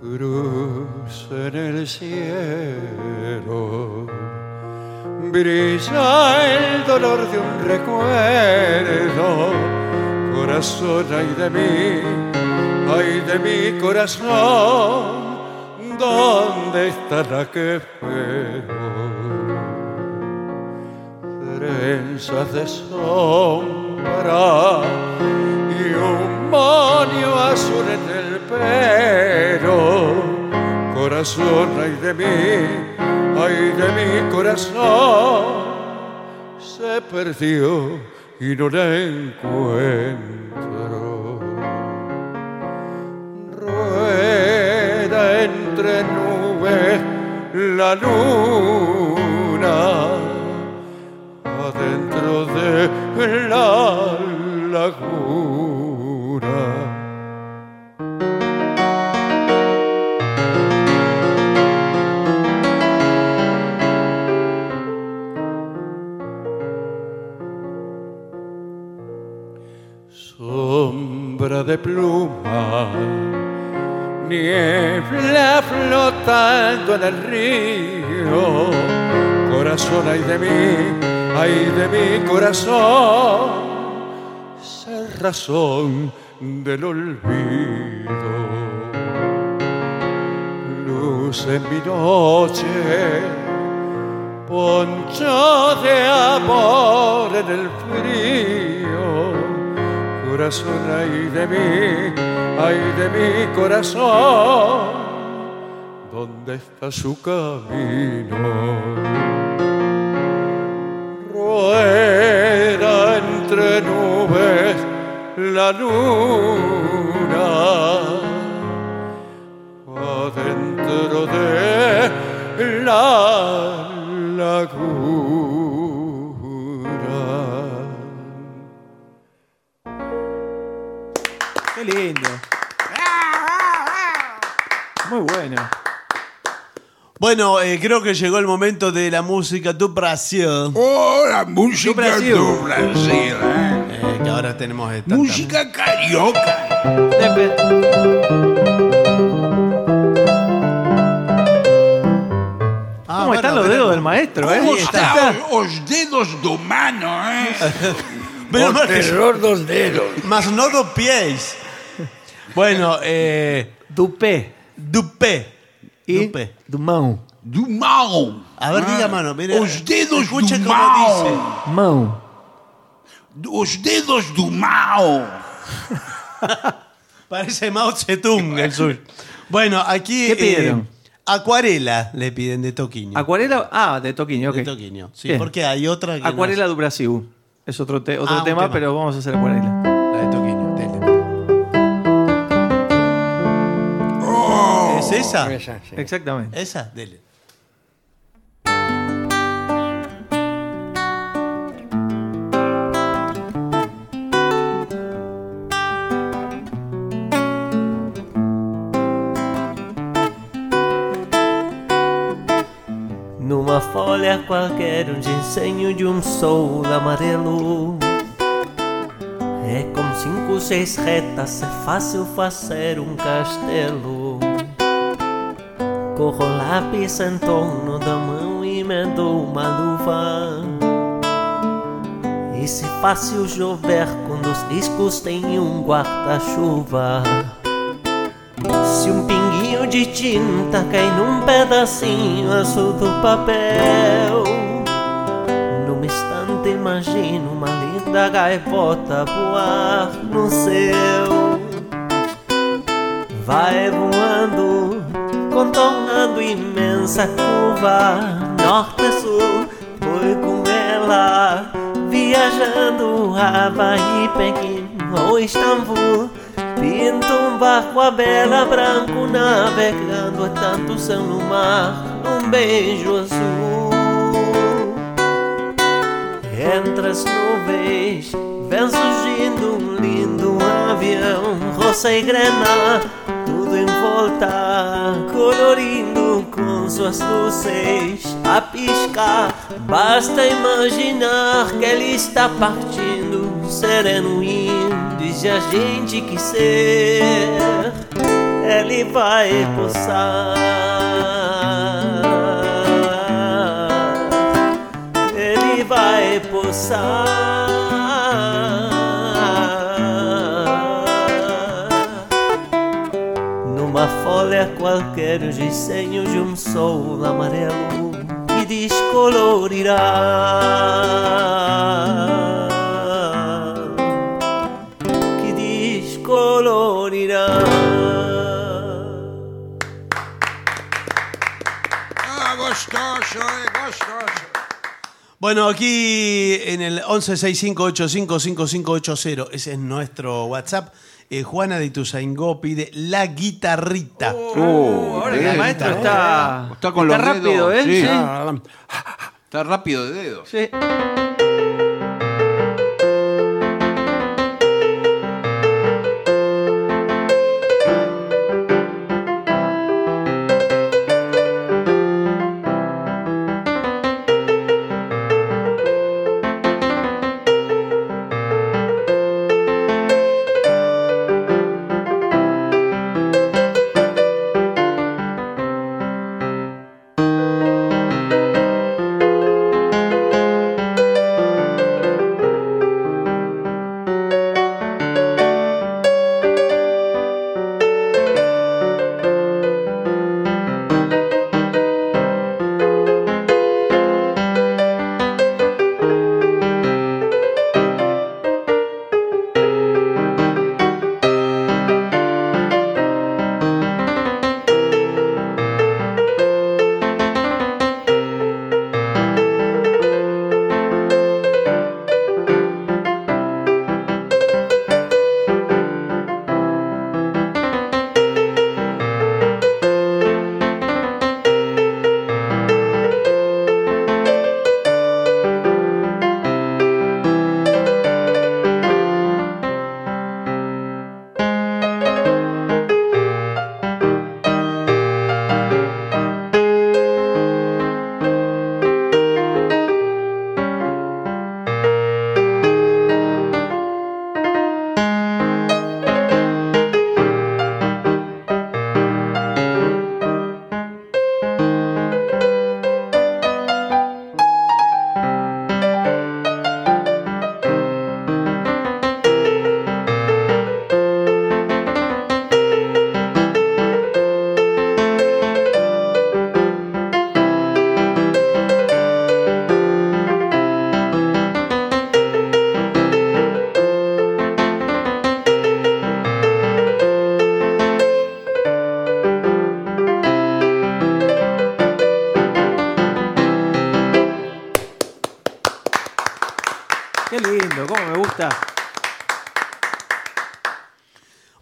A: Cruz en el cielo brilla el dolor de un recuerdo. Corazón, ay de mí, ay de mi corazón, ¿dónde está la que espero? Trenzas de sombra y un monio azul en el pelo. Corazón, ay de mí, ay de mi corazón, se perdió y no la encuentro rueda entre nubes la luna adentro de la laguna. Sombra de pluma niebla flotando en el río. Corazón, ay de mí, ay de mi corazón, ser razón del olvido. Luz en mi noche,
E: Poncho de amor en el frío, corazón ay de mí, ay de mi corazón, ¿dónde está su camino? Rueda entre nubes la luna adentro de la laguna.
D: Qué lindo. Muy bueno.
B: Bueno, eh, creo que llegó el momento de la música do Brasil.
F: Oh, la música
D: Do Brasil.
F: do Brasil, eh.
B: eh, que ahora tenemos esta.
F: Música carioca.
D: Depe-
B: Ah,
D: ¿Cómo
B: Ah, bueno,
D: están los
B: mirá.
D: dedos del maestro, eh?
F: Como
D: Está-
F: está
D: está-
F: os dedos do mano, eh?
B: Menos mal que-
A: Terror dos dedos.
B: Más no dos pies. Bueno, eh,
D: Dupé.
B: Dupé.
D: Y Ah.
B: Dupé.
D: Dumão.
F: Do mão.
B: A ver, diga mano, mire.
F: Os dedos
B: Escuche
F: do
B: cómo
F: mal.
B: dice.
D: Mão.
F: Os dedos do mal.
B: Parece Mao Zedong el sur. Bueno, aquí. eh,
D: ¿Qué pidieron?
B: acuarela le piden de Toquiño.
D: Acuarela. Ah, de Toquinho, ok.
B: De Toquiño. Sí,
D: Bien.
B: porque hay otra que. no
D: Acuarela do Brasil. Es otro, te- otro
B: Ah, un
D: tema,
B: tema.
D: pero vamos a hacer acuarela.
B: es- ¿eh? La de Toquiño, dele. ¿Es esa?
A: Esa, sí.
D: Exactamente.
B: Esa, dele.
G: Numa folha qualquer, um desenho de um sol amarelo. É com cinco, seis retas, é fácil fazer um castelo. Corro lápis em torno da mão e mendo uma luva. E se fácil chover, quando os discos tem um guarda-chuva. Se um pinguinho de tinta cai num pedacinho azul do papel Numa instante imagino uma linda gaivota voar no céu Vai voando, contornando imensa curva Norte-sul, fui com ela Viajando Havaí, Pequim ou Istambul Pinto um barco a vela branco Navegando a tanto céu no mar Num beijo azul entre as nuvens vem surgindo um lindo avião Rosa e grana, tudo em volta Colorindo com suas luzes a piscar Basta imaginar que ele está partindo Sereno índice a gente quiser Ele vai pousar ele vai pousar. Numa folha qualquer, os desenhos de um sol amarelo que descolorirá. Que descolorirá.
F: Ah, gostoso, eh, gostoso.
B: Bueno, aquí en el 1165855580, ese es nuestro WhatsApp. eh, Juana de Ituzaingó pide la guitarrita.
C: Oh.
D: Ahora
C: eh.
D: el maestro está,
C: Está con los
D: está rápido,
C: dedos,
D: ¿eh?
C: sí.
D: Sí.
A: Ah,
C: Está rápido de dedos.
D: Sí.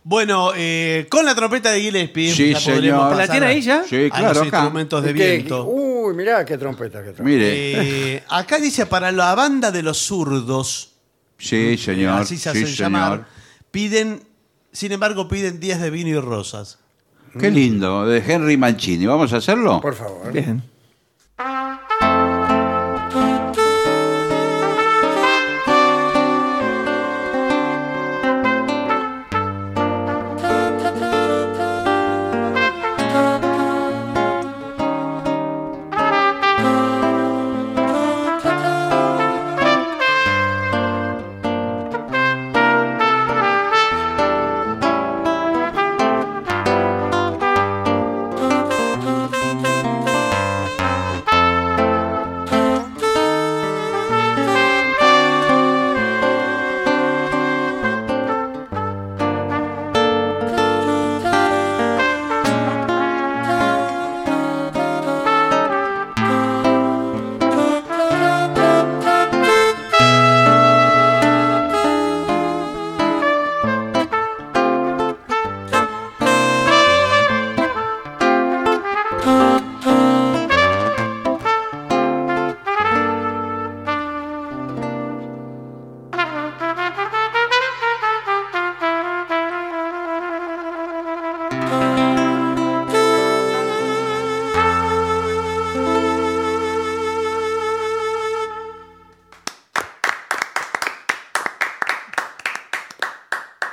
B: Bueno, eh, con la trompeta de Gillespie.
C: Sí,
B: la podremos
C: señor.
B: pasar
D: ¿La tiene
B: a-
D: ahí ya?
C: Sí,
B: a los
C: claro, acá.
B: instrumentos de
A: ¿Y qué? Uh.
B: viento.
A: Uy, mirá qué trompeta que trompeta.
C: Mire,
B: Eh, acá dice para la banda de los zurdos,
C: sí, señor.
B: así se
C: sí,
B: hacen
C: señor.
B: llamar, piden, sin embargo, piden días de vino y rosas.
C: Qué lindo, de Henry Mancini. ¿Vamos a hacerlo?
A: Por favor.
D: Bien.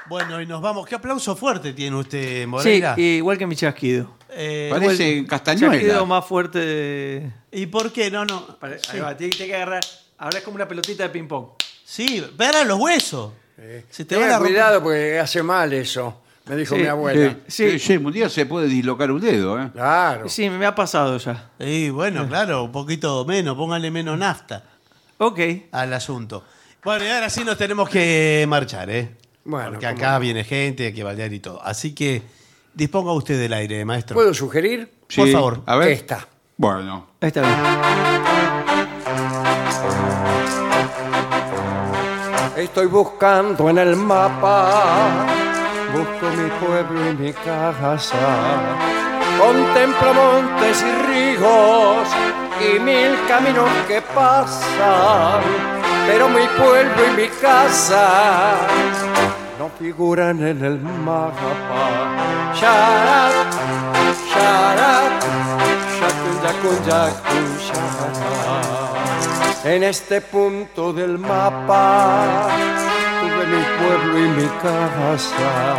B: Bueno, y nos vamos. ¿Qué aplauso fuerte tiene usted,
D: Sí,
B: Moreira?
D: igual que mi chasquido.
B: Eh,
C: Parece
D: Chasquido
C: Castañuela.
D: más fuerte. de-
B: ¿Y por qué? No, no.
D: Pare-
B: Sí.
D: Ahí va, tiene tiene que agarrar. Ahora es como una pelotita de ping-pong.
B: Sí, ver a los huesos. Se te van
A: Tenga
B: a romper.
A: Eh, cuidado porque hace mal eso, me dijo
D: Sí,
A: mi abuela.
D: sí.
C: Sí, sí, un día se puede dislocar un dedo, ¿eh?
A: Claro.
D: Sí, me ha pasado ya.
B: Y
A: Eh.
B: bueno, claro, un poquito menos, póngale menos nafta
D: Ok.
B: al asunto. Bueno, y ahora sí nos tenemos que marchar, ¿eh?
A: Bueno,
B: Porque
A: cómo
B: acá viene gente, hay que balear y todo. Así que disponga usted del aire, maestro.
A: ¿Puedo sugerir?
C: Sí,
B: Por favor.
C: A ver.
A: Esta.
C: Bueno.
D: Ahí está bien.
E: Estoy buscando en el mapa, busco mi pueblo y mi casa. Contemplo montes y ríos y mil caminos que pasan, pero mi pueblo y mi casa no figuran en el mapa. Sharat, sharat, shakun, yakun, yakun, sharat. En este punto del mapa tuve mi pueblo y mi casa.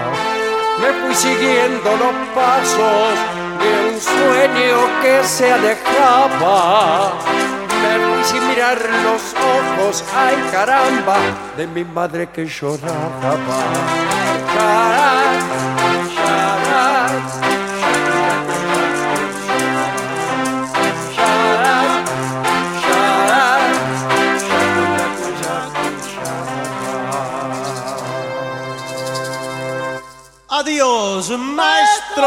E: Me fui siguiendo los pasos de un sueño que se alejaba. Me fui sin mirar los ojos, ay caramba, de mi madre que lloraba. Charay, charay, charay, charay,
B: Adiós, maestro.